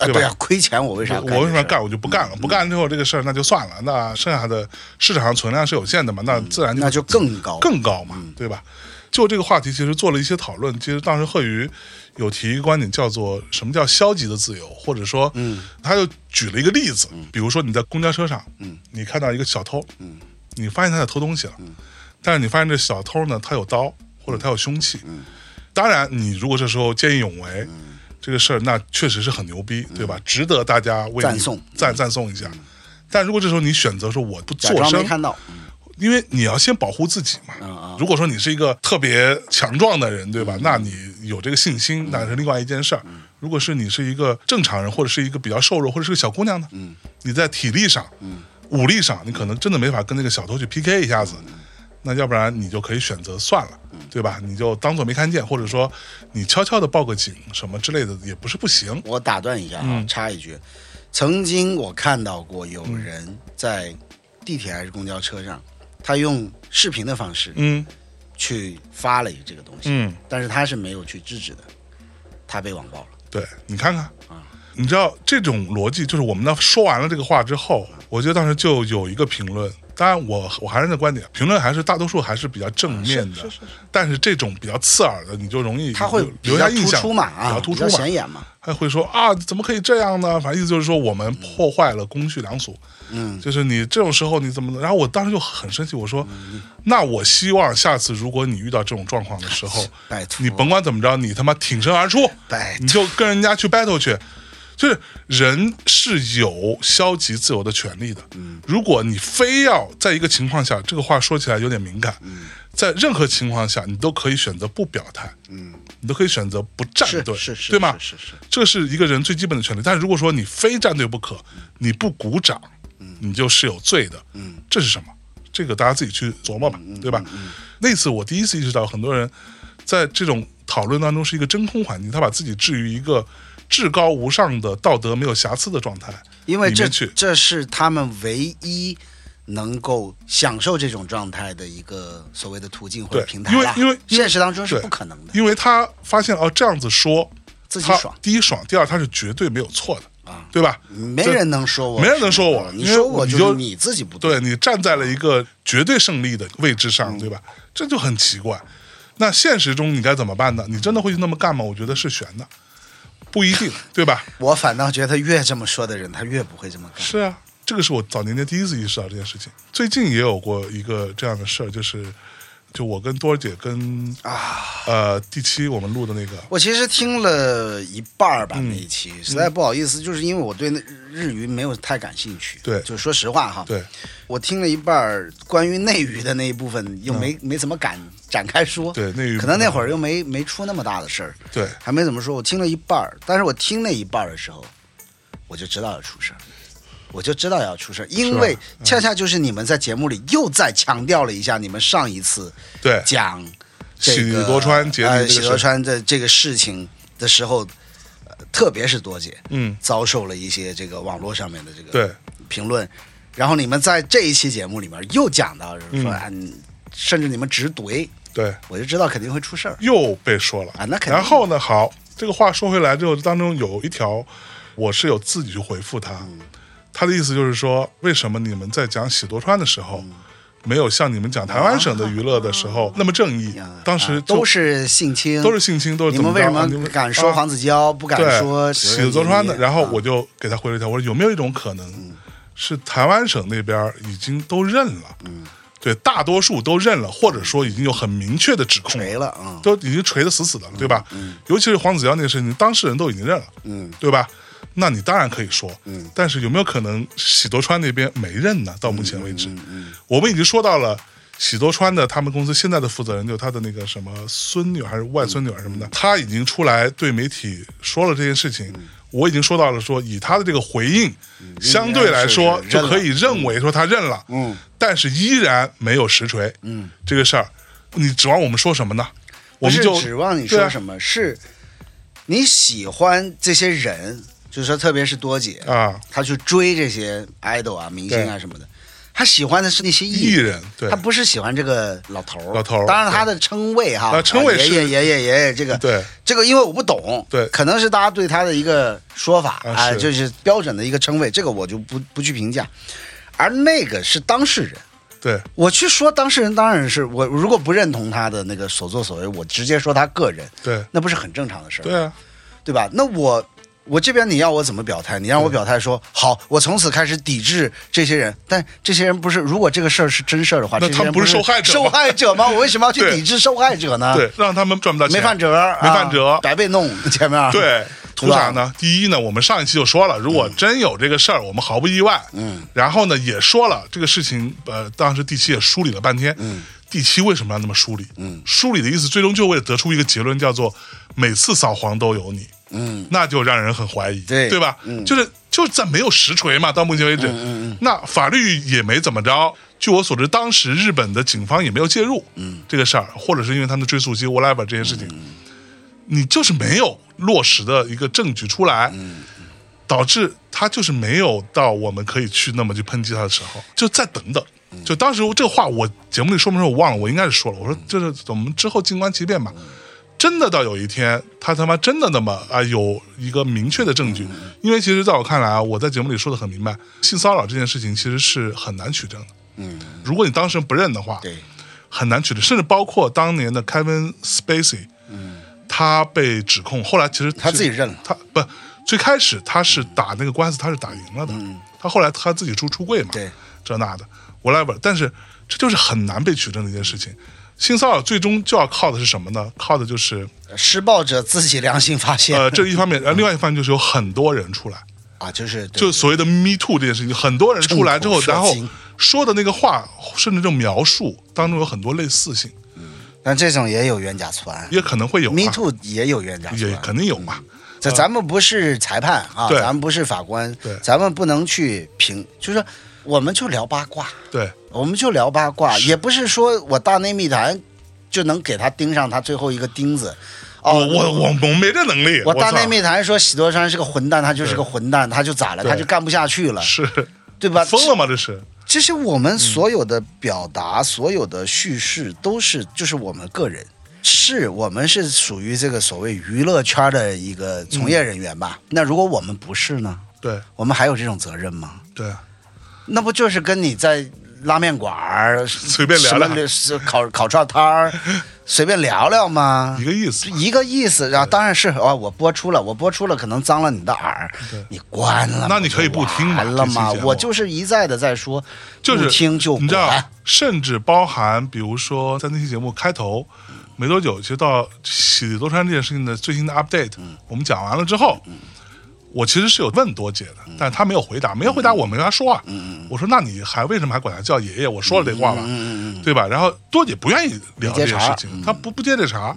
对吧
对啊，亏钱我为啥？
我为什么要？干？我就不干了，不干之后这个事儿那就算了。那剩下的市场上存量是有限的嘛，嗯那自然就
那就更高。嗯
更高嘛，对吧？就这个话题，其实做了一些讨论。其实当时贺宇有提一个观点，叫做什么叫消极的自由，或者说，嗯，他就举了一个例子，
嗯
比如说你在公交车上，嗯，你看到一个小偷，嗯，你发现他在偷东西了，
嗯
但是你发现这小偷呢，他有刀或者他有凶器，嗯，当然你如果这时候见义勇为，
嗯
这个事儿那确实是很牛逼，对吧？值得大家为你
赞颂嗯
赞赞颂一下。但如果这时候你选择说我不
假
做
装
声
没，看到。
因为你要先保护自己嘛。如果说你是一个特别强壮的人，对吧？那你有这个信心，那是另外一件事儿。如果是你是一个正常人，或者是一个比较瘦弱，或者是个小姑娘呢？你在体力上、武力上，你可能真的没法跟那个小偷去 PK 一下子。那要不然你就可以选择算了，对吧？你就当做没看见，或者说你悄悄的报个警什么之类的，也不是不行。
我打断一下
嗯
啊，插一句，曾经我看到过有人在地铁还是公交车上，他用视频的方式
嗯
去发了这个东西，
嗯，
但是他是没有去制止的，他被网暴了。
对你看看，你知道这种逻辑，就是我们呢说完了这个话之后，我觉得当时就有一个评论，当然我我还是那观点，评论还是大多数还是比较正面的，但是这种比较刺耳的，你就容易
他会
留
比
留
较
下印
突
象，
出嘛啊，
比较突出嘛
显，眼嘛。
还会说啊怎么可以这样呢？反正意思就是说我们破坏了公序良俗，
嗯，
就是你这种时候你怎么能？然后我当时就很生气，我说，
嗯
那我希望下次如果你遇到这种状况的 时候，
拜托
你甭管怎么着，你他妈挺身而出，
拜托
你就跟人家去 battle 去。就是人是有消极自由的权利的。
嗯
如果你非要在一个情况下，这个话说起来有点敏感，
嗯
在任何情况下，你都可以选择不表态，嗯，你都可以选择不站
是
队，
是是
对吗？
是是是
这是一个人最基本的权利。但如果说你非站队不可，你不鼓掌，你就是有罪的。嗯，这是什么？这个大家自己去琢磨吧，对吧？那次我第一次意识到，很多人在这种讨论当中是一个真空环境，他把自己置于一个至高无上的道德没有瑕疵的状态
因为
里
这
面去。
这是他们唯一能够享受这种状态的一个所谓的途径或者
对
平台
因为
啦
因为因为
现实当中是
对
不可能的，
因为他发现哦，这样子说
自己
他
爽
第一爽，第二他是绝对没有错的啊，对吧？
没
这
人能说我，
没人能说我
你
因为
说我
你
就是
就
你自己不
对你站在了一个绝对胜利的位置上，对吧？这就很奇怪。那现实中你该怎么办呢？你真的会那么干吗？我觉得是悬的，不一定，对吧？
我反倒觉得越这么说的人，他越不会这么干。
是啊，这个是我早年间第一次意识到这件事情。最近也有过一个这样的事儿，就是就我跟多儿姐跟
啊
呃第七我们录的那个，
我其实听了一半儿吧，
嗯
那一期实在不好意思，就是因为我对那日语没有太感兴趣。
对
就是说实话哈，
对，
我听了一半儿关于内娱的那一部分，又没、没怎么敢展开说。
嗯对内娱
可能那会
儿
儿又没没出那么大的事儿，
对
还没怎么说。我听了一半儿，但是我听那一半儿的时候，我就知道要出事儿，我就知道要出事儿，因为
嗯
恰恰就是你们在节目里又再强调了一下你们上一次
对
讲这
喜
个
多川结
呃
离
喜
这
多
个事儿，
川的这个事情的时候，呃特别是多姐
嗯，
遭受了一些这个网络上面的这个
对
评论，然后你们在这一期节目里面又讲到就是说，
嗯
啊你甚至你们直怼，
对，
我就知道肯定会出事儿。
又被说了
啊那肯定
然后呢，好，这个话说回来之后，当中有一条我是有自己去回复他，
嗯
他的意思就是说，为什么你们在讲喜多川的时候，没有像你们讲台湾省的娱乐的时候那么正义？
嗯啊
当
啊
时就
都是性侵，
都是性侵，都是
你
怎
们为
着
什
啊
么
你们
敢说
啊
黄子佼，不敢
对，
说
喜子多川的。然后我
就
就给他回了一条，我说有没有一种可
嗯
能，是台湾省那边已经都认了，
嗯
对，大多数都认了，或者说已经有很明确的指控
没了啊，
都已经锤得死死的了，对吧？尤其是黄子佼那个事情，当事人都已经认了，
嗯，
对吧？那你当然可以说，嗯，但是有没有可能喜多川那边没认呢？到目前为
嗯
止，我们已经说到了。喜多川的他们公司现在的负责人就是他的那个什么孙女还是外孙女还是什
嗯
么的，他已经出来对媒体说了这件事情。我已经说到了说，以他的这个回应，相对来说
嗯是是
就
认了
可以认为说他认了，
嗯，
但是依然没有实锤，嗯，这个事儿，你指望我们说什么呢？我
不
们
是
就
指望你
对
说
啊
什么，是你喜欢这些人，就是说特别是多姐，
啊，
她去追这些 idol 啊、明星啊什么的，她喜欢的是那些
艺人对
她不是喜欢这个老头儿。
老头儿
当然她的称谓哈，
啊称谓
爷
是
爷、爷爷、爷爷，这个
对
这个，因为我不懂，
对
可能是大家对他的一个说法
啊
啊，
是
就是标准的一个称谓，这个我就不不去评价。而那个是当事人，
对
我去说当事人，当然是我如果不认同他的那个所作所为，我直接说他个人，
对
那不是很正常的事儿，
对啊，
对吧？那我我这边你要我怎么表态？你让我表态说好，我从此开始抵制这些人，但这些人不是，如果这个事儿是真事儿的话，
那
这些
他
人
们
不
不是受害者吗
受害者吗？我为什么要去
对
抵制受害者呢？
啊对，让他们赚不到钱，
没犯辙，
没
啊
犯辙
白被弄前面。
对，图啥呢？第一呢，我们上一期就说了，
嗯
如果真有这个事儿，我们毫不意外。嗯，然后呢，也说了这个事情，呃，当时第七也梳理了半天。嗯，第七为什么要那么梳理？嗯，梳理的意思最终就为了得出一个结论，叫做每次扫黄都有你。嗯，那就让人很怀疑，
对
对吧？嗯就是就是在没有实锤嘛，到目前为止，那法律也没怎么着。据我所知，当时日本的警方也没有介入，嗯，这个事儿，或者是因为他们的追溯期 whatever 这些事情，你就是没有落实的一个证据出来，导致他就是没有到我们可以去那么去抨击他的时候，就再等等。就当时这个话我节目里说没说我忘了，我应该是说了，我说就是我们之后静观其变吧。真的到有一天，他他妈真的那么啊有一个明确的证据，因为其实在我看来啊，我在节目里说的很明白，性骚扰这件事情其实是很难取证的。
嗯，
如果你当事人不认的话，
对，
很难取证，甚至包括当年的 Kevin Spacey，他被指控，后来其实
嗯他自己认了
他不最开始他是打那个官司，他是打赢了的，他后来他自己出出柜嘛，
嗯对，
这那的 whatever，但是这就是很难被取证的一件事情。性骚扰最终就要靠的是什么呢？靠的就是
施暴者自己良心发现、
呃，这一方面，然后另外一方面就是有很多人出来，
啊，就是嗯对
就所谓的 Me Too 这件事情，很多人出来之后，
众口铄
然后
金
说的那个话，甚至这种描述当中有很多类似性，
但这种也有冤假错案
也可能会有、啊、
，Me Too 也有冤假错
也
案。
肯定有嘛。
这咱们不是裁判啊，
对
咱们不是法官
对，
咱们不能去评，就是我们就聊八卦，
对，
我们就聊八卦，也不是说我大内密谈就能给他钉上他最后一个钉子。哦，
我我我我没这能力，
我大
操
内密谈说喜多川是个混蛋，他就是
对
个混蛋，他就咋了？
对
他就干不下去了，
是
对吧？
疯了吗？这是
这些我们所有的表达、所有的叙事，都是就是我们个人，是我们是属于这个所谓娱乐圈的一个从业人员
嗯
吧？那如果我们不是呢？
对
我们还有这种责任吗？
对
那不就是跟你在拉面馆儿
随便聊聊
什么烤烤串摊 儿随便聊聊吗？
一个意思嘛，
一个意思，然后当然是啊，我播出了，我播出了，可能脏了你的耳
对，
你关了嘛，
那你可以不听嘛
完了
这
吗
期节？目
我就是一再的在说，
就是
不听就
你知道
管，，
甚至包含比如说在那期节目开头没多久，其实到喜多川这件事情的最新的 update，我
嗯
们讲完了之后。我其实是有问多姐的，
嗯
但是她没有回答，没有回答我没跟她说啊。我说那你还为什么还管她叫爷爷？我说了这话
嗯
了，对吧？然后多姐不愿意聊
接
这件
茬
事
儿嗯
情，她不不接这茬，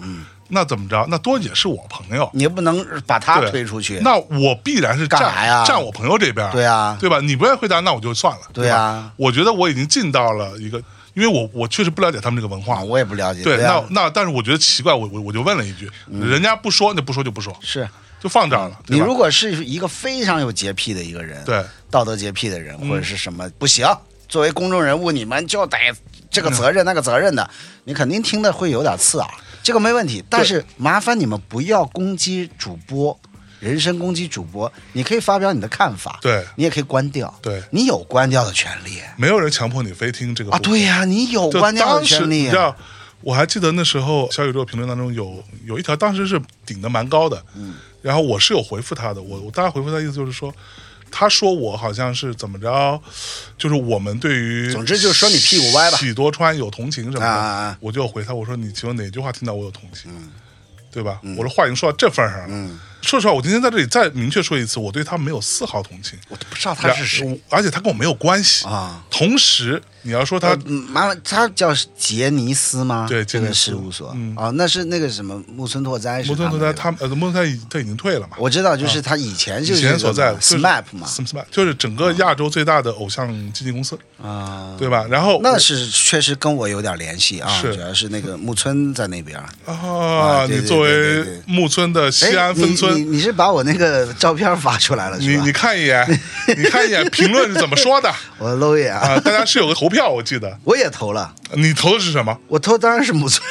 那怎么着？那多姐是我朋友，
你也不能把他
对
推出去。
那我必然是站
干嘛呀
站我朋友这边，
对啊
对吧？你不愿意回答，那我就算了，
对啊
吧我觉得我已经尽到了一个，因为我我确实不了解他们这个文化，
啊，我也不了解，
对，
对啊，
那那但是我觉得奇怪，我我我就问了一句，人家不说，那不说就不说，
是
就放这儿了，
嗯你
对吧？
如果是一个非常有洁癖的一个人，
对，嗯
道德洁癖的人或者是什么不行，作为公众人物，你们就得这个责任那个责任的，你肯定听的会有点刺耳，这个没问题。但是麻烦你们不要攻击主播，人身攻击主播，你可以发表你的看法，
对
你也可以关掉，
对
你有关掉的权利
没有人强迫你非听这个
啊，
部分
对呀、你有
就
关掉的
当时
权啊利
你知。道，我还记得那时候小宇宙评论当中有有一条，当时是顶的蛮高的，嗯，然后我是有回复他的，我我大概回复他的意思就是说。他说我好像是怎么着，就是我们对于，
总之就是说你屁股歪吧
喜多川有同情什么的，
啊啊啊嗯
我就回他我说你请问哪句话听到我有同情，对吧？我的话已经说到这份儿上了。说实话，我今天在这里再明确说一次，我对他没有丝毫同情，
我都不知道他是谁，
然而且他跟我没有关系
啊。
同时，你要说他
嗯，麻烦他叫杰尼斯吗？
对杰
这
尼斯嗯
个事务所、啊，那是那个什么木村拓哉是
木村拓
们
哉
的
他们呃木村拓哉已他已经退了嘛？
我知道，就是他以前就
以
是
前所在
SMAP 嘛
SMAP 就是整个亚洲最大的偶像经纪公司，
啊，
对吧？然后
那是确实跟我有点联系啊，
是
主要是那个木村在那边。
啊，
啊对
你
对
作
对对
为
对
木村的 西
哎，
安
你
分
你
村，
你是把我那个照片发出来了
你
是吧
你？看一眼，你看一眼评论是怎么说的
我搂一眼啊，
啊？大家是有个投票，我记得
我也投了，
你投的是什么？
我投当然是木村，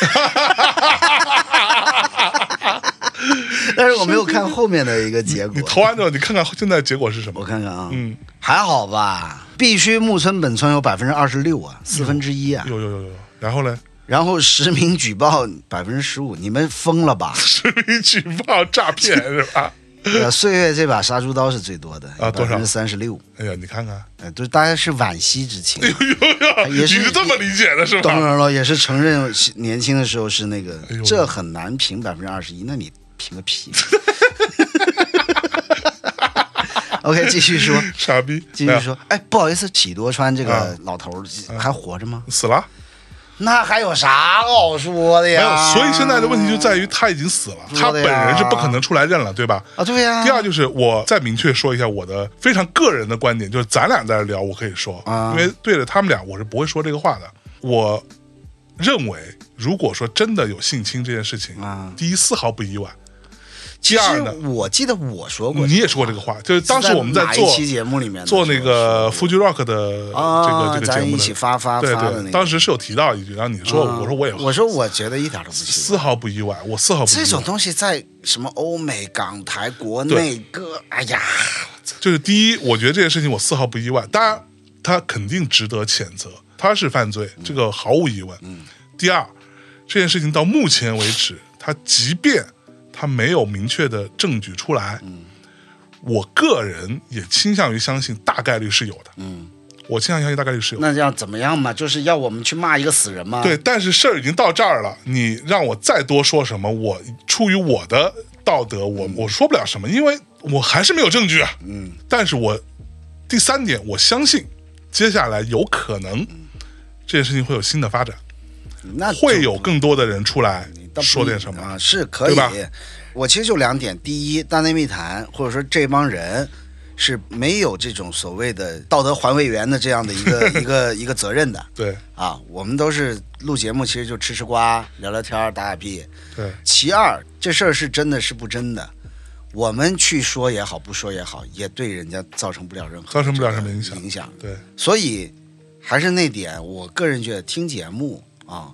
但是我没有看后面的一个结
你
果。
投完之后，你看看现在结果是什
我
么？
看看啊，
嗯，
还好吧，必须木村本村有百分之二十六啊，四分之一啊，
有有有有，然后呢？
然后实名举报百分之十五，你们疯了 吧？
实名举报诈骗是吧？
呃，岁月这把杀猪刀是最多的
啊多少
百分之三十六，
哎呀，你看看，
呃，就是大家是惋惜之情。
哎呦
也
你
是
是这么理解的是
当
吧？
然了，也是承认是年轻的时候是那个
哎呦，
这很难评百分之二十一，那你评个 屁？OK，继续说，
傻逼，
继
哎呀
续说。哎，不好意思，喜多川这
啊
个老头儿还活着吗？
死了。
那还有啥好说的
没
哎呀？
有，所以现在的问题就在于他已经死了，他
说的
本
呀
人是不可能出来认了，对吧？
啊，对呀
第，二就是我再明确说一下我的非常个人的观点，就是咱俩在这聊，我可以说，
啊
因为对着他们俩我是不会说这个话的。我认为，如果说真的有性侵这件事情，
啊
第一丝毫不意外，
其
第二
实
呢
我记得我说过，
你也说过这个话，就是当时我们
在
在
哪
做
一期节目里面的
做那个
时候
Fuji Rock 的这
啊
个这个节
咱
目
一
的
起发发
对
发的那
对，
个
当时是有提到一句，然后你说
啊
我说我也
我说我觉得一点都不奇怪。
丝毫不意外，我丝毫不意外。
这种东西在什么欧美、港台、国内各，哎呀，
就是第一，我觉得这件事情我丝毫不意外，当然他肯定值得谴责，他是犯罪，这个毫无疑问。第二，这件事情到目前为止，他即便他没有明确的证据出来，我个人也倾向于相信大概率是有的。
嗯，
我倾向于相信大概率是有的。
那要怎么样嘛？就是要我们去骂一个死人吗？
对，，但是事儿已经到这儿了，你让我再多说什么，我出于我的道德，我
嗯
我说不了什么，因为我还是没有证据啊。嗯，但是我第三点，我相信接下来有可能这件事情会有新的发展，
嗯那就
会有更多的人出来
但不
说点什么。
啊？是可以
对吧。
我其实就两点：第一，《大内密谈》或者说这帮人是没有这种所谓的道德环卫员的这样的一 个一个一个责任的
对
啊。我们都是录节目，其实就吃吃瓜、聊聊天儿、打打屁。
对，
其二，这事儿是真的是不真的，我们去说也好，不说也好，也对人家造成不了任何
造成不了
这个
什么影响
影响。
对，
所以还是那点，我个人觉得听节目啊，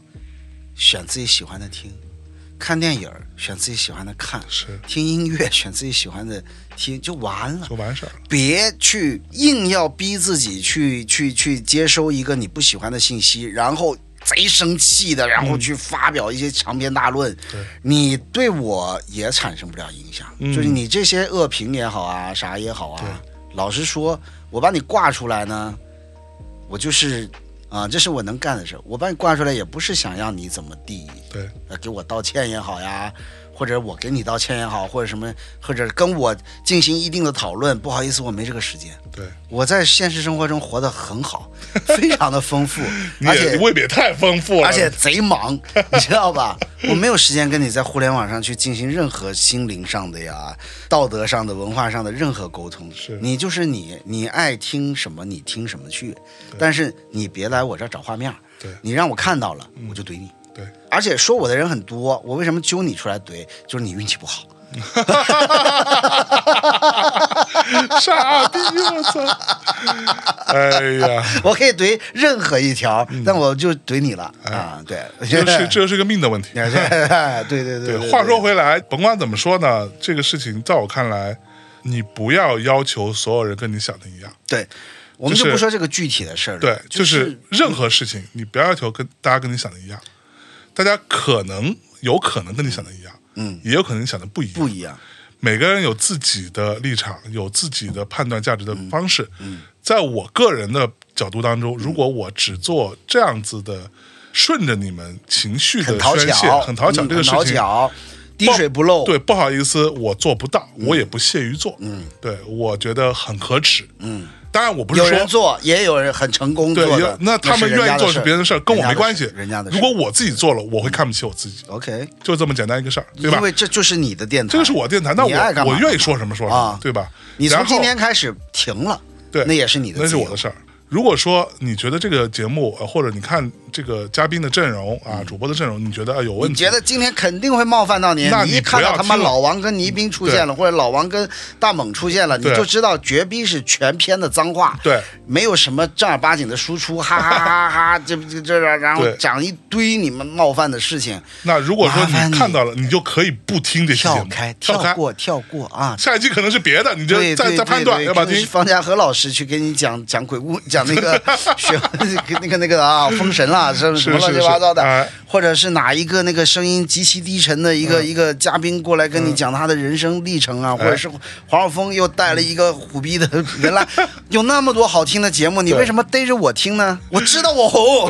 选自己喜欢的听；看电影儿选自己喜欢的看；
是
听音乐选自己喜欢的听，就完了
就。完事儿了。
别去硬要逼自己去去去接收一个你不喜欢的信息，然后贼生气的，然后去发表一些长篇大论，
嗯对
你对我也产生不了影响。
嗯
就是你这些恶评也好啊，啥也好啊，老实说，我把你挂出来呢，我就是啊、这是我能干的事儿。我把你挂出来也不是想让你怎么地，
对
呃，给我道歉也好呀，或者我给你道歉也好，或者什么，或者跟我进行一定的讨论。不好意思，我没这个时间。
对，
我在现实生活中活得很好，非常的丰富，
你
而
也
且
未免太丰 富了。
而且贼忙， 你知道吧？我没有时间跟你在互联网上去进行任何心灵上的呀、道德上的、文化上的任何沟通。
是
你就是你，你爱听什么你听什么去，但是你别来我这儿找画面儿。
对
你让我看到了，我就怼你。
嗯对，
而且说我的人很多，我为什么揪你出来怼？就是你运气不 好。
傻逼，我操！哎呀。
我可以怼任何一条，但我就怼你了、啊！对，
这嗯哎是这是个命的问题。
对 对对
对
对对。
话说回来，甭管怎么说呢，这个事情在我看来，你不要要求所有人跟你想的一样。
对，我们
就
就是不说这个具体的事儿了。
对，就
就是
任何事情，你不要要求跟大家跟你想的一样，大家可能有可能跟你想的一样，
嗯，
也有可能想的不一样。
不一样。
每个人有自己的立场，有自己的判断价值的
嗯
方式。在我个人的角度当中，如果我只做这样子的，顺着你们情绪
很
的
讨
宣泄
巧，，
很讨巧，
嗯
这个事
很讨
情
巧，滴水不漏。
对，不好意思，我做不到，我也不屑于做。嗯，对，我觉得很可耻。嗯，当然我不是
有人
说。
做，也有人很成功
对
做，
有
的。
那他们
是人
愿
家
意
的
做是别人的事儿，跟我没关系。
人家的事
如
儿。
果我自己做了，我会看不起我自己，
OK，
就这么简单一个事儿，对吧
因？为这就是你的电台，
这个是我电台，那
你爱干
我
嘛
我愿意说什么说什么
啊，
对吧？
你
然
从
后
今天开始停了，
对
那也是你的，
那是我的。事儿。如果说你觉得这个节目，呃或者你看这个嘉宾的阵容啊，主播的阵容，你觉得啊有
嗯
问
你
题
觉，得今天肯定会冒犯到你，
那
你
你
一
不
看
要
到他妈
听了
老王跟倪兵出现了，或者老王跟大猛出现了，你
对
就知道绝逼是全篇的脏话，
对，
没有什么正儿八经的输出，哈哈哈哈哈，这这这，然后
对
讲一堆你们冒犯的事情，
那如果说
麻烦
你
你
看到了，你就可以不听这期节目
跳，开，
跳开
跳，过，跳过啊！
下一期可能是别的，你就
对
再
对
再
对
判断
对
要不要
真的是
听。
方家和老师去给你讲讲鬼故，讲那 个学那个那个啊，封神啦，什么什么
是
乱
是
七八糟的，
是哎嗯
或者是哪一个那个声音极其低沉的一个、一个嘉宾过来跟你讲他的人生历程
哎
啊，或者是黄晓峰又带了一个虎逼的人 来，有那么多好听的节目，你
对
为什么逮着我听呢？我知道我红。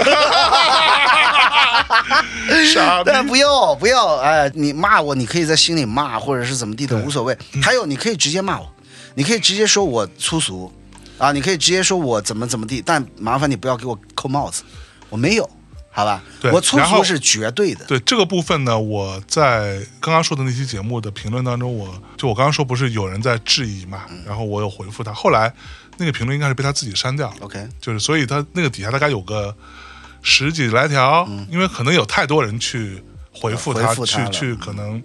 傻逼！
但啊不要不要，哎，你骂我，你可以在心里骂，或者是怎么地的，无所谓。
嗯
还有，你可以直接骂我，你可以直接说我粗俗，啊，你可以直接说我怎么怎么地，但麻烦你不要给我扣帽子，我没有，好吧？
对
我粗
然后
俗是绝对的，
对这个部分呢，我在刚刚说的那期节目的评论当中，我就我刚刚说不是有人在质疑嘛，然后我有回复他，后来那个评论应该是被他自己删掉了。
OK
就是所以他那个底下大概有个嗯十几来条，因为可能有太多人去回复他，嗯
回复他
去
了
去可能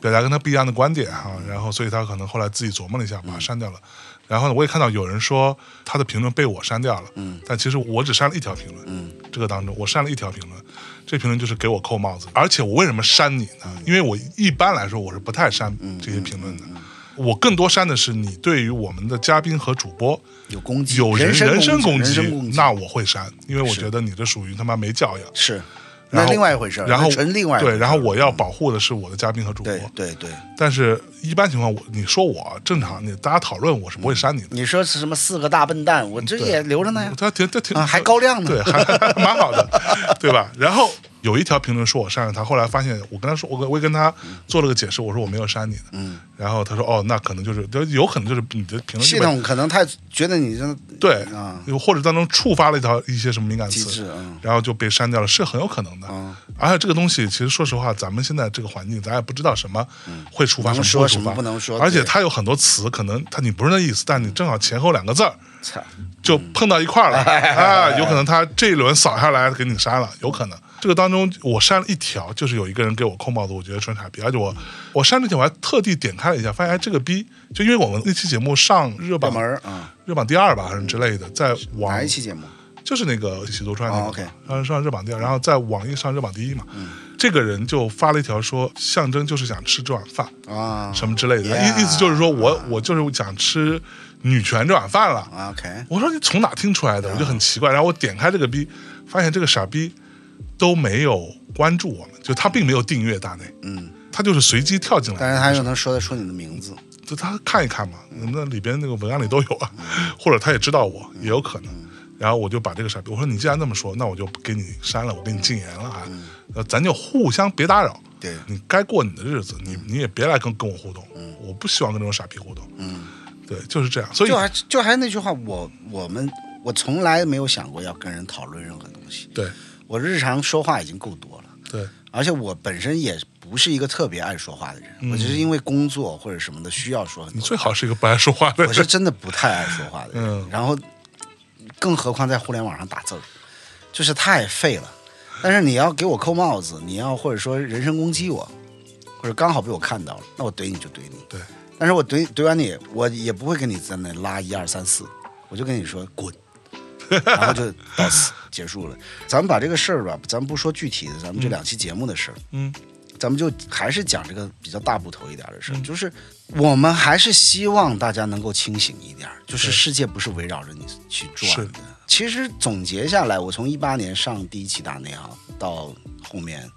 表达跟他不一样的观点哈、然后所以他可能后来自己琢磨了一下，把它删掉了。然后呢，我也看到有人说他的评论被我删掉了，嗯，但其实我只删了一条评论，嗯，这个当中我删了一条评论，这评论就是给我扣帽子。而且我为什么删你呢？因为我一般来说我是不太删这些评论的，我更多删的是你对于我们的嘉宾和主播
有攻击，
有人
人
人身
身
攻
击，
击
人身攻，
那我会删，因为我觉得你这属于他妈没教养。
是，
然
那
后
另外一回事儿，
然后
那纯另外一回
对，
事
然后我要保护的是我的嘉宾和主播。
对对对，
但是一般情况我，你说我正常，你大家讨论，我是不会删你的。
你说是什么四个大笨蛋，我这也留着呢呀，
他挺他挺
啊还高亮呢
对，还 还蛮好的，对吧？然后有一条评论说我删了他，后来发现我跟他说，我跟我也跟他做了个解释，我说我没有删你的。嗯，然后他说哦，那可能就是，就有可能就是你的评论
系
就被
统可能太觉得你这
对
啊，
或者当中触发了一条一些什么敏感
机制
词
嗯，
然后就被删掉了，是很有可能的。而且这个东西，其实说实话，咱们现在这个环境，咱也不知道什么会触发，
嗯能
什么
说
会
什
触
么
发，
不能说
而且
对嗯
它有很多词，可能它你不是那意思，但你正好前后两个字儿
操，
就碰到一块儿了
哎
啊，有可能他这一轮扫下来给你删了，有可能。这个当中我删了一条，就是有一个人给我扣帽子，我觉得纯傻逼，而且
嗯
我我删这条我还特地点开了一下，发现哎这个逼，就因为我们那期节目上热
热
榜
门儿啊，
热榜第二吧，还是之类的，在网
哪一期节目？
就是那个喜多川那个，
哦，OK 嗯
然后上热榜第二，然后在网易上热榜第一嘛。这个人就发了一条说，象征就是想吃这碗饭，
啊
什么之类的，
Yeah
意意思就是说我我就是想吃女权这碗饭了。
啊？OK，
我说你从哪听出来的？
啊
我就很奇怪。然后我点开这个逼，发现这个傻逼都没有关注我们，就他并没有订阅大内，
嗯，
他就是随机跳进来的。
但是他又嗯能说得出你的名字，
就他看一看嘛，那里边那个文案里都有啊，
嗯
或者他也知道我，也有可能。然后我就把这个傻逼，我说你既然这么说，那我就给你删了，我给你禁言了啊，呃，咱就互相别打扰。
嗯对嗯
你该过你的日子，你你也别来跟跟我互动，我不希望跟这种傻逼互动。嗯，对，就是这样。所以
就还就还那句话，我我们我从来没有想过要跟人讨论任何东西，
对
我日常说话已经够多了。
对
而且我本身也不是一个特别爱说话的人，我只是因为工作或者什么的需要说很
你
多。
最好是一个不爱说话的
我是
人。
真的不太爱说话的人，
嗯
然后更何况在互联网上打字儿，就是太费了。但是你要给我扣帽子，你要或者说人身攻击我，或者刚好被我看到了，那我怼你就怼你。
对，
但是我怼怼完你，我也不会跟你在那拉一二三四，我就跟你说滚，然后就到此结束了。咱们把这个事儿吧，咱们不说具体的，咱们这两期节目的事儿，
嗯，
咱们就还是讲这个比较大部头一点的
嗯
事儿，就是我们还是希望大家能够清醒一点儿，就是世界不是围绕着你去转
是
的。其实总结下来，我从一八年上第一期大内行到后面。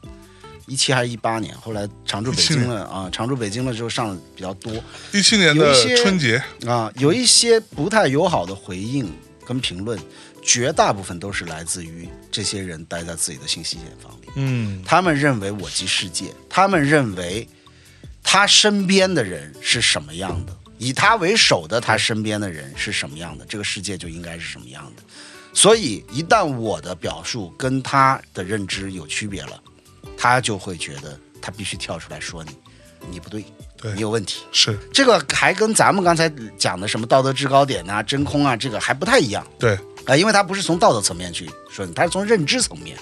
一七还是一八年，后来常驻北
17
京
年
了啊，常驻北京了之后上的比较多，
一七年
有
的
一些
春节，
啊，有一些不太友好的回应跟评论，绝大部分都是来自于这些人待在自己的信息茧房里，
嗯，
他们认为我即世界，他们认为他身边的人是什么样的，以他为首的他身边的人是什么样的，这个世界就应该是什么样的。所以，一旦我的表述跟他的认知有区别了，他就会觉得他必须跳出来说你，你不对，
对
你有问题。
是
这个还跟咱们刚才讲的什么道德制高点啊、真空啊，这个还不太一样
对
啊、因为它不是从道德层面去说你，它是从认知层面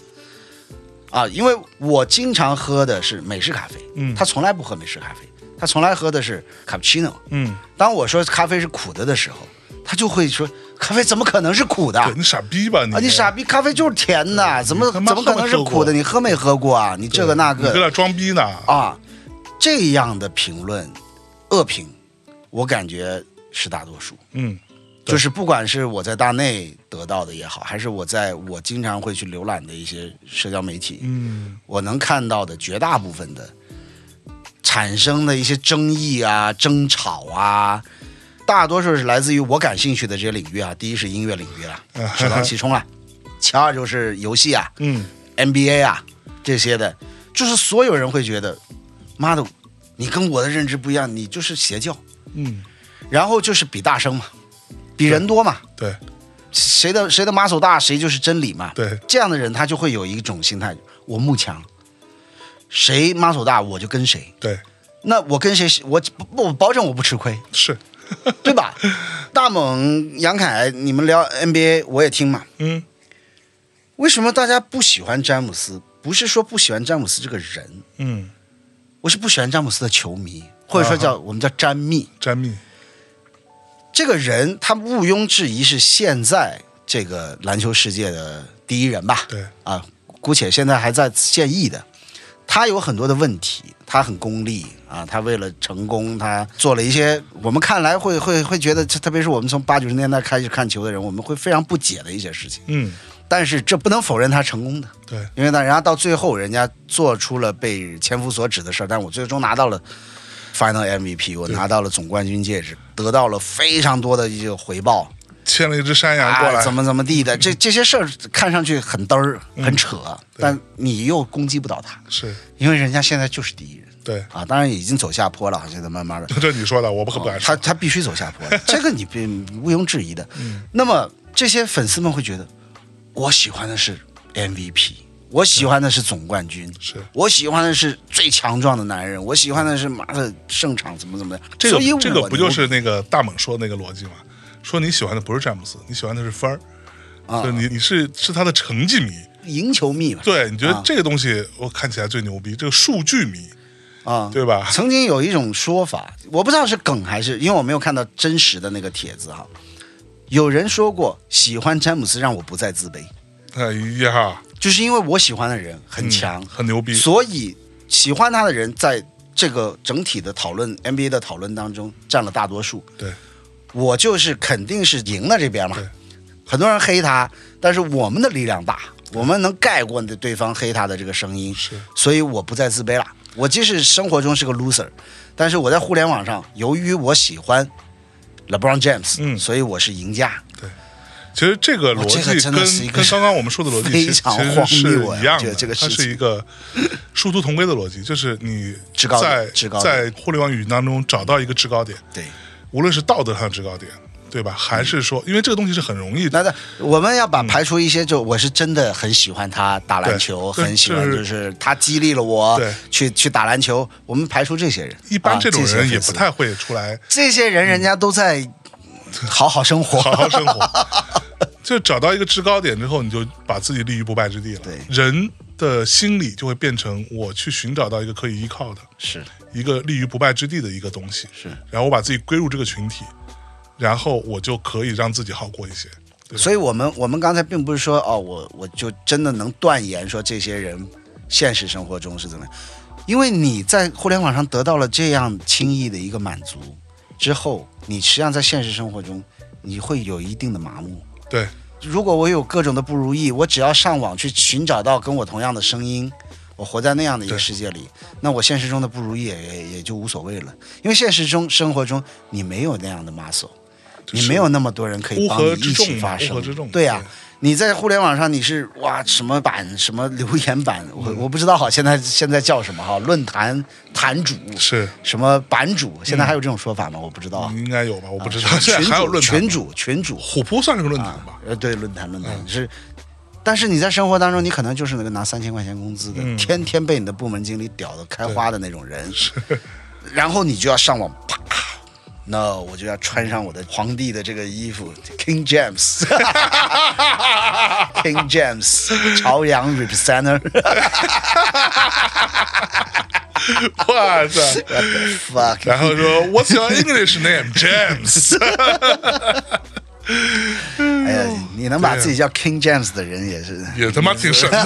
啊。因为我经常喝的是美式咖啡，
嗯
他从来不喝美式咖啡，他从来喝的是卡布奇诺。
嗯，
当我说咖啡是苦的的时候，他就会说咖啡怎么可能是苦的？
对你傻逼吧你？
啊，你傻逼，咖啡就是甜的，怎么
嗯他
怎
妈
么可能是
喝没喝
苦的？
过
你喝没喝过啊？你这个那
你
个
搁
的
这装逼呢？
啊，这样的评论，恶评，我感觉是大多数。
嗯，对
就是不管是我在大内得到的也好，还是我在我经常会去浏览的一些社交媒体，
嗯，
我能看到的绝大部分的产生的一些争议啊、争吵啊，大多数是来自于我感兴趣的这些领域啊。第一是音乐领域 啊，首当其冲啊；其二就是游戏啊，
嗯，
NBA 啊这些的，就是所有人会觉得，妈的，你跟我的认知不一样，你就是邪教。
嗯，
然后就是比大声嘛，比人多嘛，
对
谁的谁的 muscle 大，谁就是真理嘛。
对，
这样的人他就会有一种心态，我慕强，谁 muscle 大我就跟谁。
对，
那我跟谁，我不我保证我不吃亏，
是，
对吧？大猛、杨凯，你们聊 NBA 我也听嘛。
嗯。
为什么大家不喜欢詹姆斯？不是说不喜欢詹姆斯这个人，
嗯，
我是不喜欢詹姆斯的球迷，或者说叫、我们叫詹密。
詹密，
这个人他毋庸置疑是现在这个篮球世界的第一人吧？
对
啊，姑且现在还在现役的，他有很多的问题，他很功利啊，他为了成功，他做了一些我们看来会会会觉得，特别是我们从八九十年代开始看球的人，我们会非常不解的一些事情。
嗯，
但是这不能否认他成功的，
对，
因为呢，人家到最后人家做出了被千夫所指的事儿，但我最终拿到了 Final MVP，我拿到了总冠军戒指，得到了非常多的一个回报。
牵了一只山羊过来，
啊，怎么怎么地的，这这些事儿看上去很嘚儿、
嗯
很扯，但你又攻击不倒他，
是
因为人家现在就是第一人
对，
啊，当然已经走下坡了，现在慢慢的，
这你说的，我不可不敢
他
说。
他必须走下坡， 这个你并毋庸置疑的。
嗯
那么这些粉丝们会觉得，我喜欢的是 MVP，我喜欢的是总冠军，
是
我喜欢的是最强壮的男人，我喜欢的是妈的胜场怎么怎么的。
这个
所以我
这个不就是那个大猛说的那个逻辑吗？说你喜欢的不是詹姆斯，你喜欢的是分儿，
啊
就你你是是他的成绩迷，
赢球迷嘛？
对，你觉得
啊
这个东西我看起来最牛逼，这个数据迷，
啊，
对吧？
曾经有一种说法，我不知道是梗还是因为我没有看到真实的那个帖子哈。有人说过，喜欢詹姆斯让我不再自卑，
哎呀，
就是因为我喜欢的人很
嗯
强，
很牛逼，
所以喜欢他的人在这个整体的讨论 NBA 的讨论当中占了大多数。
对，
我就是肯定是赢了这边嘛
对。
很多人黑他，但是我们的力量大，我们能盖过对方黑他的这个声音，
是
所以我不再自卑了。我即使生活中是个 loser，但是我在互联网上，由于我喜欢 LeBron James，、
嗯
所以我是赢家。
其实这个逻
哇这个
辑
真
跟、
的是一个
跟刚刚我们说的逻辑
非
其实
常
其
荒
实
谬
是
哎
一样
我觉
的，
得这个
它
事情
是一个殊途同归的逻辑，就是你
制高点
在
制高
在互联网语当中找到一个制高点，
对，
无论是道德上的制高点，对吧？还是说，因为这个东西是很容易
那那我们要把排除一些，就我是真的很喜欢他打篮球，
对
很喜欢，
就是
就是他激励了我
对
去去打篮球。我们排除这些人，
一般
啊
这种
些
人也
粉
不
丝
太会出来
这些人人家都在好好生活，
嗯好好生活。 就找到一个制高点之后，你就把自己立于不败之地了。
对
人的心理就会变成我去寻找到一个可以依靠的，
是
一个立于不败之地的一个东西。
是，
然后我把自己归入这个群体，然后我就可以让自己好过一些。对吧
所以我们我们刚才并不是说哦，我我就真的能断言说这些人现实生活中是怎么样，因为你在互联网上得到了这样轻易的一个满足之后，你实际上在现实生活中你会有一定的麻木。
对，
如果我有各种的不如意，我只要上网去寻找到跟我同样的声音，我活在那样的一个
对
世界里，那我现实中的不如意也也也就无所谓了，因为现实中生活中你没有那样的 muscle，
就是
你没有那么多人可以
乌
帮你
合之
一
众
起
嘛
发
乌合
声
之众。
对呀、你在互联网上你是哇什么版什么留言版，我、
嗯
我不知道好现在现在叫什么哈，论坛坛主
是
什么版主，现在还有这种说法吗？我不知道啊。
应该有吧？我不知道，
啊
现在还有
群主
论坛
群
吗，
主群主
虎扑算是个论坛吧？
呃，对，论坛论坛、是，但是你在生活当中，你可能就是那个拿三千块钱工资的，
嗯
天天被你的部门经理屌得开花的那种人，然后你就要上网啪。No，我就要穿上我的皇帝的这个衣服，King James，King James，朝 阳 representer，
哇塞！
fuck，
然后说 What's your English name, James？
哎呀，你能把自己叫 King James 的人也是，
也他妈挺神 的，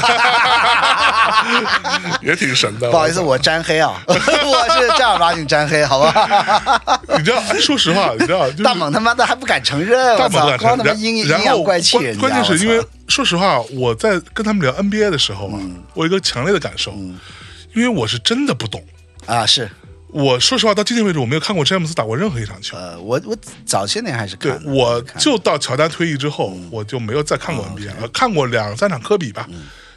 也挺神的。
不好意思，我沾黑 啊，我是正儿八经沾黑，好吧？
你知道，哎说实话，你知道，就是
大猛他妈的还不敢承认，
大
我操
猛不敢
光他妈
承
阴
认，
阴
然后
阳怪气人家。
关关键是因为
我操，
说实话，我在跟他们聊 NBA 的时候啊，
嗯
我有一个强烈的感受，因为我是真的不懂。
啊，是
我说实话，到今天为止，我没有看过詹姆斯打过任何一场球。
呃，我我早些年还是
对
看，的，
我
看嗯哦
就到乔丹退役之后，我就没有再看过 NBA 了，看过两三场科比吧，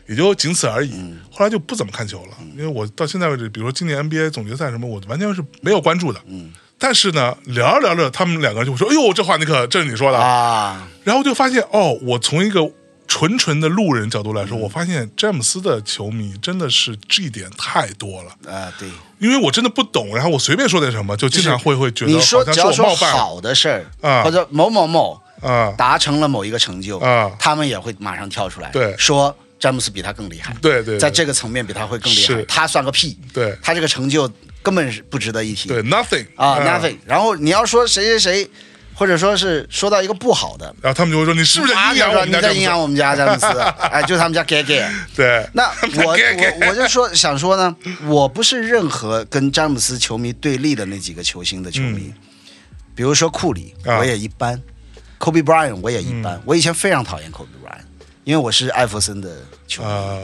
也就仅此而已。
嗯
后来就不怎么看球了，因为我到现在为止，比如说今年 NBA 总决赛什么，我完全是没有关注的。
嗯
但是呢，聊着聊着，他们两个人就会说：“哎呦，这话你可这是你说的啊。
啊，
然后就发现哦，我从一个纯纯的路人角度来说，
嗯
我发现詹姆斯的球迷真的是这一点太多了，
啊，对，
因为我真的不懂，然后我随便说点什么，就经常会会觉得
你说
好像
只
是
要
我
说
冒犯
好的事儿
啊
或者某某某
啊，
达成了某一个成就
啊
他们也会马上跳出来
对
说。詹姆斯比他更厉害，
对对，
在这个层面比他会更厉害
是，
他算个屁，
对
他这个成就根本是不值得一提，
对 nothing
啊
嗯
nothing。然后你要说谁谁谁，或者说是说到一个不好的，
然后他们就会说你是不是在
啊
阴阳
他说
我
你
们家
在
詹姆斯
阴阳我们家詹姆 斯，哎，就他们家 gay gay。
对，
那我
给给
我我就说想说呢，我不是任何跟詹姆斯球迷对立的那几个球星的球迷，比如说库里，
嗯啊嗯
我也一般、k o b e Bryant 我也一般，我以前非常讨厌 Kobe Bryant，因为我是艾弗森的球迷，
啊，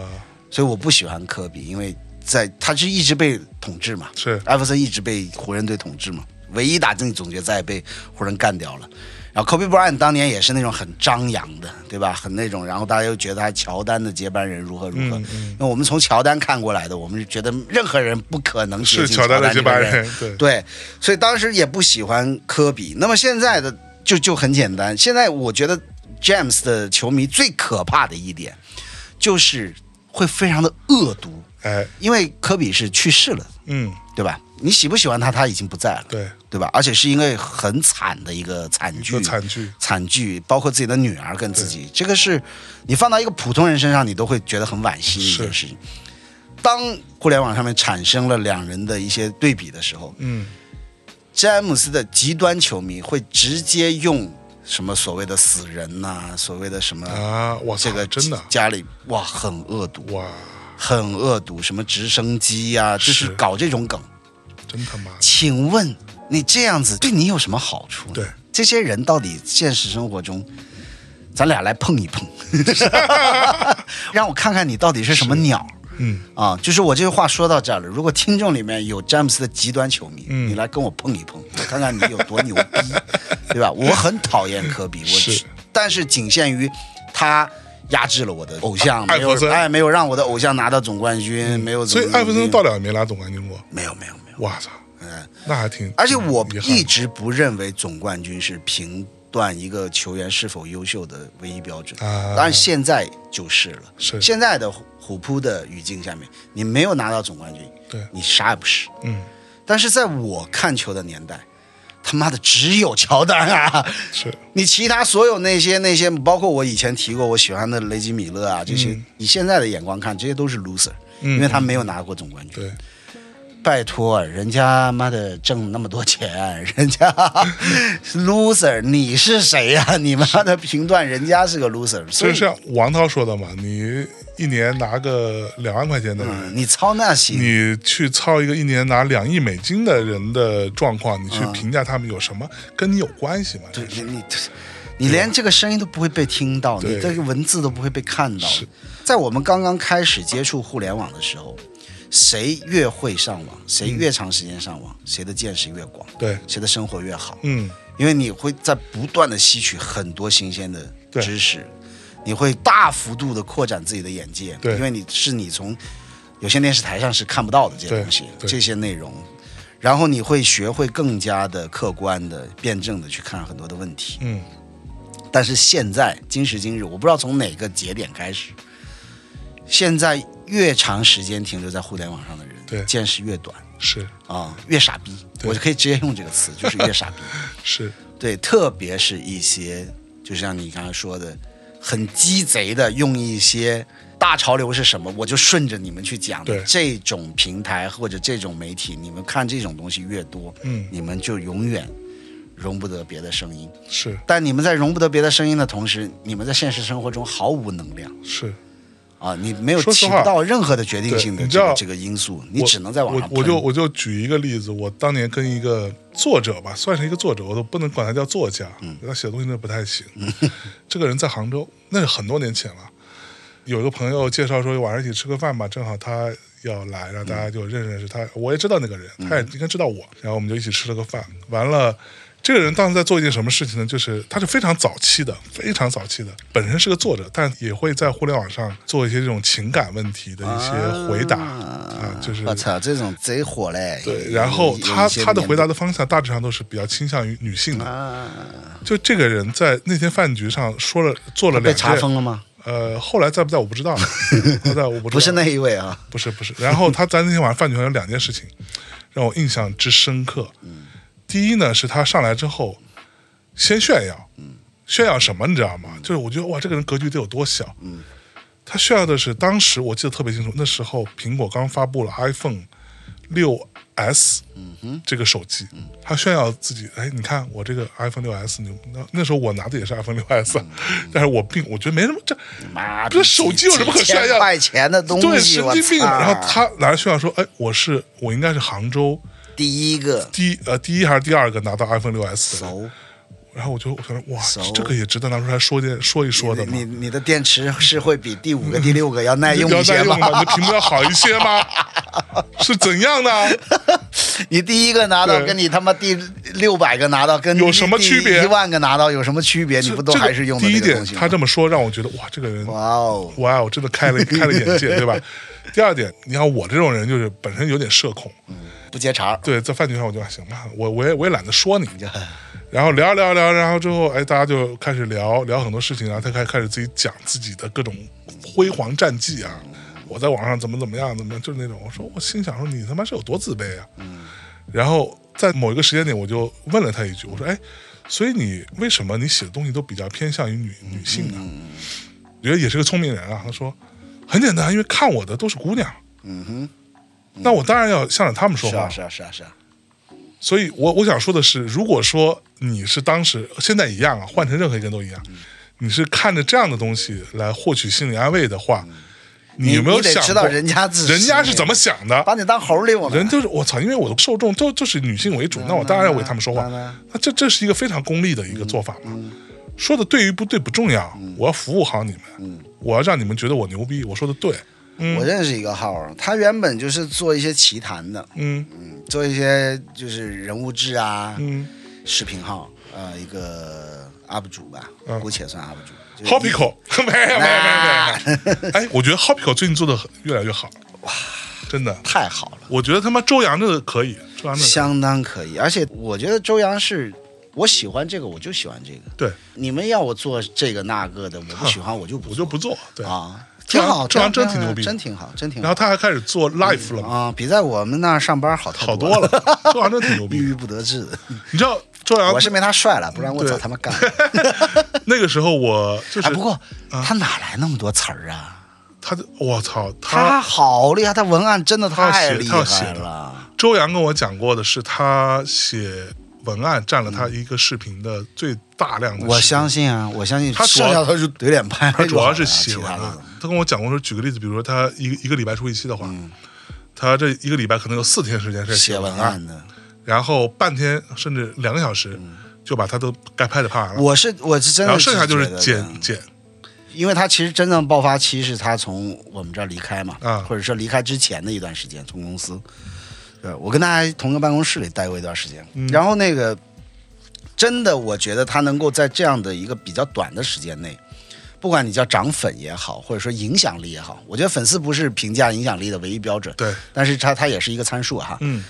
所以我不喜欢科比，因为在他就一直被统治嘛，
是
艾弗森一直被湖人队统治嘛，唯一打进总决赛被湖人干掉了。然后 Kobe Bryant 当年也是那种很张扬的，对吧？很那种，然后大家又觉得他乔丹的接班人如何如何。
嗯嗯
因为我们从乔丹看过来的，我们是觉得任何人不可能接
是
近
乔丹的
这
接
个
班
人，
人，对，
对，所以当时也不喜欢科比。那么现在的就就很简单，现在我觉得 James 的球迷最可怕的一点就是会非常的恶毒，
哎，
因为科比是去世了，
嗯，
对吧？你喜不喜欢他，他已经不在了，
对，
对吧？而且是因为很惨的一个惨
一
剧
个，惨剧，
惨剧，包括自己的女儿跟自己，这个是你放到一个普通人身上，你都会觉得很惋惜的一件事情。当互联网上面产生了两人的一些对比的时候，
嗯，
詹姆斯的极端球迷会直接用什么所谓的死人呐、所谓的什么
啊，我
这
操
个，
真的，
家里哇很恶毒，
哇，
很恶毒，什么直升机呀、就是
是
搞这种梗。
真他妈的，
请问你这样子对你有什么好处呢？
对，
这些人到底现实生活中，咱俩来碰一 碰， 让我看看你到底是什么鸟
嗯，
啊！就是我这句话说到这儿了，如果听众里面有詹姆斯的极端球迷，
嗯
你来跟我碰一碰，我看看你有多牛逼， 对吧？我很讨厌科比，我
是
但是仅限于他。压制了我的偶像，
艾
没有
弗森嗯
哎，没有让我的偶像拿到总冠军，没有怎么
所以
怎么
艾弗森
地
到了也没拿总冠军过，
没有没有没有，
我操，
嗯，
那还挺，
而且我
挺遗憾
一直不认为总冠军是评断一个球员是否优秀的唯一标准，
啊
当然现在就是了。
是
现在的虎扑的语境下面，你没有拿到总冠军，
对，
你啥也不是。
嗯，
但是在我看球的年代，他妈的只有乔丹啊！
是
你其他所有那些那些，包括我以前提过我喜欢的雷吉米勒啊，这些，
嗯
以现在的眼光看，这些都是 loser，、因为他没有拿过总冠军。
对，
拜托，人家妈的挣那么多钱， 人家 loser，你是谁呀、你妈的评断人家是个 loser，所
所
以
以像王涛说的嘛，你一年拿个两万块钱的人。
嗯你操那心，
你去操一个一年拿两亿美金的人的状况，你去评价他们有什么跟你有关系吗？这
你
是
你你连这个声音都不会被听到，
对
你这个文字都不会被看到
是。
在我们刚刚开始接触互联网的时候，谁越会上网，谁越长时间上网，谁的见识越广，
对，
谁的生活越好。
嗯，
因为你会在不断的吸取很多新鲜的
对
知识，你会大幅度的扩展自己的眼界，
对
因为你是你从有些电视台上是看不到的这些东西，
对对
这些内容，然后你会学会更加的客观的、辩证的去看很多的问题。
嗯，
但是现在今时今日，我不知道从哪个节点开始，现在越长时间停留在互联网上的人，
对
见识越短
是
啊、越傻逼，
对
我就可以直接用这个词，就是越傻逼。
是，
对，特别是一些，就像你刚才说的，很鸡贼的用一些大潮流是什么，我就顺着你们去讲的
对
这种平台或者这种媒体，你们看这种东西越多，
嗯，
你们就永远容不得别的声音。
是
但你们在容不得别的声音的同时，你们在现实生活中毫无能量
是，
啊，你没有
说实
起不
话
到任何的决定
对
性的
你
这
知
个
道
这个因素，你
我
只能在网上
我我就
喷
我就举一个例子，我当年跟一个作者吧，算是一个作者，我都不能管他叫作家，
嗯
他写的东西真的不太行。 这个人在杭州，那是很多年前了。有一个朋友介绍说晚上一起吃个饭吧，正好他要来，让大家就认识认识他。我也知道那个人，
嗯
他也应该知道我。然后我们就一起吃了个饭。完了，这个人当时在做一件什么事情呢？就是他是非常早期的，非常早期的，本身是个作者，但也会在互联网上做一些这种情感问题的一
啊
些回答啊，就是
我操，这种贼火嘞！有
对，然后
有
他
一些啊
他的
年
回答的方向大致上都是比较倾向于女性的。就这个人在那天饭局上说了做了
被
两
查封
件，
了吗？
呃，后来在不在我不知 道，后来在我不知道，
不是那一位啊。
不是不是。然后他在那天晚上饭局上有两件事情让我印象之深刻。第一呢是他上来之后先炫耀，炫耀什么你知道吗？就是我觉得哇，这个人格局得有多小。他需要的是当时我记得特别清楚，那时候苹果刚发布了 iPhone 六 S，这个手机，他炫耀自己，哎，你看我这个 iPhone 六 S 牛，那那时候我拿的也是 iPhone 六 S，但啊是我并我觉得没什么这，
妈，
这手机有什么可炫
几
耀
千块钱的东西，
对，神经病。
我操
然后他拿着炫耀说，哎，我是我应该是杭州
第一个
第一呃第一还是第二个拿到 iPhone 六 S 的人，
熟，
然后我就我想说，哇
熟，
这个也值得拿出来说件说一说的吗
你？你的电池是会比第五个、第六个要耐用
要
一
再
些
用吗？
吗？
你的屏幕要好一些吗？是怎样啊呢？
你第一个拿到
对
跟你他妈第六百个拿到跟
有什么区别
一万个拿到有什么区别？你不都
这
还是用的
这个
那
第一
个东
点，
西
他
吗？
这么说让我觉得哇，这个人
哇哦，
哇哦，真的开了开了眼 界，对吧？第二点，你看我这种人就是本身有点社恐，
不接茬儿，
对，在饭局上我就啊行吧，我我也我也懒得说你，然后聊聊聊，然后之后哎，大家就开始聊聊很多事情，然后他开开始自己讲自己的各种辉煌战绩啊，我在网上怎么怎么样，怎么就是那种，我说我心想说你他妈是有多自卑啊，
嗯
然后在某一个时间点，我就问了他一句，我说哎，所以你为什么你写的东西都比较偏向于女女性呢？
嗯
我觉得也是个聪明人啊，他说很简单，因为看我的都是姑娘，嗯哼，那我当然要向着他们说
是
话
啊，是啊，是啊，是啊，
所以我我想说的是，如果说你是当时现在一样啊，换成任何一个人都一样，
嗯
你是看着这样的东西来获取心理安慰的话，你有没有
你得
想过
知道人家自己
人家是怎么想的？
把你当猴儿遛呢
人？就是我操，因为我的受众都就是女性为主，那我当然要为他们说话
当然。
那这这是一个非常功利的一个做法嘛。
嗯
说的对与不对不重要，我要服务好你
嗯
们，我要让你们觉得我牛逼，我说的对。嗯
我认识一个号儿，他原本就是做一些奇谈的，
嗯
嗯，做一些就是人物志啊，
嗯
视频号，呃，一个 UP 主吧，
嗯
姑且算 UP 主。就是一
，Hopico 没有没有
啊
没有没有。哎，我觉得 Hopico 最近做的越来越好，哇，真的。
太好了，
我觉得他妈周扬的可以，周扬的
相当可以。而且我觉得周洋是，我喜欢这个，我就喜欢这个。
对
你们要我做这个那个的，我不喜欢我就不
我
做
就不做。对，
啊，
周
挺
洋
好，
周洋
这
真
样
挺牛逼
真挺好，真挺
然
好。
后他还开始做 live 了嘛，
啊，比在我们那儿上班好太
好
多
多了，周扬真挺牛
郁
逼
郁
的。
不得志。
你知道周扬
啊嗯我是没他帅了，不然我
对
早他妈干了。
那个时候我 就是啊
哎，不过他哪来那么多词儿啊？
他就，我操，他
他好厉害，他文案真的
他要
太
写
厉
他要写
害
的
了。
周扬跟我讲过的是，他写文案占了他一个视频的最大量的时间。
我相信啊，我相信
他主要
剩下他就怼脸拍就好
他
了，
主要是写
啊其
文
他的
案。啊他跟我讲过说，举个例子，比如说他一个一个礼拜出一期的话，他这一个礼拜可能有四天时间是在
嗯写
文
文案的。
然后半天甚至两个小时就把他都该拍的拍完了，
嗯我是我是真
然
的
后
是
剩
觉
下
得的，嗯
就是剪剪。
因为他其实真正爆发期是他从我们这儿离开嘛，
啊
或者说离开之前的一段时间，从公司，对我跟他还同个办公室里待过一段时间，
嗯
然后那个真的，我觉得他能够在这样的一个比较短的时间内。不管你叫涨粉也好，或者说影响力也好，我觉得粉丝不是评价影响力的唯一标准，
对，
但是它它也是一个参数啊哈。
嗯，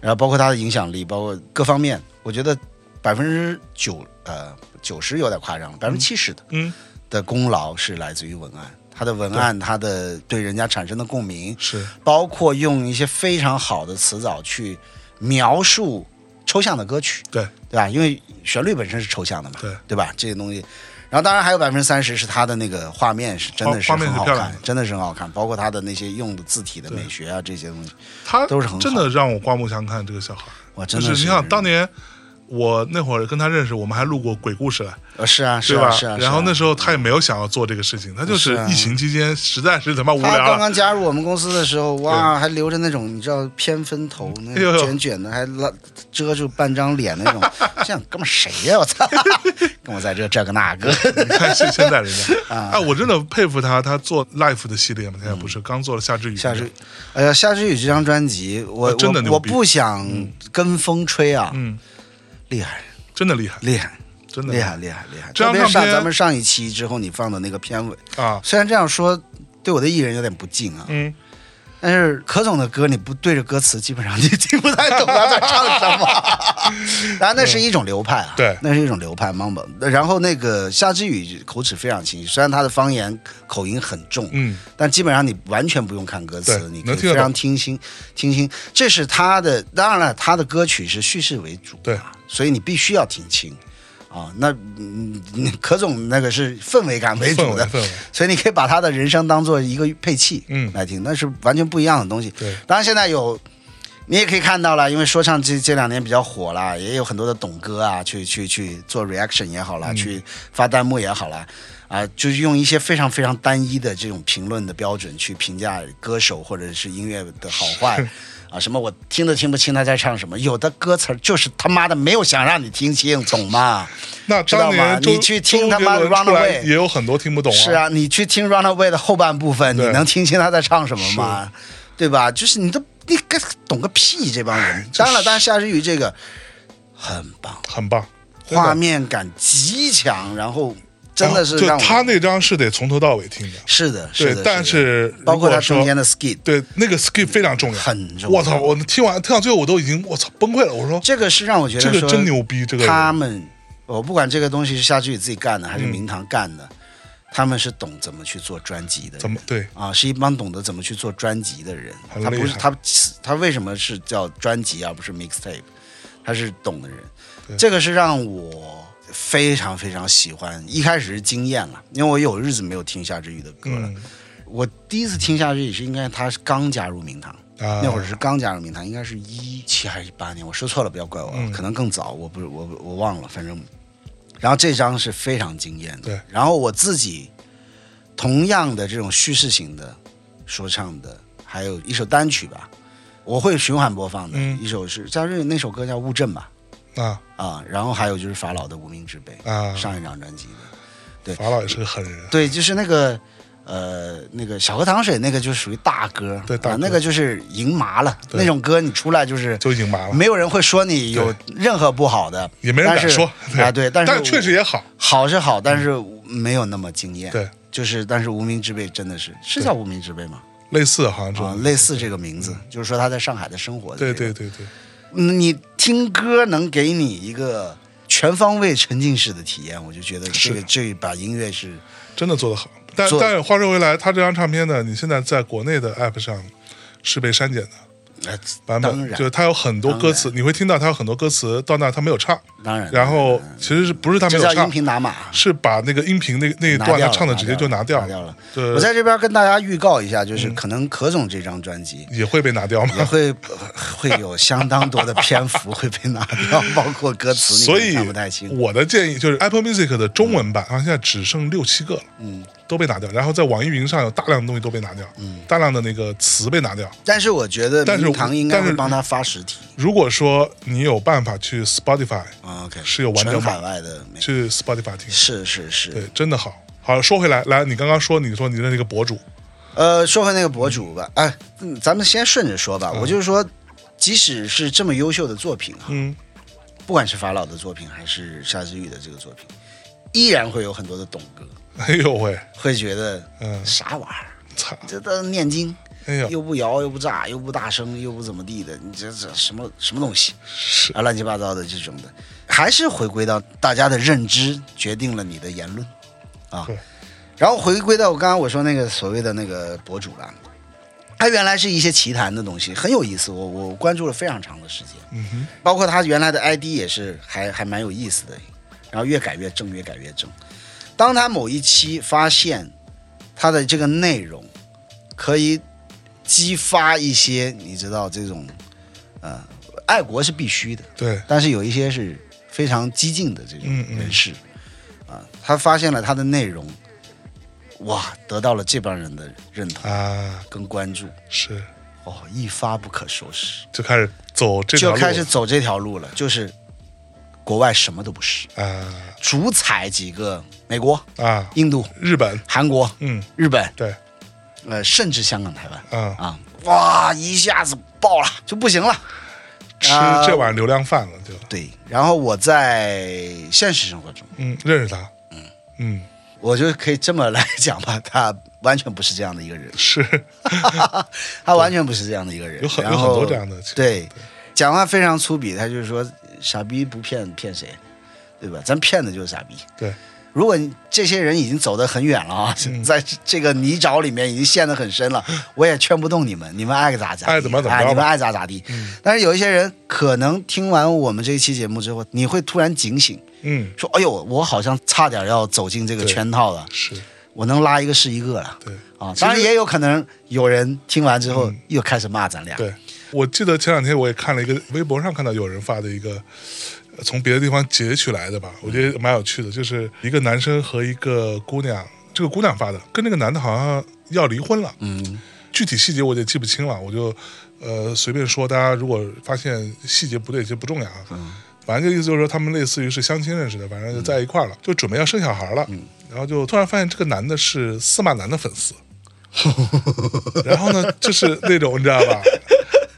然后包括他的影响力，包括各方面，我觉得百分之九呃九十有点夸张了，百分之七十的
嗯，
的功劳是来自于文案，他的文案，他的对人家产生的共鸣，
是
包括用一些非常好的词藻去描述抽象的歌曲，
对，
对吧？因为旋律本身是抽象的嘛，
对
吧？这些东西。然后当然还有百分之三十是他的那个画面是真的是
画画面
很
是
好
漂亮
看
的，
真的是很好看，包括他的那些用的字体的美学啊这些东西，
他
都是很好
真的让我刮目相看。这个小孩，
哇，
就
真的
你
是
想当年。我那会儿跟他认识，我们还录过鬼故事来，
呃是啊是
对吧？
啊是啊，
然后那
是
时候他也没有想要做这个事情，他就
是
是
啊
疫情期间实在是他妈无
啊他
聊
刚
了，
刚加入我们公司的时候，哇，还留着那种你知道偏分头，那
哎呦
种卷卷的，还拉遮住半张脸那 种，这样哥们儿谁呀、我操，跟我在这这个那 个，
你看现现在人家，
啊
哎，我真的佩服他，他做 Life 的系列嘛，现在不是刚做了夏之雨，
嗯夏之，哎呀，夏之雨这张专辑，我、
啊真的
我
牛
我
逼
不想跟风吹啊，
嗯，
厉害
真的厉害，
厉害
真的
厉害厉害厉害，
这
特
张
别
唱
上
片
咱们上一期之后你放的那个片尾，
啊，
虽然这样说对我的艺人有点不敬啊，
嗯，
但是可总的歌，你不对着歌词，基本上你 听不太懂他在唱什 么。然后那是一种流派啊，
嗯对
那是一种流派 mumble。然后那个夏之雨口齿非常清晰，虽然他的方言口音很重，
嗯，
但基本上你完全不用看歌词
对，
你可以
能
非
听得懂
常听心听心。这是他的，当然了，他的歌曲是叙事为主，啊
对，
所以你必须要听清。啊，那嗯，嗯可总那个是氛围感为主的，
氛围氛围
所以你可以把他的人声当做一个配器，
嗯
来听，那是完全不一样的东西。
对
当然现在有，你也可以看到了，因为说唱这这两年比较火啦，也有很多的懂哥啊，去去去做 reaction 也好啦，
嗯
去发弹幕也好啦，啊，就是用一些非常非常单一的这种评论的标准去评价歌手或者是音乐的好坏。啊，什么我听都听不清他在唱什么，有的歌词儿就是他妈的没有想让你听清，懂吗？
那
知道
当
吗
年周
你去听
周
他
杰
妈的
伦出来
Runaway
也有很多听不懂啊。
是啊，你去听 Runaway 的后半部分，你
对
能听清他在唱什么吗？对吧？就是你都你个懂个屁，这帮人。
哎就是
当然了，当然夏之雨这个很棒，
很棒，真的
画面感极强，然后真的是
就
让我
他那张是得从头到尾听的，
是的，是
对
的，的
但是
包括
如
他
果说
中间的 skit，
对，那个 skip 非常重要，
很重要
我操，我听完听到最后，我都已经我操崩溃了。我说
这个是让我觉得
这个
说
真牛逼，这个人嗯
他们，我不管这个东西是夏之雨自己干的还是明堂干的，他们是懂怎么去做专辑的人。
怎么对？
啊，是一帮懂得怎么去做专辑的人。
很
他不
厉
是
害
他他为什么是叫专辑而不是 mixtape？他是懂的人，这个是让我非常非常喜欢。一开始是惊艳了，因为我有日子没有听夏之雨的歌了。
嗯
我第一次听夏之雨是应该他是刚加入明堂。
啊，
那会儿是刚加入明堂，应该是一七还是一八年，我说错了，不要怪我啊，
嗯
可能更早，我不我我忘了，反正。然后这张是非常惊艳的，
对。
然后我自己同样的这种叙事型的说唱的，还有一首单曲吧，我会循环播放的，
嗯
一首是加瑞那首歌叫《乌镇》吧，
啊
啊，然后还有就是法老的《无名之辈》
啊，
上一张专辑的，对
法老也是个狠人，
对，就是那个。呃，那个小河淌水那个就属于大歌，
对大
啊
歌
那个就是赢麻了，
对
那种歌你出来就是
就已经麻了，
没有人会说你有任何不好的，
也没人
但
敢
是
说
啊，对，但
但
是
确实也好，
好是好，但是没有那么惊艳。
对，
就是但是无名之辈真的是是叫无名之辈吗？
类似好像
啊，
是，
类似这个名字，就是说他在上海的生活的这
嗯对
个。
对对对，
嗯，你听歌能给你一个全方位沉浸式的体验，我就觉得这个
是
这把音乐是
真的做得好。但
做
但话说回来，他这张唱片呢，你现在在国内的 app 上是被删减的
呃
版
当
本，
然
就是它有很多歌词，你会听到它有很多歌词到那他没有唱，
当然，
然后其实是不是他没
这
有
叫
唱
音，频打码。
是把那个音频那那一
拿
段
掉
他
了
唱的直接就拿掉嗯
拿掉了。
对
我在这边跟大家预告一下，就是可能可总这张专辑，
也会被拿掉
也
嘛。
会 会有相当多的篇幅会被拿掉， 包括歌词，
所以
看不太清。
我的建议就是 Apple Music 的中文版，好啊像现在只剩六七个了，
嗯，
都被拿掉。然后在网易云上有大量的东西都被拿掉，嗯，大量的那个词被拿掉。
但是我觉得
但是
明堂应该
但
会
是
帮他发实体。
如果说你有办法去 Spotify，
啊 OK，
嗯是有完整
纯
版
海外的没，
去 Spotify 听，
是是
对
是。，
真的好。好，说回来，来，你刚刚说你说你的那个博主，
呃，说回那个博主吧，哎，嗯咱们先顺着说吧。
嗯
我就是说，即使是这么优秀的作品哈，
嗯，
不管是法老的作品还是沙之玉的这个作品，依然会有很多的懂哥
哎呦喂，
会觉得
嗯，
啥玩意儿，
操，
这都念经。
哎呦，
又不摇又不炸又不大声又不怎么地的，你这这什么什么东西
是
啊，乱七八糟的这种的，还是回归到大家的认知决定了你的言论啊
对。
然后回归到我刚刚我说那个所谓的那个博主了，他原来是一些奇谈的东西，很有意思，我我关注了非常长的时间，
嗯哼，
包括他原来的 ID 也是还还蛮有意思的，然后越改越正，越改越正。当他某一期发现他的这个内容可以激发一些，你知道这种，呃，爱国是必须的，
对，
但是有一些是非常激进的这种
嗯嗯
人士，啊，他发现了他的内容，哇，得到了这帮人的认同
啊，
跟关注，
是，
哦，一发不可收拾。
就开始走这条
就
路
开始走这条路了，就是国外什么都不是，
啊
主踩几个美国、
啊，
印度、
日本，
韩国、
嗯，
日本，
对，
呃，甚至香港、台湾
啊，
啊，哇，一下子爆了，就不行了。
吃
啊
这碗流量饭了就，
对，然后我在现实生活中，
嗯，认识他，嗯
我就可以这么来讲吧，他完全不是这样的一个人，
是
他完全不是这样的一个人，
有很
然后
有很多这样的情况
对，讲话非常粗鄙，他就是说傻逼不骗骗谁，对吧？咱骗的就是傻逼。
对，
如果你这些人已经走得很远了啊，
嗯
在这个泥沼里面已经陷得很深了，我也劝不动你们，你们爱咋咋地
爱怎么怎么着吧嗯
哎你们爱咋咋地。但是有一些人可能听完我们这一期节目之后，你会突然警醒，
嗯，
说：“哎呦，我好像差点要走进这个
对
圈套了，
是
我能拉一个是一个了。
对”
啊，
其
当然
实嗯
也有可能有人听完之后又开始骂咱俩。
对。我记得前两天我也看了一个微博上看到有人发的一个呃从别的地方截取来的吧，我觉得蛮有趣的，就是一个男生和一个姑娘，这个姑娘发的，跟那个男的好像要离婚了，
嗯
具体细节我也记不清了，我就呃随便说，大家如果发现细节不对，就不重要啊。反正就意思就是说，他们类似于是相亲认识的，反正就在一块儿了，就准备要生小孩了。然后就突然发现这个男的是司马南的粉丝，然后呢，就是那种你知道吧，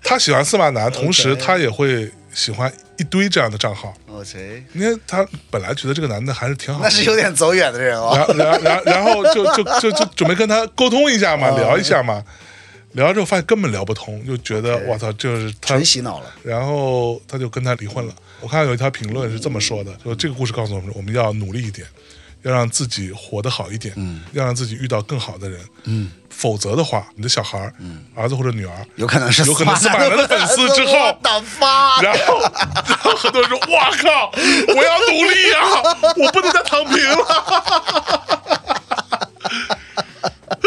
他喜欢司马南，同时
OK
他也会喜欢一堆这样的账号。
，OK，
因为他本来觉得这个男的还是挺好的，
那是有点走远的人哦。
然后然后然后然后就就就就准备跟他沟通一下
哦
嘛，聊一下嘛，聊了之后发现根本聊不通，就觉得
OK
我操，就是他
纯，洗脑了。
然后他就跟他离婚了。我看到有一条评论是这么
嗯
说的，说这个故事告诉我们，我们要努力一点，要让自己活得好一点，
嗯
要让自己遇到更好的人，嗯，否则的话，你的小孩儿，
嗯
儿子或者女儿，
有可能是
有可能是马
兰
兰的粉丝之后
我的妈！
然后，然后很多人说：“哇靠，我要独立呀、 我不能再躺平了。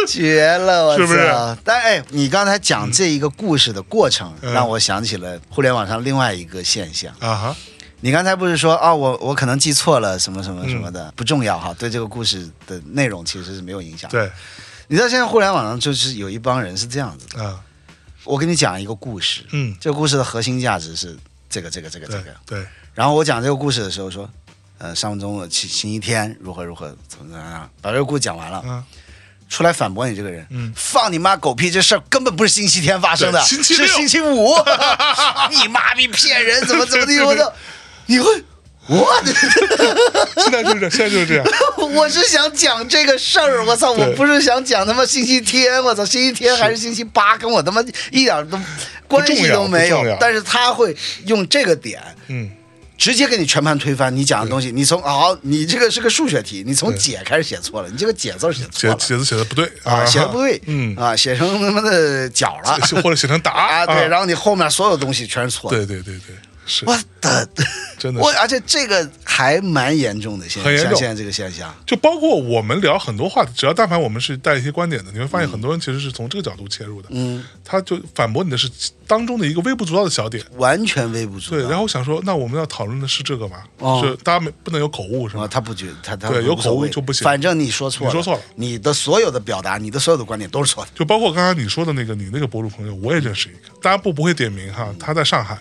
绝了，我操
是不是？
但哎，你刚才讲这一个故事的过程，
嗯
让我想起了互联网上另外一个现象”。
啊哈，
你刚才不是说啊、我我可能记错了什么什么什么
嗯
的，不重要哈，对这个故事的内容其实是没有影响。，
对
你知道现在互联网上就是有一帮人是这样子的。
啊，
我给你讲一个故事，
嗯，
这个故事的核心价值是这个这个这个这
对
个。
对，
然后我讲这个故事的时候说，呃，上周星星期天如何如何怎么怎么样，把这个故事讲完了。
嗯
出来反驳你这个人，
嗯
放你妈狗屁！这事儿根本不是星期天发生的，
对星期六
是星期 五。你妈逼骗人，怎么怎么
对
地？
对
我
对
都，你会，我
现在就是这样，现在就是这样。
我是想讲这个事儿，我操！
对
我不是想讲他妈星期天，我操，星期天还是星期八，跟我他妈一点都关系都没
不重
有
要。
但是他会用这个点，
嗯，
直接给你全盘推翻你讲的东西。你从啊好、你这个是个数学题，你从
对
解开始写错了，你这个解字儿写错
写
了。
写字写的不对
啊，写的不对，
嗯，
啊，写成他妈的角了
写或者写成答
啊，对，然
后
后你后面所有东西全是错的。
对对对对，是
我的，
真的是
我而且这个还蛮严重的现
很
象，
严重
像现在这个现象，
就包括我们聊很多话题，只要但凡我们是带一些观点的，你会发现很多人其实是从这个角度切入的，嗯，他就反驳你的是当中的一个微不足道的小点。
完全微不足
对，
道。
然后我想说，那我们要讨论的是这个嘛？
嗯哦
是大家没不能有口误是
啊，
吗？
他不觉他他
对有
无所谓
口误就不行
反正你说错了，
你说错了
你的所有的表达，你的所有的观点都是错的。
就包括刚刚你说的那个你那个博主朋友，我也认识一个，大家不不会点名哈，他在上海，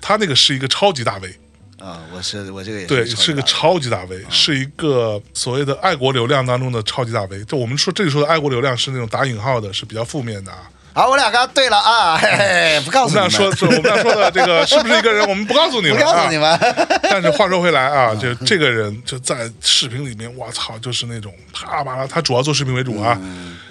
他那个是一个超级大 V，
啊，我是我这个也
对，
是
是个超级大 V，是一个所谓的爱国流量当中的超级大 V。就我们说这里说的爱国流量是那种打引号的，是比较负面的啊。
好，我俩刚刚对了 啊，嘿嘿，不告
我
诉
们
你
俩
们，
说，是我们俩说的这个是不是一个人，我们不告诉你
啊 不
们
告诉你
啊。
们，
但是话说回来啊，就这个人就在视频里面，我操，就是那种啪啪啦，他主要做视频为主啊。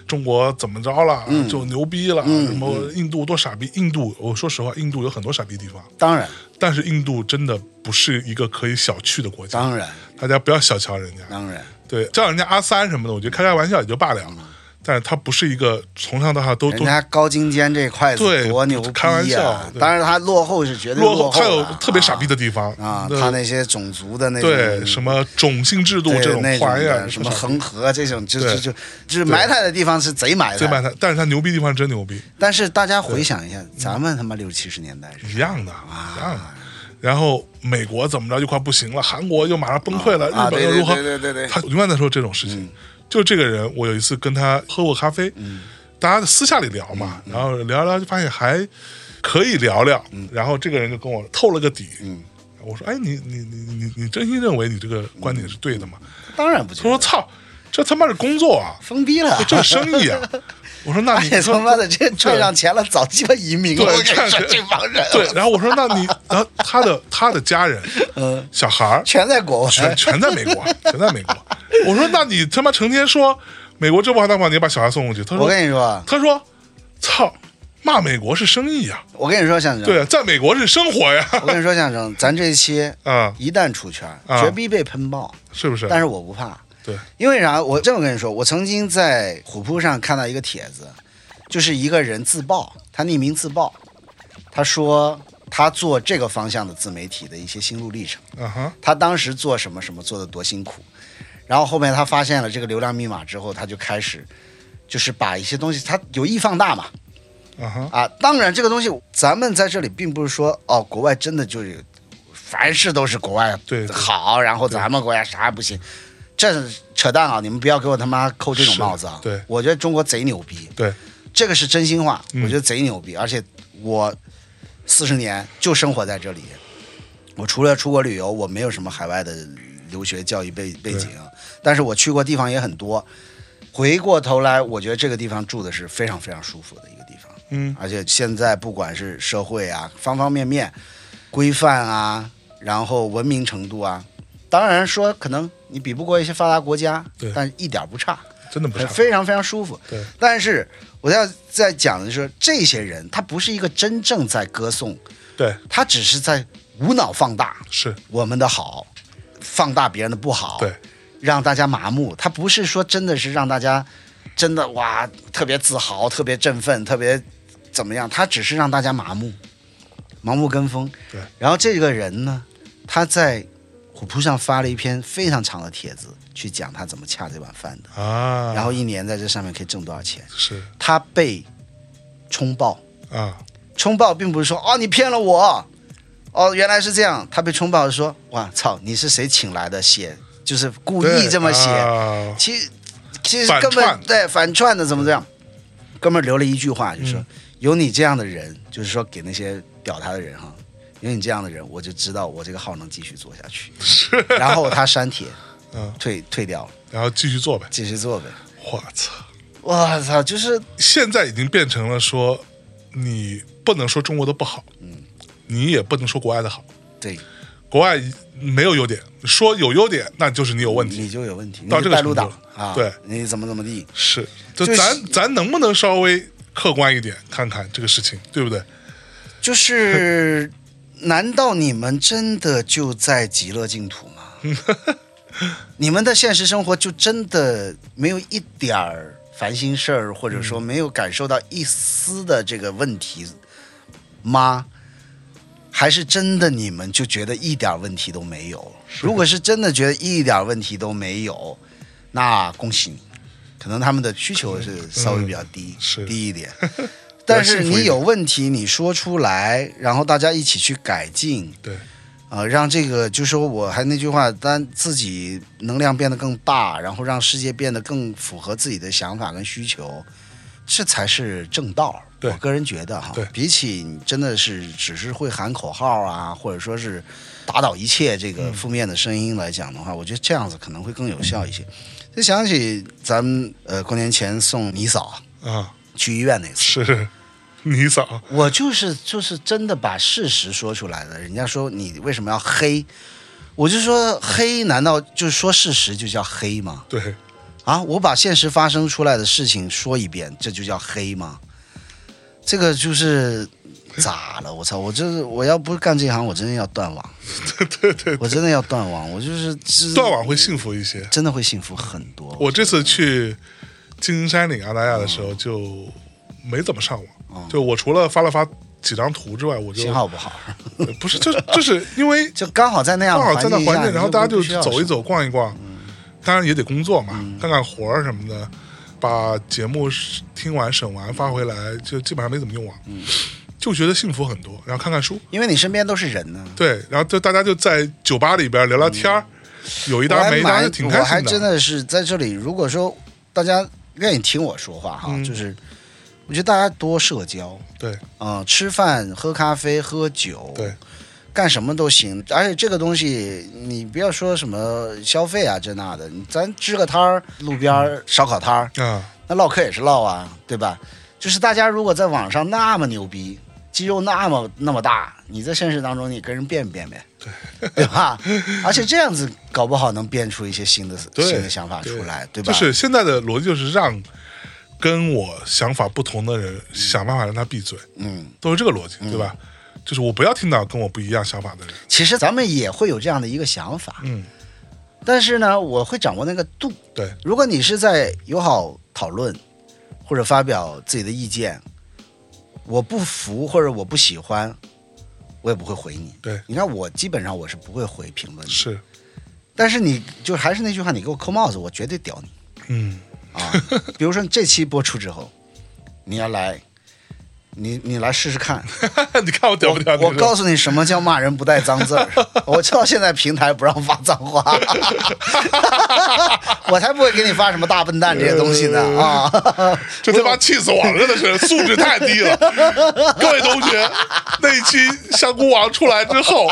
中国怎么着了，
嗯
就牛逼了，什么印度多傻逼，印度，我说实话，印度有很多傻逼地方，
当然
但是印度真的不是一个可以小觑的国家，
当然
大家不要小瞧人家。
当然，
对，叫人家阿三什么的，我觉得开开玩笑也就罢了。但是他不是一个从上到下都
嗯人
都
家高精尖这块子
对
多牛
开玩
逼啊
笑！对
当然他落后是绝对
落后，
后
他
的啊，
有特别傻逼的地方
啊，
那
他那些种族的那种
对什么种姓制度
对
这种
那
花
的
样，
什么
傻逼
恒河啊这种，就
对
就就就是埋汰的地方是贼埋汰。
最卖他，但是他牛逼地方真牛逼，
但是大家回想一下，咱们他妈六七十年代是
一样的，一样的。然后美国怎么着就快不行了，韩国又马上崩溃了，
啊
日本又如何？
对对对对对对嗯
他永远在说这种事情。就这个人，我有一次跟他喝过咖啡，大家私下里聊嘛，
嗯
然后聊聊就发现还可以聊聊。然后这个人就跟我透了个底，
嗯
我说：“哎，你你你你你真心认为你这个观
嗯
点是对的吗？”
当然不
他
行
说：“，操，这他妈是工作 啊，
封逼了，
这是生意啊。”我说：“那
而
你
哎且他妈的这赚上钱了，早鸡巴移民了。
对
我跟你说
看，着
这帮人啊
对，然后我说那你，然后他的他的家人，嗯，小孩儿
全在国外，
全全在美国，全在美国。我说那你他妈成天说美国这不好那不好，你把小孩送过去。他
我
说
跟你说，啊
他说，操，骂美国是生意呀、
我跟你说，向
对
征，
啊，在美国是生活呀，
我跟你说，向征，咱这一期
啊，
一旦出圈，
啊
绝逼被喷爆。
是不是？
但是我不怕，
对，
因为啥？我这么跟你说，我曾经在虎扑上看到一个帖子，就是一个人自曝，他匿名自曝，他说他做这个方向的自媒体的一些心路历程。
啊哈，
他当时做什么什么做的多辛苦，然后后面他发现了这个流量密码之后，他就开始就是把一些东西他有意放大嘛
啊哈，
啊，当然这个东西咱们在这里并不是说哦，国外真的就是有凡事都是国外
对对
好，然后咱们国家啥也不行，这是扯淡啊！你们不要给我他妈扣这种
是
帽子啊！
对
我觉得中国贼牛逼，
对，
这个是真心话，
嗯
我觉得贼牛逼，而且我四十年就生活在这里，我除了出国旅游，我没有什么海外的留学教育背背景，但是我去过地方也很多。回过头来，我觉得这个地方住的是非常非常舒服的一个地方，
嗯，
而且现在不管是社会啊，方方面面，规范啊，然后文明程度啊，当然说可能你比不过一些发达国家
对，
但一点儿不差。
真的不
很
差，
非常非常舒服。
对，
但是我要再讲的是，这些人他不是一个真正在歌颂，
对，
他只是在无脑放大
是，
我们的好，放大别人的不好，
对，
让大家麻木。他不是说真的是让大家真的哇特别自豪、特别振奋、特别怎么样，他只是让大家麻木，盲目跟风。
对，
然后这个人呢，他在虎扑上发了一篇非常长的帖子，去讲他怎么恰这碗饭的。
啊，
然后一年在这上面可以挣多少钱？
是
他被冲爆，
啊，
冲爆并不是说哦你骗了我，哦原来是这样，他被冲爆是说哇操你是谁请来的写，就是故
对
意这么写，
啊
其其实
反
根
串
本对反串的怎么这样？哥们儿留了一句话，就是
嗯
说、有你这样的人，就是说给那些屌他的人哈，有你这样的人，我就知道我这个号能继续做下 去。然后他删帖，
嗯
退退掉了，
然后继续做呗。
继续做呗。
我操，
我操，就是
现在已经变成了说，你不能说中国的不好，嗯，你也不能说国外的好，
对。
国外没有优点，说有优点那就是你有问题。
你就有问题，你
到
就
这个
带路
程
党
度
啊，
对，
你怎么怎么地，
是，就
就是
咱咱能不能稍微客观一点看看这个事情，对不对？
就是难道你们真的就在极乐净土 吗？你们的现实生活就真的没有一点儿烦心事儿，或者说没有感受到一丝的这个问题吗？还是真的你们就觉得一点儿问题都没有？如果是真的觉得一点儿问题都没有，那恭喜你，可能他们的需求是稍微比较低，
是
低一点。但是
幸福一
你
点
有问题，你说出来，然后大家一起去改进，
对，
啊、让这个就说我还那句话，当自己能量变得更大，然后让世界变得更符合自己的想法跟需求，这才是正道。
对
我个人觉得哈
对，
比起你真的是只是会喊口号啊，或者说是打倒一切这
嗯
个负面的声音来讲的话，我觉得这样子可能会更有效一些。就想起咱们呃过年前送你嫂
啊，
去医院那次，
是 你嫂，
我就是就是真的把事实说出来的。人家说你为什么要黑，我就说黑难道就是说事实就叫黑吗？
对，
啊，我把现实发生出来的事情说一遍，这就叫黑吗？这个就是咋了？我操！我这我要不干这行，我真的要断网，
对对对，
我真的要断网，我就是这
断网会幸福一些。
真的会幸福很多。
我这次去金山岭阿达亚的时候就没怎么上网，就我除了发了发几张图之外，我就
嗯信号不好，
不是就就是因为
就刚好在那样
刚
的
好在那
境
环
下，
境，
你
然后大家就
不需要嗯
走一
什么
走、逛一逛，当然也得工作嘛，
嗯
干干活儿什么的，把节目听完、审完发回来，就基本上没怎么用网，
嗯
就觉得幸福很多。然后看看书，
因为你身边都是人呢、
对，然后就大家就在酒吧里边聊聊天儿，有一
嗯我
搭
还
没一搭，
蛮，
就挺
我
开
还
心
真的是在这里，如果说大家愿意听我说话哈，
嗯
就是我觉得大家多社交，
对
嗯、吃饭、喝咖啡、喝酒，
对，
干什么都行。而且这个东西，你不要说什么消费啊这那的，你咱支个摊儿，路边儿烧烤摊儿，
啊，
那唠嗑也是唠啊，对吧？就是大家如果在网上那么牛逼，肌肉那么那么大，你在现实当中你跟人辩辩呗，对吧？而且这样子搞不好能变出一些新的
对
新的想法出来，对吧？
就是现在的逻辑就是让跟我想法不同的人想办法让他闭嘴，
嗯，
都是这个逻辑，对吧？就是我不要听到跟我不一样想法的人，
其实咱们也会有这样的一个想法，
嗯，
但是呢，我会掌握那个度。
对，
如果你是在友好讨论或者发表自己的意见，我不服或者我不喜欢，我也不会回你。
对
你看我基本上我是不会回评论的，
是，
但是你就还是那句话，你给我扣帽子，我绝对屌你
嗯，
啊！比如说你这期播出之后，你要来，你你来试试看，
你看我屌不屌？
我告
诉
诉你什么叫骂人不带脏字儿，我知道现在平台不让发脏话， 我才不会给你发什么大笨蛋这些东西呢啊！
这他妈气死我了，真的是素质太低 了。各位同学，那一期香菇王出来 之后，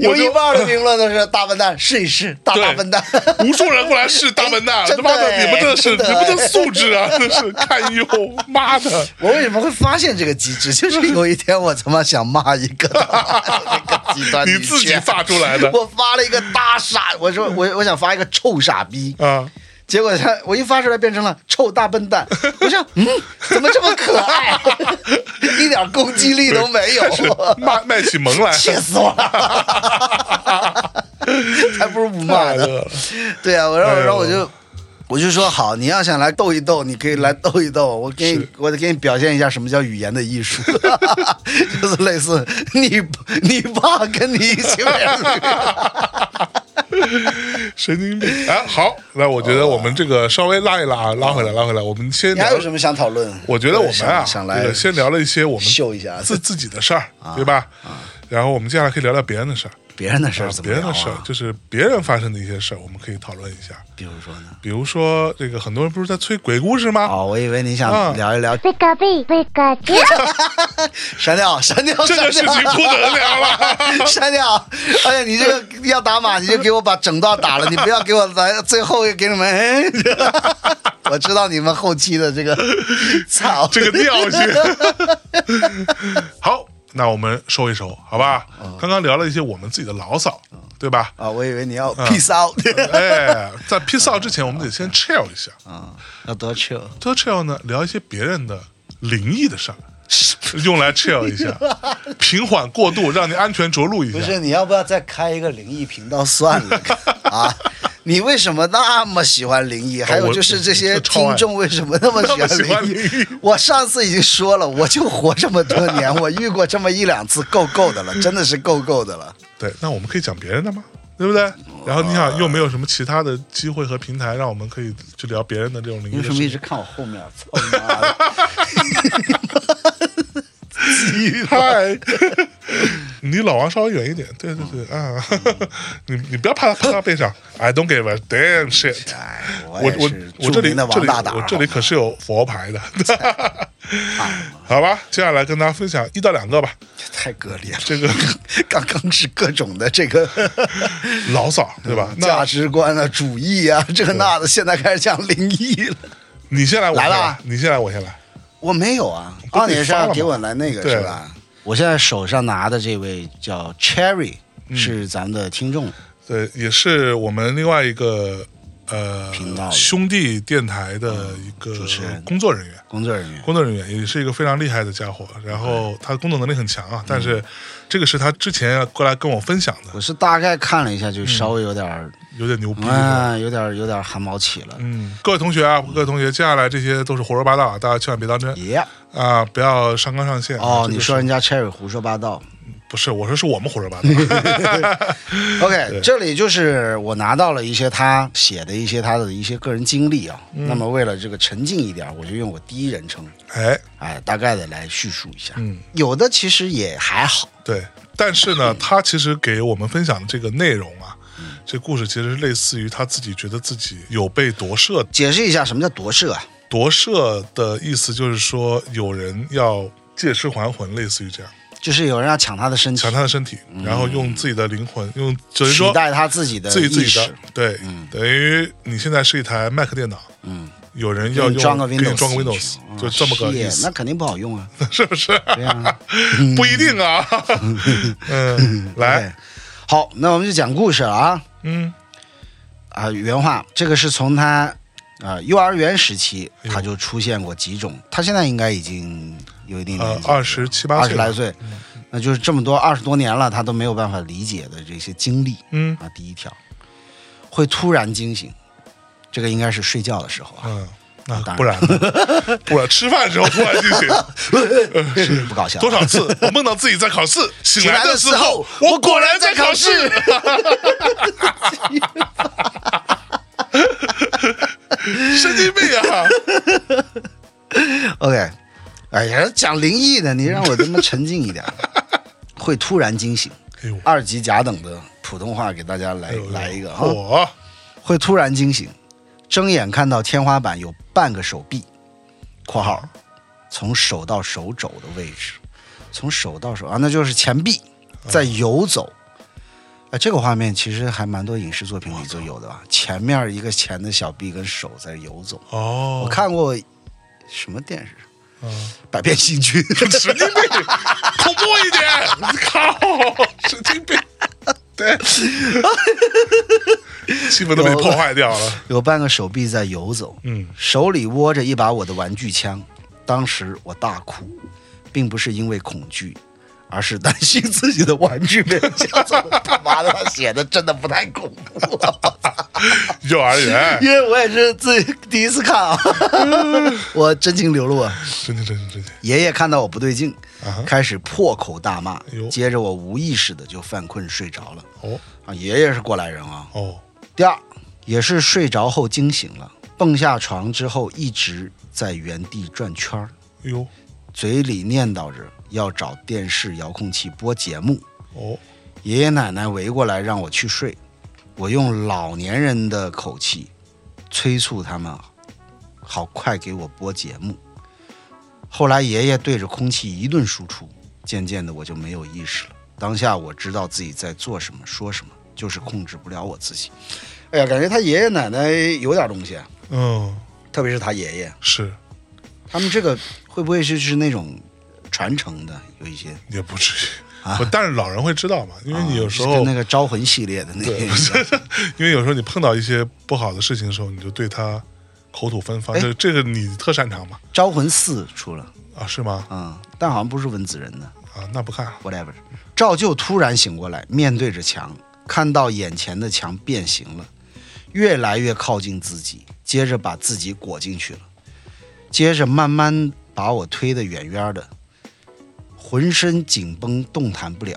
有
我就
一半的评论都是大笨蛋，试一试，大大
对
笨蛋。
无数人过来试大笨蛋，
真
他
的
妈的，
哎
你们真的是，
真的哎
你们的素质啊，真是堪忧，妈 的！
我为什么会发现这个机制？就是有一天我他妈想骂一个 一个极端
你
女
自己
权
发出来的
我发了一个大傻，我说 我我想发一个臭傻逼，
啊，
结果他我一发出来变成了臭大笨蛋，我想嗯，怎么这么可爱， 一点攻击力都没有，
是卖卖起萌 来，
气死我 了，还不如不骂
太
呢。
乐了。
对啊，我然后
哎呦
然后我就我就说好，你要想来斗一斗，你可以来斗一斗，我给你
是
我得给你表现一下什么叫语言的艺术， 就是类似你你爸跟你一起
神经病啊！好，那我觉得我们这个稍微拉一拉，拉回来，拉回来。我们先
你
聊
还，有什么想讨论？
我觉得我们啊，
想想
这
来啊
个先聊了一些我们
秀一下
自自己的事儿，对吧？然后我们接下来可以聊聊别人的事儿，
别人的事儿怎么
别人
聊
的事儿
啊？
就是别人发生的一些事儿，我们可以讨论一下。
比如说呢？
比如说，这个很多人不是在催鬼故事吗？
哦，我以为你想
嗯
聊一聊，
Pika bee, pika doo.
删掉，删掉，
这个事情不能聊 了。
删掉！哎呀，你这个要打码，你就给我把整段打了，你不要给我来最后给你们。 哎，我知道你们后期的这 个操，
这个调性。好，那我们收一收，好吧？
嗯
刚刚聊了一些我们自己的牢骚，对吧？
啊，我以为你要
嗯
peace out
哎，在 peace out 之前，我们得
嗯
先 chill 一下。
啊，要多 chill。
多 chill 呢？聊一些别人的灵异的 事儿，用来 chill 一下，平缓过渡，让你安全着陆一
不
下。
是，你要不要再开一个灵异频道算 了啊？你为什么那么喜欢灵异？还有就是这些
我超爱
听众为什么那么喜
那么喜欢
欢灵
灵 异
异？我上次已经说了，我就活这么多年，我遇过这么一两次，够够的了，真的是够够的了。
对，那我们可以讲别人的吗？对不对？然后你想，又没有什么其他的机会和平台，让我们可以去聊别人的这种灵
你
异
为
的
什
事
么一
情。
直看我后面？ 操你妈的！
嗨， 你老王稍微远一点，对对对啊， 你你不要趴趴他背上，I don't give a damn shit。
哎，
我
也
我
是
我
著
这里
名的
这
王
里
大胆啊儿，
我这里
好
可是有佛牌 的， 好吧？接下来跟大家分享一到两个吧，
吗太割裂了。
这个
刚刚是各种的这 个
牢骚对吧？
价
那
值观啊、主义啊，这个那的，现在开始讲灵异了。
你先来，我先
来了啊
你先来，我先来。
我没有啊，
不是
啊，你是
发了
要
吗
给我来那个
对
是吧？我现在手上拿的这位叫 Cherry，是
嗯
咱们的听众，
对，也是我们另外一个呃
频道的嗯
兄弟电台的一个
持人
工作人员。
工作人员。
工作人员，也是一个非常厉害的家伙。然后他工作能力很强
嗯
啊，但是这个是他之前过来跟我分享的，
我是大概看了一下，就稍微有点儿，
有点牛逼。
啊，有点儿有点儿汗毛起了。
嗯，各位同学啊，各位同学，接下来这些都是胡说八道，啊，大家千万别当真
耶，
啊！不要上纲上线啊
哦，
这
你
就是
说人家 Cherry 胡说八道。
不是？我说是我们胡说 八道。啊
OK，这里就是我拿到了一些他写的一些他的一些个人经历啊。
嗯
那么为了这个沉浸一点，我就用我第一人称，
哎，
哎，大概的来叙述一下。
嗯，
有的其实也还好，
对，但是呢，他其实给我们分享的这个内容啊，这故事其实是类似于他自己觉得自己有被夺舍的。
解释一下什么叫夺舍啊？
夺舍的意思就是说有人要借尸还魂，类似于这样
就是有人要抢他的身体
抢，他的身体，然后用自己的灵魂，用等
嗯
于
取
说
代他自己的
自己自
意
己
识
的，，对，等于你现在是一台 Mac 电脑，
嗯，
有人要
给
用
你装个
给你
Windows，
装个
进
Windows，
去
就这么个
啊是
意
耶那
思，
肯定不好用啊。
是不是？
对啊，
不一 定啊。嗯，
对
来，
好，那我们就讲故事了啊
嗯，
啊，原话，这个是从他啊、呃幼儿园时期
哎呦
他就出现过几种，他现在应该已经有一定
呃
年，纪了，
二十七八
二
岁
十来
了，嗯
岁，那就是这么多二十多年了，他都没有办法理解的这些经历
嗯
啊。第一条，会突然惊醒，这个应该是睡觉的时候啊，
嗯，那不然呢 不然吃饭时候突然惊 醒，
不搞笑。
多少次我梦到自己在考试，醒来的时
醒
候
来的时候
我果然在考试。神经病 啊！
OK，哎呀，讲灵异的，你让我他妈沉静一点， 会突然惊醒。
哎呦，
二级甲等的普通话给大家来
哎呦
来一个啊，
我
会突然惊醒，睁眼看到天花板有半个手臂（括号从手到手肘的位置，从手到手啊，那就是前臂在游走）。哎，这个画面其实还蛮多影视作品里就有的吧，前面一个前的小臂跟手在游走。
哦，
我看过什么电视？
嗯
百变星君。
神经病，恐怖一点，靠，神经病，对，气氛都被破坏掉了。
有半个手臂在游走，
嗯，
手里握着一把我的玩具枪。当时我大哭，并不是因为恐惧，而是担心自己的玩具被人抢走。他妈的，他写的真的不太恐怖，啊
幼儿园
因，为我也是自己第一次看 啊，我真情流露啊。
真的真的真的，
爷爷看到我不对劲
啊哈，
开始破口大骂
呦，
接着我无意识的就犯困睡着了。
哦
啊，爷爷是过来人啊，
哦，
第二，也是睡着后惊醒了，蹦下床之后一直在原地转圈儿，
哎呦，
嘴里念叨着要找电视遥控器播节目。
哦，
爷爷奶奶围过来让我去睡，我用老年人的口气催促他们，好快给我播节目。后来爷爷对着空气一顿输出，渐渐的我就没有意识了。当下我知道自己在做什么，说什么，就是控制不了我自己。哎呀，感觉他爷爷奶奶有点东西啊，
嗯，
特别是他爷爷，
是
他们这个会不会就是那种传承的？有一些
也不至于，不但是老人会知道嘛，因为你有时
是
候
啊跟，那个招魂系列的那个一样。
因为有时候你碰到一些不好的事情的时候，你就对他口吐芬芳，
哎
这这个你特擅长嘛？
招魂四出了。
啊，是吗？
嗯，但好像不是文子仁的
啊，那不看，
，whatever。照旧突然醒过来，面对着墙，看到眼前的墙变形了，越来越靠近自己，接着把自己裹进去了，接着慢慢把我推得远远的，浑身紧绷，动弹不了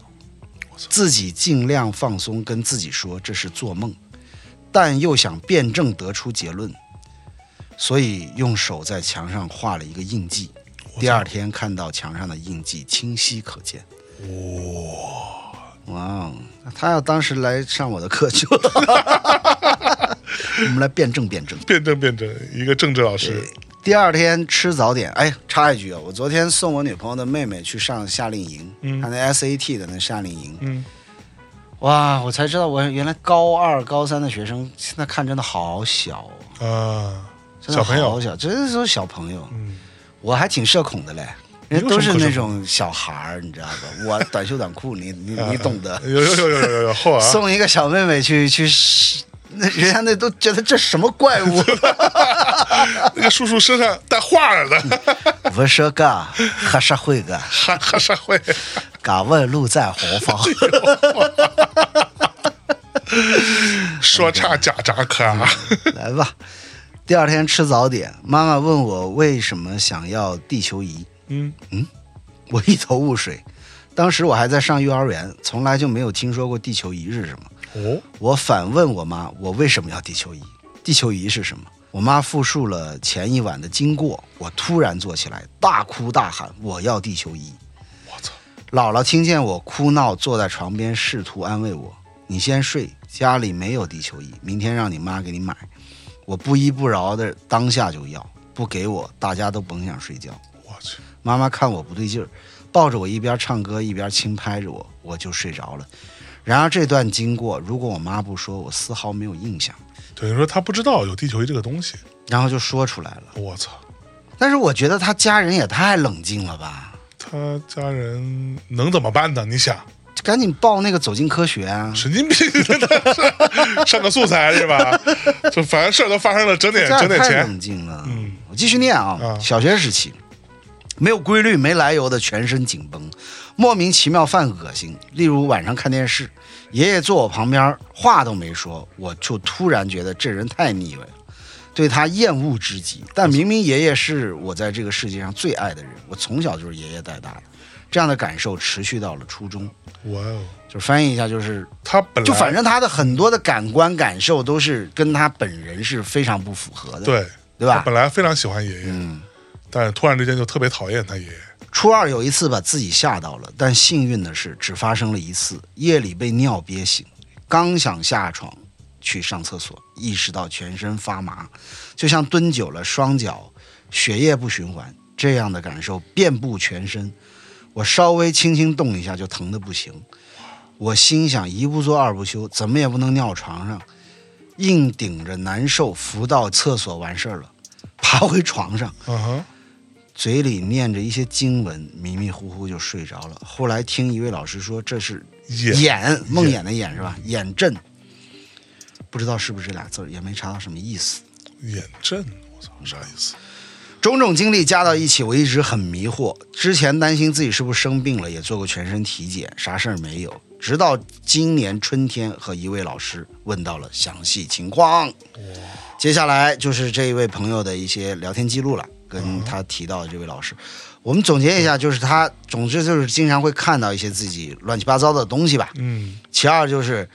我操。
自己尽量放松，跟自己说这是做梦，但又想辩证得出结论，所以用手在墙上画了一个印记。
我
第二天看到墙上的印记清晰可见。哇、哦，那他要当时来上我的课就， 我们来辩证辩证。
辩证辩证，一个政治老师
对，第二天吃早点。哎，插一句啊，我昨天送我女朋友的妹妹去上夏令营，
嗯
她那 SAT 的那夏令营。
嗯，
哇，我才知道我原来高二、高三的学生现在看真的好小哦，
啊，
真的
小朋友
好小，真的都是小朋友。
嗯，
我还挺社恐的嘞，人家
你有
都
什
是
么可
那
社
种小孩儿，你知道吧？ 我短袖短裤，你
啊
你你懂 得。
有有有有有有有后啊，
送一个小妹妹去去， 那人家那都觉得这什么怪物？
那个叔叔身上带画儿的，
我说个，黑社会个，
哈哈社会，
敢问路在何方？
说唱假扎啊卡，
来吧。第二天吃早点，妈妈问我为什么想要地球仪，
嗯，
我一头雾水。当时我还在上幼儿园，从来就没有听说过地球仪是什么。
哦，
我反问我妈，我为什么要地球仪？地球仪是什么？我妈复述了前一晚的经过。我突然坐起来，大哭大喊：“我要地球仪！”
我操，
姥姥听见我哭闹，坐在床边试图安慰我：“你先睡，家里没有地球仪，明天让你妈给你买。”我不依不饶的当下就要，不给我，大家都甭想睡觉。
我去，
妈妈看我不对劲儿，抱着我一边唱歌一边轻拍着我，我就睡着了。然而这段经过，如果我妈不说，我丝毫没有印象，
等于说他不知道有地球仪这个东西，
然后就说出来了。
我操，
但是我觉得他家人也太冷静了吧，
他家人能怎么办呢？你想，
就赶紧报那个走进科学啊！
神经病， 真的是上个素材是吧？ 就反 正事儿都发生了，整点
这
整
也
点
太
钱，
冷静了。
嗯
我继续念啊，
啊
小学时期，没有规律、没来由的全身紧绷，莫名其妙犯恶心。例如晚上看电视，爷爷坐我旁边，话都没说，我就突然觉得这人太腻歪了，对他厌恶至极。但明明爷爷是我在这个世界上最爱的人，我从小就是爷爷带大的，这样的感受持续到了初中。
哇哦，
就是翻译一下，就是
他本来
就反正他的很多的感官感受都是跟他本人是非常不符合的，
对
对
他
吧？
本来非常喜欢爷爷，
嗯
但是突然之间就特别讨厌他爷爷。
初二有一次把自己吓到了，但幸运的是只发生了一次，夜里被尿憋醒，刚想下床去上厕所，意识到全身发麻，就像蹲久了双脚血液不循环这样的感受遍布全身，我稍微轻轻动一下就疼得不行，我心想一不做二不休，怎么也不能尿床上，硬顶着难受扶到厕所完事儿了， 爬回床上。
嗯哼，
嘴里念着一些经文，迷迷糊糊就睡着了。后来听一位老师说，这是
也
眼梦魇的魇是吧？眼阵，不知道是不是这俩字儿，也没查到什么意思。
眼震，我操，啥意思？
种种经历加到一起，我一直很迷惑。之前担心自己是不是生病了，也做过全身体检，啥事儿没有。直到今年春天，和一位老师问到了详细情况。接下来就是这一位朋友的一些聊天记录了，跟他提到的这位老师。我们总结一下，就是他，总之就是经常会看到一些自己乱七八糟的东西吧。
嗯，
其二就是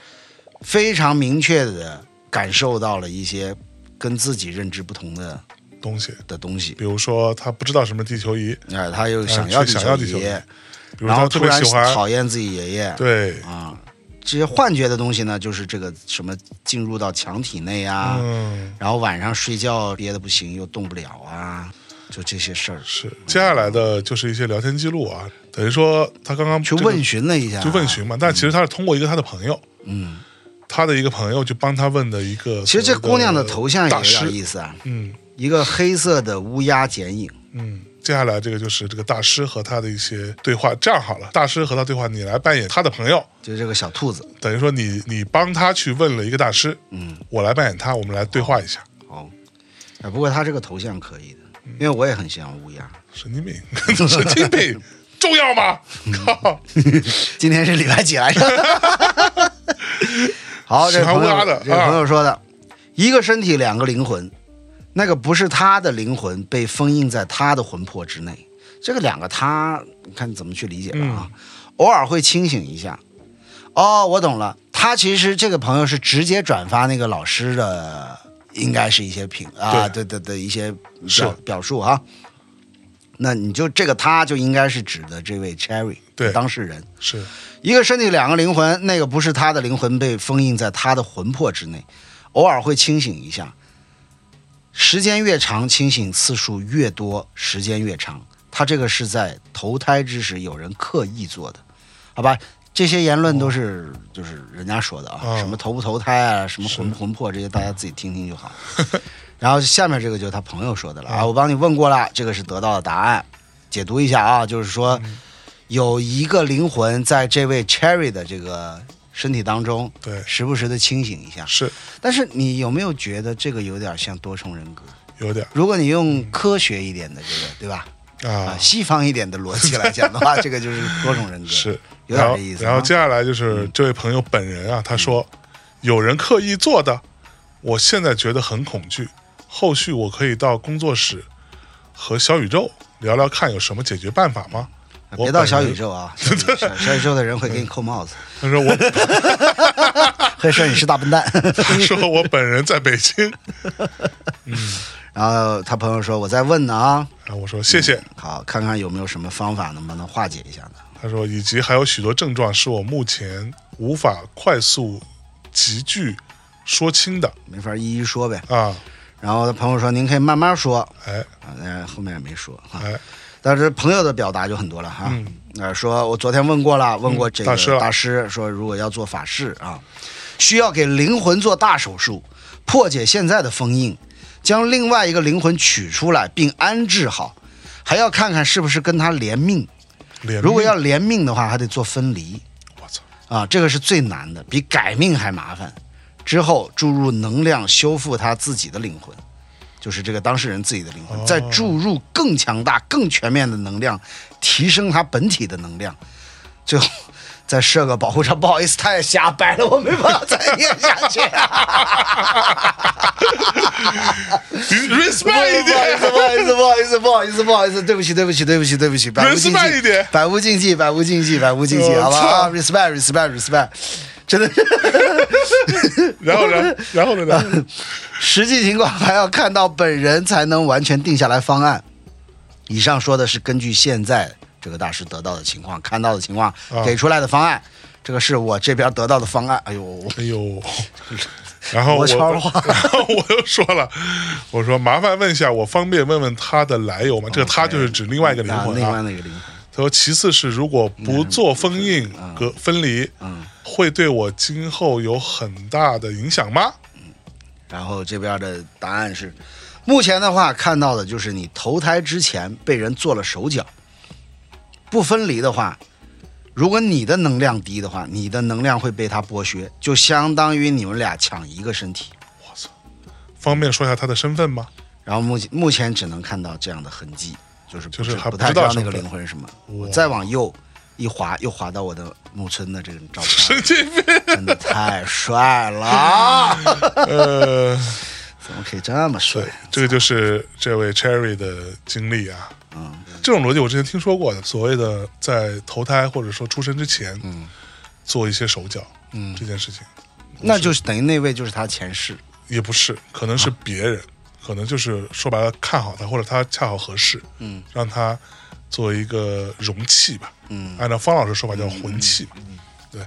非常明确的感受到了一些跟自己认知不同的
东西，
的东西。
比如说他不知道什么地球仪，
哎，他又
哎
想要
去想要地球
球
仪
爷，
比如
然
他
后
特
突
别
然
喜欢，
讨厌自己爷爷，
对，
啊，这些幻觉的东西呢，就是这个什么进入到墙体内啊，
嗯，
然后晚上睡觉憋得不行又动不了啊，就这些事儿
是。接下来的就是一些聊天记录啊，等于说他刚刚
去
这个
问询了一下，
就问。询嘛，但其实他是通过一个他的朋友，
啊嗯，
他的一个朋友就帮他问的一个。
其实这姑娘的头像也
大
有点
师，
意思啊，
嗯
一个黑色的乌鸦剪影。
嗯。接下来这个就是这个大师和他的一些对话。这样好了，大师和他对话，你来扮演他的朋友，
就这个小兔子，
等于说你你帮他去问了一个大师，
嗯，
我来扮演他，我们来对 话一下。
哦，哎，不过它这个头像可以的，因为我也很喜欢乌鸦。
神经病，神经病，重要吗？
嗯
靠，
今天是礼拜几来着？ 好，这
喜
个
欢
朋
乌鸦
友
的，
这个
啊
朋友说的，一个身体两个灵魂，那个不是他的灵魂被封印在他的魂魄之内，这个两个他，你看怎么去理解
嗯
吧啊？偶尔会清醒一下。哦，我懂了，他其实这个朋友是直接转发那个老师的，应该是一些评啊，对对对，一些表
是
表述啊。那你就这个他就应该是指的这位 Cherry
对
当事人。
是
一个身体两个灵魂，那个不是他的灵魂被封印在他的魂魄之内，偶尔会清醒一下。时间越长，清醒次数越多，时间越长。他这个是在投胎之时有人刻意做的，好吧？这些言论都是就是人家说的啊，
哦
什么投不投胎啊，什么魂不魂魄这些，大家自己听听就好。然后下面这个就是他朋友说的了啊，我帮你问过了，这个是得到的答案，解读一下啊，就是说
嗯
有一个灵魂在这位 Cherry 的这个身体当中，
对
时不时的清醒一下。
是
但是你有没有觉得这个有点像多重人格？
有点
如果你
嗯
用科学一点的这个，对吧？啊，
啊，
西方一点的逻辑来讲的 话，这个就是多重人格，
是。
有
然
点
后
这意，思啊。
然后接下来就是这位朋友本人啊，他说有人刻意做的，我现在觉得很恐惧。后续我可以到工作室和小宇宙聊聊，看有什么解决办法吗？
啊
我
别到
本
小
人
宇宙啊，小宇 小小宇宙的人会给你扣帽子，
他说我，
会说你是大笨蛋。
他说我本人在北京。
然后他朋友说我在问呢啊，
然后我说谢谢。
好，看看有没有什么方法能帮他化解一下呢？
他说，以及还有许多症状是我目前无法快速急剧说清的
没法一一说呗。
啊。
然后他朋友说您可以慢慢说，
哎
啊，那后面也没说哈。
哎，嗯
但是朋友的表达就很多了哈。呃，说我昨天问过了，问过这个
大师了
大师说如果要做法事啊，需要给灵魂做大手术，破解现在的封印，将另外一个灵魂取出来并安置好，还要看看是不是跟他连命。
脸
如果要连命的话，还得做分离
我操，
啊，这个是最难的，比改命还麻烦。之后注入能量修复他自己的灵魂，就是这个当事人自己的灵魂，再
哦
注入更强大、更全面的能量，提升它本体的能量，最后再设个保护罩。不好意思，太瞎掰了，我没办法再念下去、啊 不
respect 一
好意
点
思，，不好意思，不好意思，不好意思，不好意思，对不起，对不起，对不起，对不起，百无禁
Respect 一
忌
点，
百无禁忌，百无禁忌，百无禁忌，
我
好吧啊
操
，respect，respect，respect，真的是。
然后呢，然后呢，然后呢
实际情况还要看到本人才能完全定下来方案。以上说的是根据现在这个大师得到的情况、看到的情况
啊
给出来的方案。这个是我这边得到的方案。哎呦，我
哎 呦，然后我
我插话
然后我又说了，我说麻烦问一下，我方便问问他的来由吗？这个他就是指另外一个灵
哦那
魂
另
啊
外。那个灵魂，
他说，其次是如果不做封印、隔分
嗯
离，会对我今后有很大的影响吗？
然后这边的答案是，目前的话看到的就是你投胎之前被人做了手脚，不分离的话，如果你的能量低的话，你的能量会被他剥削，就相当于你们俩抢一个身体。
方便说一下他的身份吗？
然后目前目前只能看到这样的痕迹，就是不
就是
知
还
不
不
太
知
知
道
道那
什
个
么
灵魂是什么。我
哇
再往右一滑，又滑到我的木村的这个照片
神经 病！
了，真的太帅 了，
呃，
怎么可以这么帅
对？，这个就是这位 Cherry 的经历啊。
嗯
这种逻辑我之前听说过的，所谓的在投胎或者说出生之前，做一些手脚，嗯，这件事情
那就是等于那位就是他前世，
也不是，可能是别人，可能就是说白了看好他，或者他恰好合适，嗯，让他作为一个容器吧，嗯，按照方老师说法叫魂器嘛，对，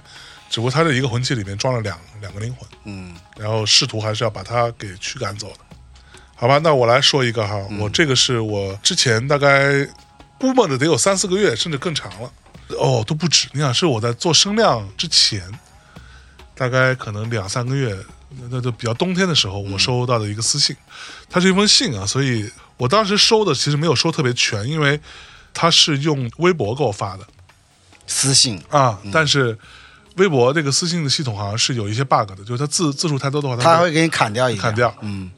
只不过他这一个魂器里面装了两两个灵魂，
嗯，
然后试图还是要把他给驱赶走的。好吧，那我来说一个哈，我这个是我之前大概估摸着得有三四个月，甚至更长了，哦，都不止。你想，是我在做声量之前，大概可能两三个月，那那就比较冬天的时候，我收到的一个私信，它是一封信啊，所以我当时收的其实没有收特别全，因为它是用微博给我发的，
私信，
啊，但是微博这个私信的系统好像是有一些 bug 的，就是它字字数太多的话，它
他
会
会给你砍掉一个，
嗯砍掉，
嗯，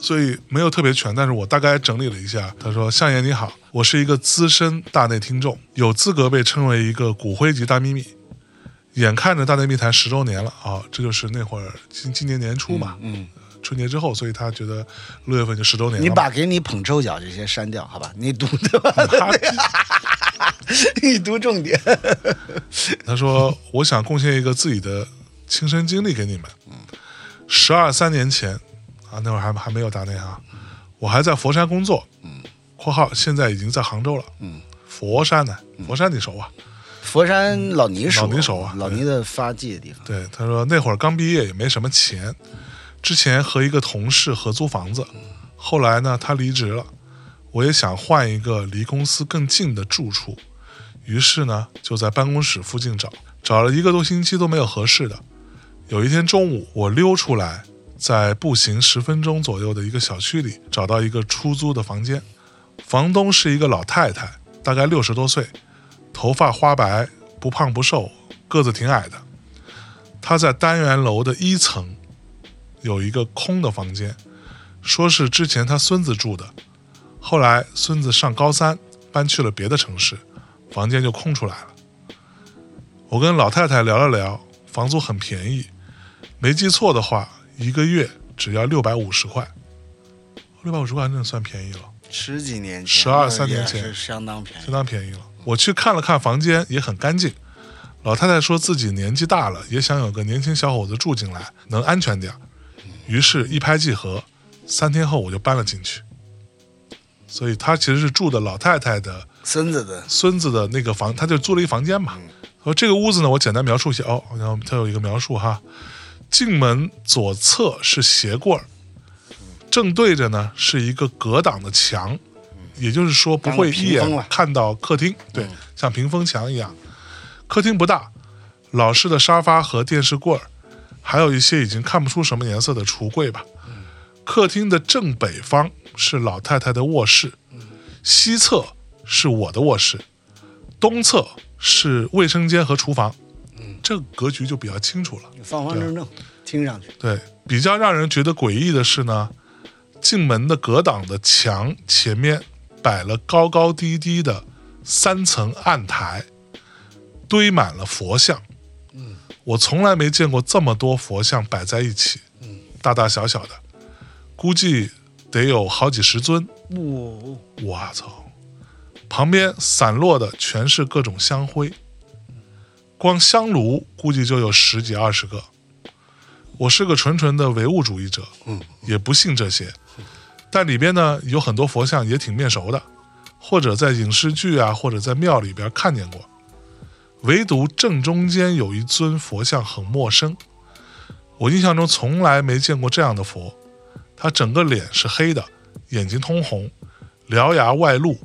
所以没有特别全，但是我大概整理了一下。他说：“向爷你好，我是一个资深大内听众，有资格被称为一个骨灰级大秘密。眼看着大内密谈十周年了啊，这就是那会儿今今年年初嘛，呃
嗯，
春节之后，所以他觉得六月份就十周年了嘛。
你把给你捧臭脚这些删掉，好
嗯
吧？你读对 吧？ 你读重点，
他说：“我想贡献一个自己的亲身经历给你们。十二三年前啊，那会儿还还没有达内啊，我还在佛山工作。嗯，括号现在已经在杭州了。嗯，佛山呢？佛山你熟啊？
佛山老倪手，
老倪手啊
老倪的发迹的地方，
对，他说那会儿刚毕业也没什么钱，之前和一个同事合租房子，后来呢他离职了，我也想换一个离公司更近的住处，于是呢就在办公室附近找，找了一个多星期都没有合适的。有一天中午，我溜出来，在步行十分钟左右的一个小区里找到一个出租的房间，房东是一个老太太，大概六十多岁，头发花白，不胖不瘦，个子挺矮的。他在单元楼的一层有一个空的房间，说是之前他孙子住的，后来孙子上高三搬去了别的城市，房间就空出来了。我跟老太太聊了聊，房租很便宜，没记错的话，一个月只要六百五十块，六百五十块真的算便宜了。
十几年前，
12 13年前
也是相当便宜
相。当便宜了。我去看了看房间，也很干净。老太太说自己年纪大了，也想有个年轻小伙子住进来，能安全点儿。于是，一拍即合，三天后我就搬了进去。所以，她其实是住的老太太的
孙子的
孙子的那个房，他就租了一房间嘛。说这个屋子呢，我简单描述一下哦，然后它有一个描述哈，进门左侧是鞋柜儿，正对着呢是一个隔挡的墙，也就是说不会
当个
一
屏风
眼
了嗯
看到客厅，对，像屏风墙一样。客厅不大，老式的沙发和电视柜儿，还有一些已经看不出什么颜色的橱柜吧。客厅的正北方是老太太的卧室，西侧是我的卧室，东侧是卫生间和厨房。这个格局就比较清楚了。
方方正正，听上去
对，比较让人觉得诡异的是呢，进门的隔挡的墙前面摆了高高低低的三层案台，堆满了佛像。我从来没见过这么多佛像摆在一起，大大小小的，估计得有好几十尊。
哇，
我操！旁边散落的全是各种香灰，光香炉估计就有十几二十个。我是个纯纯的唯物主义者，也不信这些，但里边呢有很多佛像也挺面熟的，或者在影视剧啊，或者在庙里边看见过。唯独正中间有一尊佛像很陌生，我印象中从来没见过这样的佛。他整个脸是黑的，眼睛通红，獠牙外露，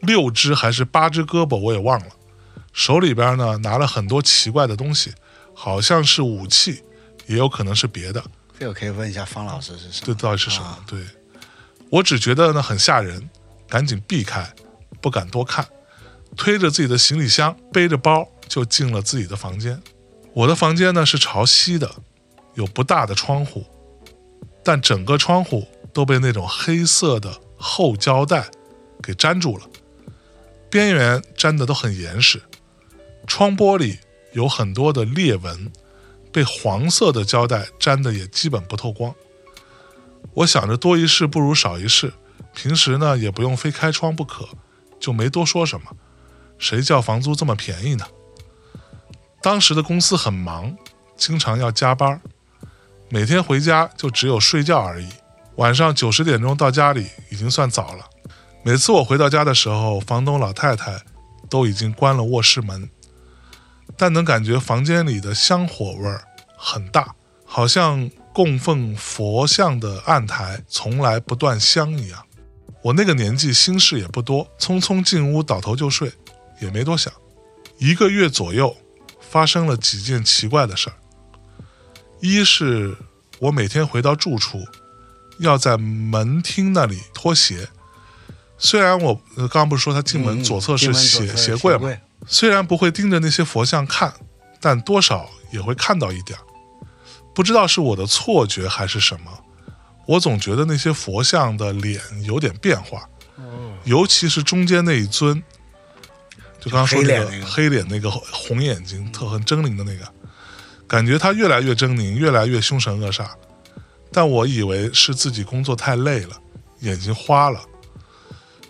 六只还是八只胳膊我也忘了。手里边呢拿了很多奇怪的东西，好像是武器，也有可能是别的。
这我可以问一下方老师是什
这
么？
到底是什么？
啊
对，我只觉得呢很吓人，赶紧避开，不敢多看，推着自己的行李箱，背着包就进了自己的房间。我的房间呢是朝西的，有不大的窗户，但整个窗户都被那种黑色的厚胶带给粘住了，边缘粘的都很严实，窗玻璃有很多的裂纹，被黄色的胶带粘的也基本不透光。我想着多一事不如少一事，平时呢也不用非开窗不可，就没多说什么。谁叫房租这么便宜呢？当时的公司很忙，经常要加班儿，每天回家就只有睡觉而已。晚上九十点钟到家里已经算早了。每次我回到家的时候，房东老太太都已经关了卧室门，但能感觉房间里的香火味儿很大，好像供奉佛像的案台从来不断香一样。我那个年纪心事也不多，匆匆进屋倒头就睡，也没多想。一个月左右，发生了几件奇怪的事儿。一是我每天回到住处，要在门厅那里脱鞋。虽然我呃刚刚不是说他进门左侧是
嗯进门
鞋、
左侧是鞋
鞋柜嘛，虽然不会盯着那些佛像看，但多少也会看到一点儿。不知道是我的错觉还是什么，我总觉得那些佛像的脸有点变化，
哦
尤其是中间那一尊，就刚刚说那
黑脸那
个
个
黑脸那个红眼睛特很狰狞的那个，感觉他越来越狰狞，越来越凶神恶煞。但我以为是自己工作太累了，眼睛花了，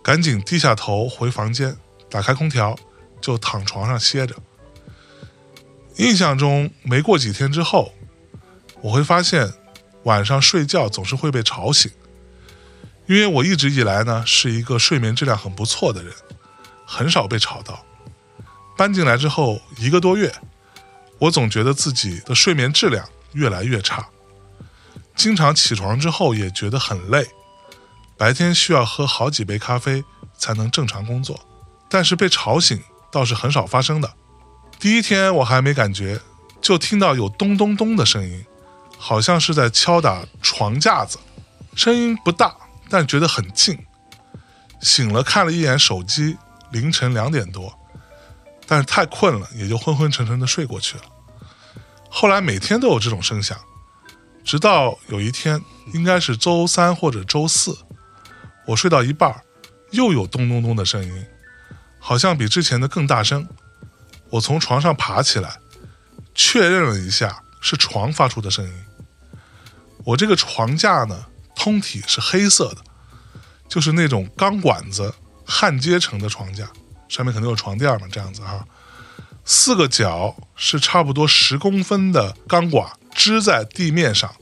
赶紧低下头回房间，打开空调，就躺床上歇着。印象中，没过几天之后，我会发现晚上睡觉总是会被吵醒，因为我一直以来呢是一个睡眠质量很不错的人，很少被吵到。搬进来之后一个多月，我总觉得自己的睡眠质量越来越差，经常起床之后也觉得很累，白天需要喝好几杯咖啡才能正常工作，但是被吵醒倒是很少发生的。第一天我还没感觉，就听到有咚咚咚的声音，好像是在敲打床架子，声音不大，但觉得很近。醒了看了一眼手机，凌晨两点多，但是太困了，也就昏昏沉沉的睡过去了。后来每天都有这种声响，直到有一天，应该是周三或者周四，我睡到一半儿，又有咚咚咚的声音，好像比之前的更大声。我从床上爬起来，确认了一下是床发出的声音。我这个床架呢，通体是黑色的，就是那种钢管子焊接成的床架，上面肯定有床垫嘛，这样子哈。四个角是差不多十公分的钢管支在地面上，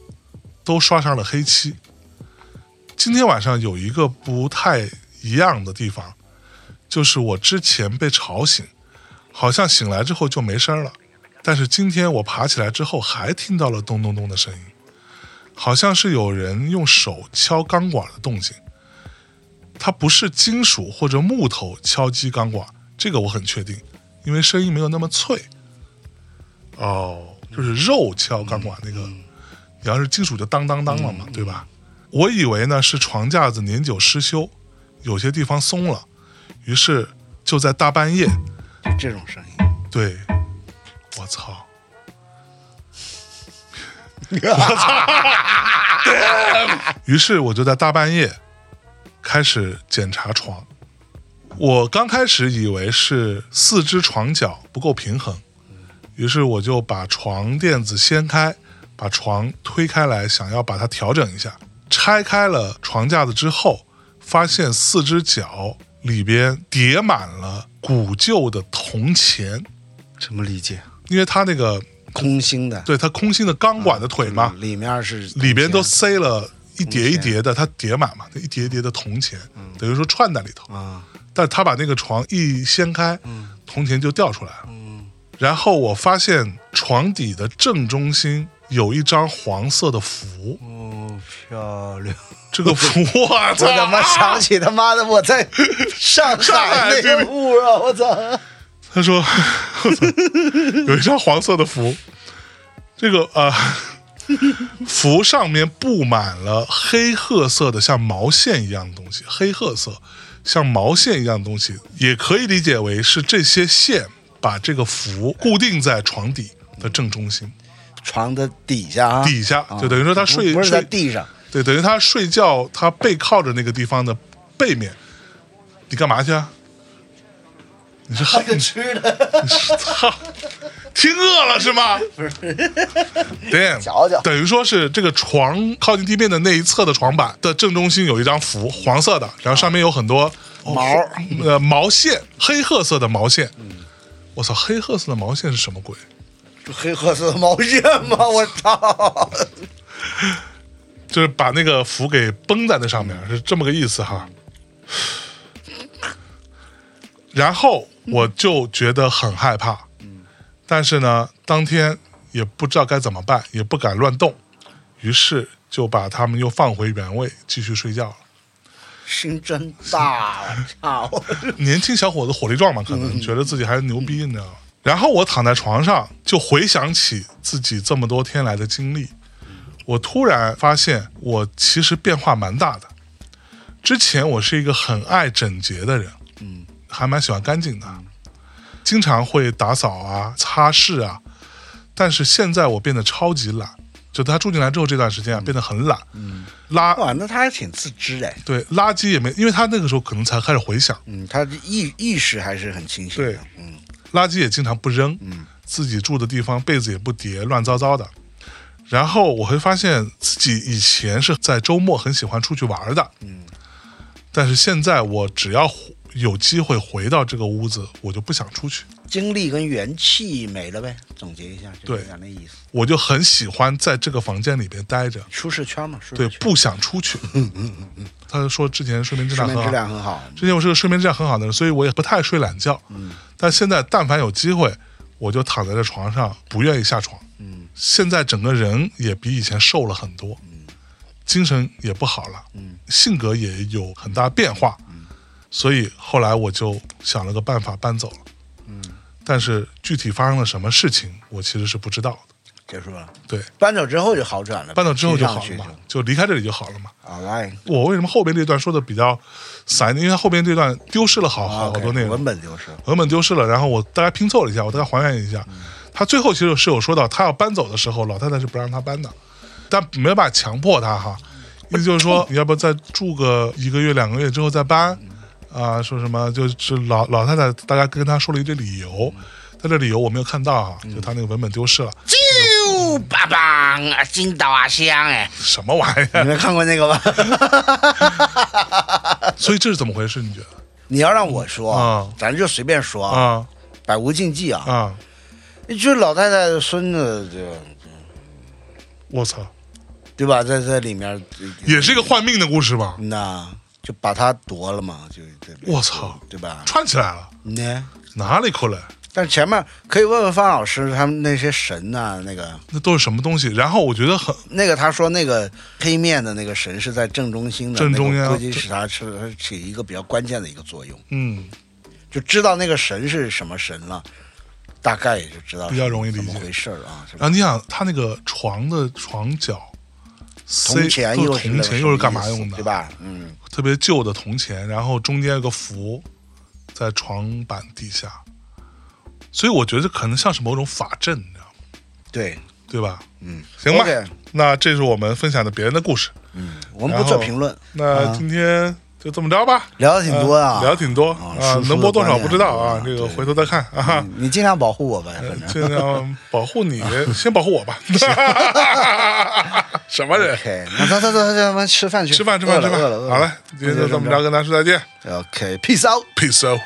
都刷上了黑漆。今天晚上有一个不太一样的地方，就是我之前被吵醒，好像醒来之后就没声儿了，但是今天我爬起来之后还听到了咚咚咚的声音，好像是有人用手敲钢管的动静。它不是金属或者木头敲击钢管，这个我很确定，因为声音没有那么脆。哦，就是肉敲钢管那个，你要是金属就当当当了嘛，对吧？我以为呢是床架子年久失修，有些地方松了，于是就在大半夜，
这种声音。
对，我操，于是我就在大半夜开始检查床。我刚开始以为是四只床脚不够平衡，于是我就把床垫子掀开，把床推开来，想要把它调整一下。拆开了床架子之后，发现四只脚里边叠满了古旧的铜钱，
什么理解？
因为它那个
空心的，
对它空心的钢管的腿嘛，
嗯里面是
里边都塞了一叠一叠的，它叠满嘛，一叠一叠的铜钱，
嗯
等于说串在里头。
啊，
但他把那个床一掀开，
嗯
铜钱就掉出来了。然后我发现床底的正中心有一张黄色的符，
哦，漂亮！
这个符，我
我
操！
他妈想起他妈的我 在上海那个屋啊，我操！
他说 我操有一张黄色的符，这个啊、呃符上面布满了黑褐色的像毛线一样的东西，黑褐色像毛线一样的东西，也可以理解为是这些线把这个符固定在床底的正中心
床的底下啊，
底下，就等于说他睡
不是在
睡
地上，
对，等于他睡觉，他背靠着那个地方的背面，你干嘛去啊？你是黑
个吃的，
操，听饿了是吗？不是，damn，
瞧瞧
等于说是这个床靠近地面的那一侧的床板的正中心有一张符，黄色的，然后上面有很多
哦毛，
呃，毛线，黑褐色的毛线。我操，黑褐色的毛线是什么鬼？
黑褐色的毛线
嗯
吗？我操！
就是把那个符给绷在那上面，是这么个意思哈。然后我就觉得很害怕，但是呢，当天也不知道该怎么办，也不敢乱动，于是就把他们又放回原位，继续睡觉了。
心真大，我 操！
年轻小伙子火力壮嘛，可能觉得自己还是牛逼，你知道吗？然后我躺在床上，就回想起自己这么多天来的经历，我突然发现我其实变化蛮大的。之前我是一个很爱整洁的人，嗯，还蛮喜欢干净的，经常会打扫啊、擦拭啊。但是现在我变得超级懒，就他住进来之后这段时间啊，变得很懒，嗯，垃
哇，那他还挺自知哎的，
对垃圾也没，因为他那个时候可能才开始回想，
嗯，他意意识还是很清醒的嗯
对，，垃圾也经常不扔，自己住的地方被子也不叠，乱糟糟的。然后我会发现自己以前是在周末很喜欢出去玩的，但是现在我只要有机会回到这个屋子，我就不想出去，
精力跟元气没了呗。总结一下，就是
对
讲那意思，
我就很喜欢在这个房间里边待着，
舒适圈嘛，舒
对嗯
适，圈。
不想出去。他说之前睡眠质
睡眠
量很
质
好，
量很好，
之前我是个睡眠质量很好的人，所以我也不太睡懒觉。嗯，但现在但凡有机会，我就躺在这床上，不愿意下床。嗯，现在整个人也比以前瘦了很多，嗯，精神也不好了，嗯，性格也有很大变化。嗯，所以后来我就想了个办法搬走了。嗯，但是具体发生了什么事情，我其实是不知道的。
结束了。
对，
搬走之后就好转了呗，
搬走之后就好了
去上
嘛
去就。，
就离开这里就好了嘛。
好来，
我为什么后边这段说的比较散？因为它后边这段丢失了好好好
OK，
多内容。
文本流失。
哦文本丢失了，然后我大概拼凑了一下，我大概还原一下，他最后其实是有说到，他要搬走的时候，老太太是不让他搬的，但没办法强迫他哈，意思就是说，你要不再住个一个月、两个月之后再搬，啊、说什么就是老老太太大概跟他说了一堆理由，但这理由我没有看到哈，就他那个文本丢失了，
就爸爸啊，金岛啊，香 哎，
什么玩意
你
儿？
们看过那个吧？
所以这是怎么回事？你觉得
你要让我说，
啊
咱就随便说，
啊
百无禁忌啊。
啊！
就是老太太的孙子，对
我操，
对吧？在在里面
也是一个换命的故事吧？
那就把他夺了嘛，就对不对
我操，
对吧？
串起来了，
呢，
哪里扣来？
但前面可以问问方老师他们那些神呐、那个
那都是什么东西？然后我觉得很
那个他说那个黑面的那个神是在正中心的，
正中央
那个估计是他是它起一个比较关键的一个作用，
嗯。
就知道那个神是什么神了，大概也就知道
比较容易理解
怎么回事儿啊，是
然后
吧？
你想，他那个床的床脚，塞
铜钱
都
又
是
是
铜钱，又是干嘛用的？
对？吧？嗯，
特别旧的铜钱，然后中间有个符，在床板底下，所以我觉得可能像是某种法阵，你知道吗？
对，
对吧？嗯，行吧
OK
那这是我们分享的别人的故事。
我们不做评论，
那今天就这么着吧，
聊的挺多啊
呃聊得挺多
啊
啊
输出，
能播多少不知道
的
啊，
观
这
点
个回头再看啊。
你尽量保护我呗，反 正。
尽量保 护你，先保护我吧。 什么人？
OK，那咱咱咱咱们吃饭去，
吃饭，吃饭，
饿了
吃饭
饿了，饿。了。
好嘞，今天就这么着，跟大家说再见
OK，peace out。
，peace out。